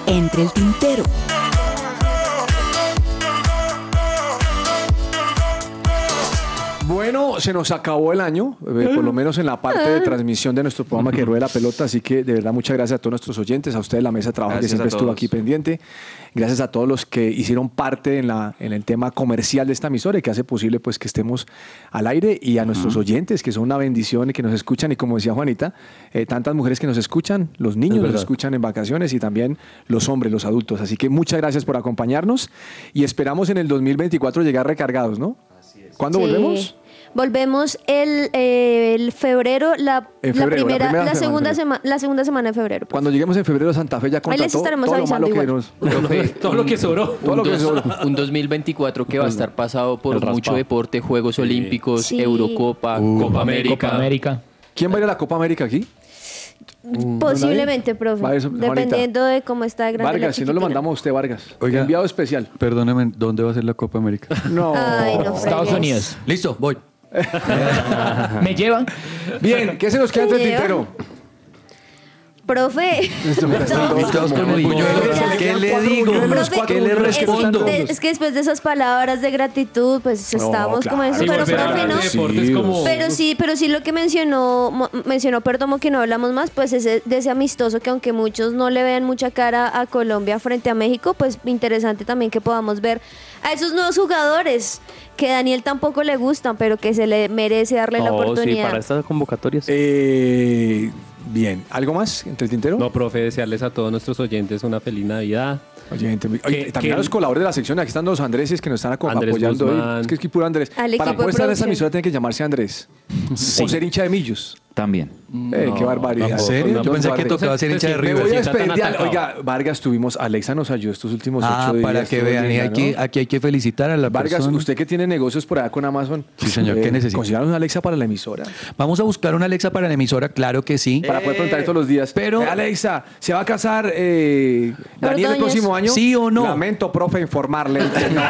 S: Entre el tintero.
C: Bueno, se nos acabó el año, eh, por lo menos en la parte de transmisión de nuestro programa que rueda la pelota, así que de verdad muchas gracias a todos nuestros oyentes, a ustedes la mesa de trabajo
G: Gracias
C: que
G: a
C: siempre estuvo
G: todos.
C: aquí pendiente, gracias a todos los que hicieron parte en, la, en el tema comercial de esta emisora y que hace posible pues que estemos al aire y a nuestros oyentes que son una bendición y que nos escuchan y como decía Juanita, eh, tantas mujeres que nos escuchan, los niños
E: Es
C: nos
E: verdad.
C: escuchan escuchan en vacaciones y también los hombres, los adultos. Así que muchas gracias por acompañarnos y esperamos en el 2024 llegar recargados, ¿no? ¿Cuándo
D: Sí.
C: volvemos?
D: Volvemos el, eh, el febrero, la,
C: En
D: la
C: febrero, la
D: primera, la,
C: primera semana,
D: segunda
C: en
D: sema- la segunda semana de febrero.
C: Cuando lleguemos en febrero a Santa Fe ya
D: Ahí
C: contra
D: les
C: todo,
D: estaremos
C: todo lo
D: avisando
C: malo que
D: igual.
C: nos...
E: todo lo que sobró.
C: Todo lo que sobró.
M: Un 2024 que va a estar pasado por
C: El raspado.
M: mucho deporte, Juegos Olímpicos,
D: Sí.
M: Eurocopa, Copa América.
P: Copa América.
C: ¿Quién va a ir a la Copa América aquí?
D: Mm, Posiblemente, profe.
C: Va eso, Juanita.
D: dependiendo de cómo está de grande. la
C: Vargas, si no lo
D: chiquitina.
C: mandamos a usted, Vargas. Enviado especial.
Q: Perdóname, ¿dónde va a ser la Copa América?
C: No.
D: Ay, no
P: Estados
D: fregues.
P: Unidos.
Q: Listo, voy. Ah,
P: ¿Me llevan?
C: ah. Bien, ¿qué se nos queda
D: ¿Te
C: entre el
D: lleva?
C: tintero?
D: Profe.
Q: Invitados con buñuelos. ¿Qué le digo?
D: Profe,
Q: ¿Qué le
D: es que
Q: respondo?
D: de- Es que después de esas palabras de gratitud, pues estábamos como en eso.
E: Sí,
D: pero,
E: volver a
D: profe,
E: hablar de
D: no.
E: deportes como-
D: Pero sí, pero sí lo que mencionó, mo- mencionó Perdomo que no hablamos más, pues ese, de ese amistoso que aunque muchos no le vean mucha cara a Colombia frente a México, pues interesante también que podamos ver a esos nuevos jugadores que Daniel tampoco le gustan, pero que se le merece darle la
F: Oh, sí,
D: oportunidad.
F: para estas convocatorias.
C: Eh, bien, ¿algo más entre el tintero?
E: No, profe, desearles a todos nuestros oyentes una feliz Navidad.
C: Oyente, Oye,
E: Que-
C: Eh, también
E: que-
C: a los colaboradores de la sección, aquí están los Andréses que nos están aco-
E: Andrés
C: apoyando hoy.
E: Guzmán.
C: Es que es que puro Andrés.
D: Al
C: Para
D: equipo
C: poder
D: de
C: estar en esta
D: producción.
C: emisora tiene que llamarse Andrés. O ser hincha de Millos.
G: También.
C: Eh, qué barbaridad.
Q: ¿En serio? Yo pensé que tocaba ser hincha de
C: Me
Q: River.
C: voy a despedir de- Oiga, Vargas, tuvimos. Alexa nos ayudó estos últimos ocho
Q: Ah,
C: días.
Q: para que
C: estuvo
Q: vean. Y
C: linda,
Q: aquí,
C: ¿no?
Q: aquí hay que felicitar a la
C: Vargas,
Q: persona.
C: usted que tiene negocios por allá con Amazon.
Q: Sí, señor, ¿qué necesita?
C: Consideramos una Alexa para la emisora.
Q: Vamos a buscar una Alexa para la emisora, claro que sí.
C: Para poder preguntar todos los días. Pero. Alexa, ¿se va a casar eh, Daniel el
Q: Ordóñez.
C: próximo año?
Q: ¿Sí o no?
C: Lamento, profe, informarle. que no.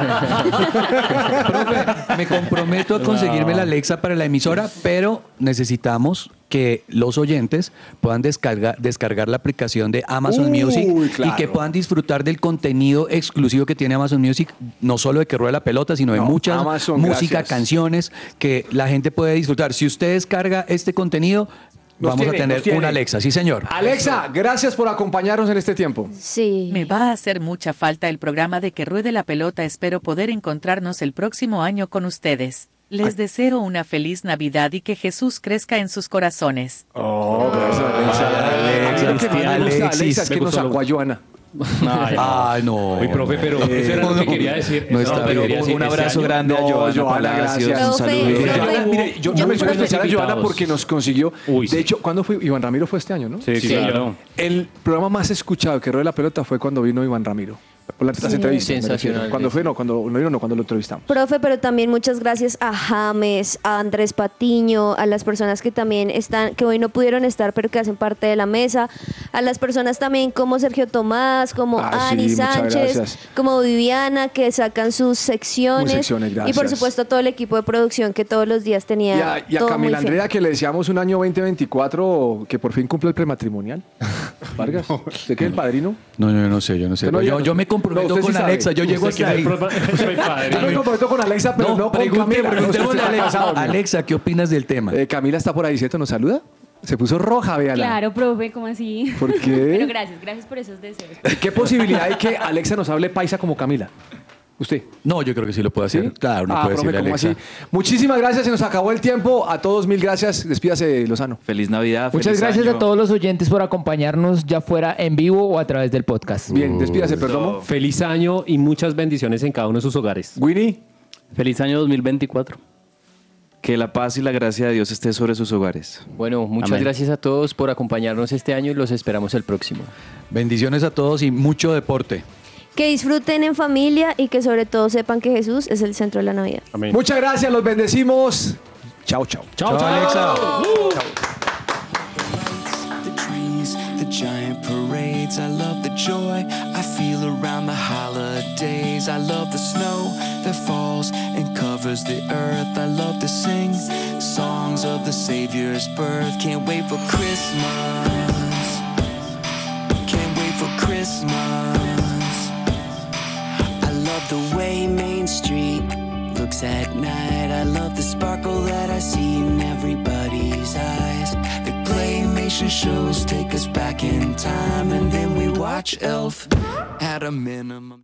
Q: Me comprometo a conseguirme la Alexa para la emisora, pero necesitamos que los oyentes puedan descargar, descargar la aplicación de Amazon
C: Uy,
Q: Music
C: claro.
Q: y que puedan disfrutar del contenido exclusivo que tiene Amazon Music, no solo de que rueda la pelota, sino de
C: No,
Q: mucha
C: Amazon,
Q: música,
C: gracias.
Q: canciones que la gente puede disfrutar. Si usted descarga este contenido,
C: Nos
Q: vamos
C: tiene,
Q: a
C: nos
Q: tener
C: tiene.
Q: una Alexa, sí señor.
C: Alexa, gracias por acompañarnos en este tiempo.
D: Sí.
K: Me va a hacer mucha falta el programa de que ruede la pelota. Espero poder encontrarnos el próximo año con ustedes. Les deseo una feliz Navidad y que Jesús crezca en sus corazones.
C: Oh, gracias, Alexa.
K: Alexa,
C: A mí lo que más me gusta,
Q: Alexis.
C: Alexa, es que
Q: Me
C: nos
Q: gustó
C: sacó a Joana.
Q: Ay, Ay, no.
E: Uy, profe, pero eso era lo que quería decir.
Q: No
E: Eso
Q: está
E: era lo que
Q: bien.
E: quería decir.
G: Un
E: Ese
G: abrazo
E: año-
G: grande a
C: No,
G: Joana,
C: Joana,
G: Palacios.
C: gracias.
G: Un saludo.
D: Profe,
G: Ella-
D: profe.
C: Joana, mire, yo, yo
E: Muy
C: menciono
E: buenos
C: especial a Joana
E: invitados.
C: porque nos consiguió.
E: Uy, sí.
C: De hecho, ¿cuándo fue? Iván Ramiro fue este año, ¿no?
U: Sí, Sí, claro. claro.
C: El programa más escuchado que de la pelota fue cuando vino Iván Ramiro. Por las, las
D: Sí.
C: entrevistas. me refiero.
M: Sensacional,
C: Cuando
M: sí,
C: fue, no, cuando no vino, no, cuando lo entrevistamos.
D: Profe, pero también muchas gracias a James, a Andrés Patiño, a las personas que también están, que hoy no pudieron estar, pero que hacen parte de la mesa, a las personas también como Sergio Tomás, como
C: Ah, sí,
D: Ani
C: muchas
D: Sánchez,
C: gracias.
D: como Viviana, que sacan sus secciones,
C: Muy secciones,
D: y por
C: gracias.
D: supuesto a todo el equipo de producción que todos los días tenía
C: Y a, y a
D: todo
C: Camila
D: muy fiel.
C: Andrea, que le deseamos un año 2024 que por fin cumple el prematrimonial. Vargas, ¿usted que es el padrino?
Q: No, no, yo no sé, yo no sé.
C: Usted no
Q: yo,
C: llega-
Q: yo me comprometo
C: No, usted
Q: con
C: sí sabe.
Q: Alexa, yo llego
C: Usted
Q: aquí.
C: sí
Q: ahí.
E: Soy padre.
C: Yo me comprometo con Alexa, pero no,
Q: No,
C: con
Q: pregunte-
C: Camila.
Q: preguntémosle a Alexa. Alexa, ¿qué opinas del tema?
C: Eh, Camila está por ahí, ¿cierto? ¿Nos saluda? Se puso roja, véala.
B: Claro, profe, ¿cómo así?
C: ¿Por qué?
B: Pero gracias, gracias por esos deseos.
C: ¿Qué posibilidad hay que Alexa nos hable paisa como Camila? Usted.
Q: No, yo creo que sí lo puedo hacer. Claro, no
C: Ah,
Q: puede
C: profe,
Q: decirle a
C: ¿cómo
Q: Alexa.
C: así? Muchísimas gracias, se nos acabó el tiempo. A todos mil gracias. Despídase, Lozano.
G: Feliz Navidad.
C: Muchas
P: Muchas
G: feliz
P: gracias
G: año.
P: a todos los oyentes por acompañarnos, ya fuera en vivo o a través del podcast.
E: Bien,
P: despídase,
E: perdón. Feliz año y muchas bendiciones en cada uno de sus hogares.
C: Winnie.
F: Feliz año 2024.
G: Que la paz y la gracia de Dios esté sobre sus hogares.
M: Bueno, muchas
G: Amén.
M: gracias a todos por acompañarnos este año y los esperamos el próximo.
Q: Bendiciones a todos y mucho deporte.
D: Que disfruten en familia y que sobre todo sepan que Jesús es el centro de la Navidad.
C: Muchas gracias, los bendecimos. Chao, chao.
I: Chao, chao.
C: Chao.
I: the trees, the giant parades. I love the joy I feel around the holidays. I love the snow that falls and covers the earth. I love to sing songs of the Savior's birth. Can't wait for Christmas. Can't wait for Christmas. I love the way Main Street looks at night. I love the sparkle that I see in everybody's eyes. The claymation shows take us back in time, and then we watch Elf at a minimum.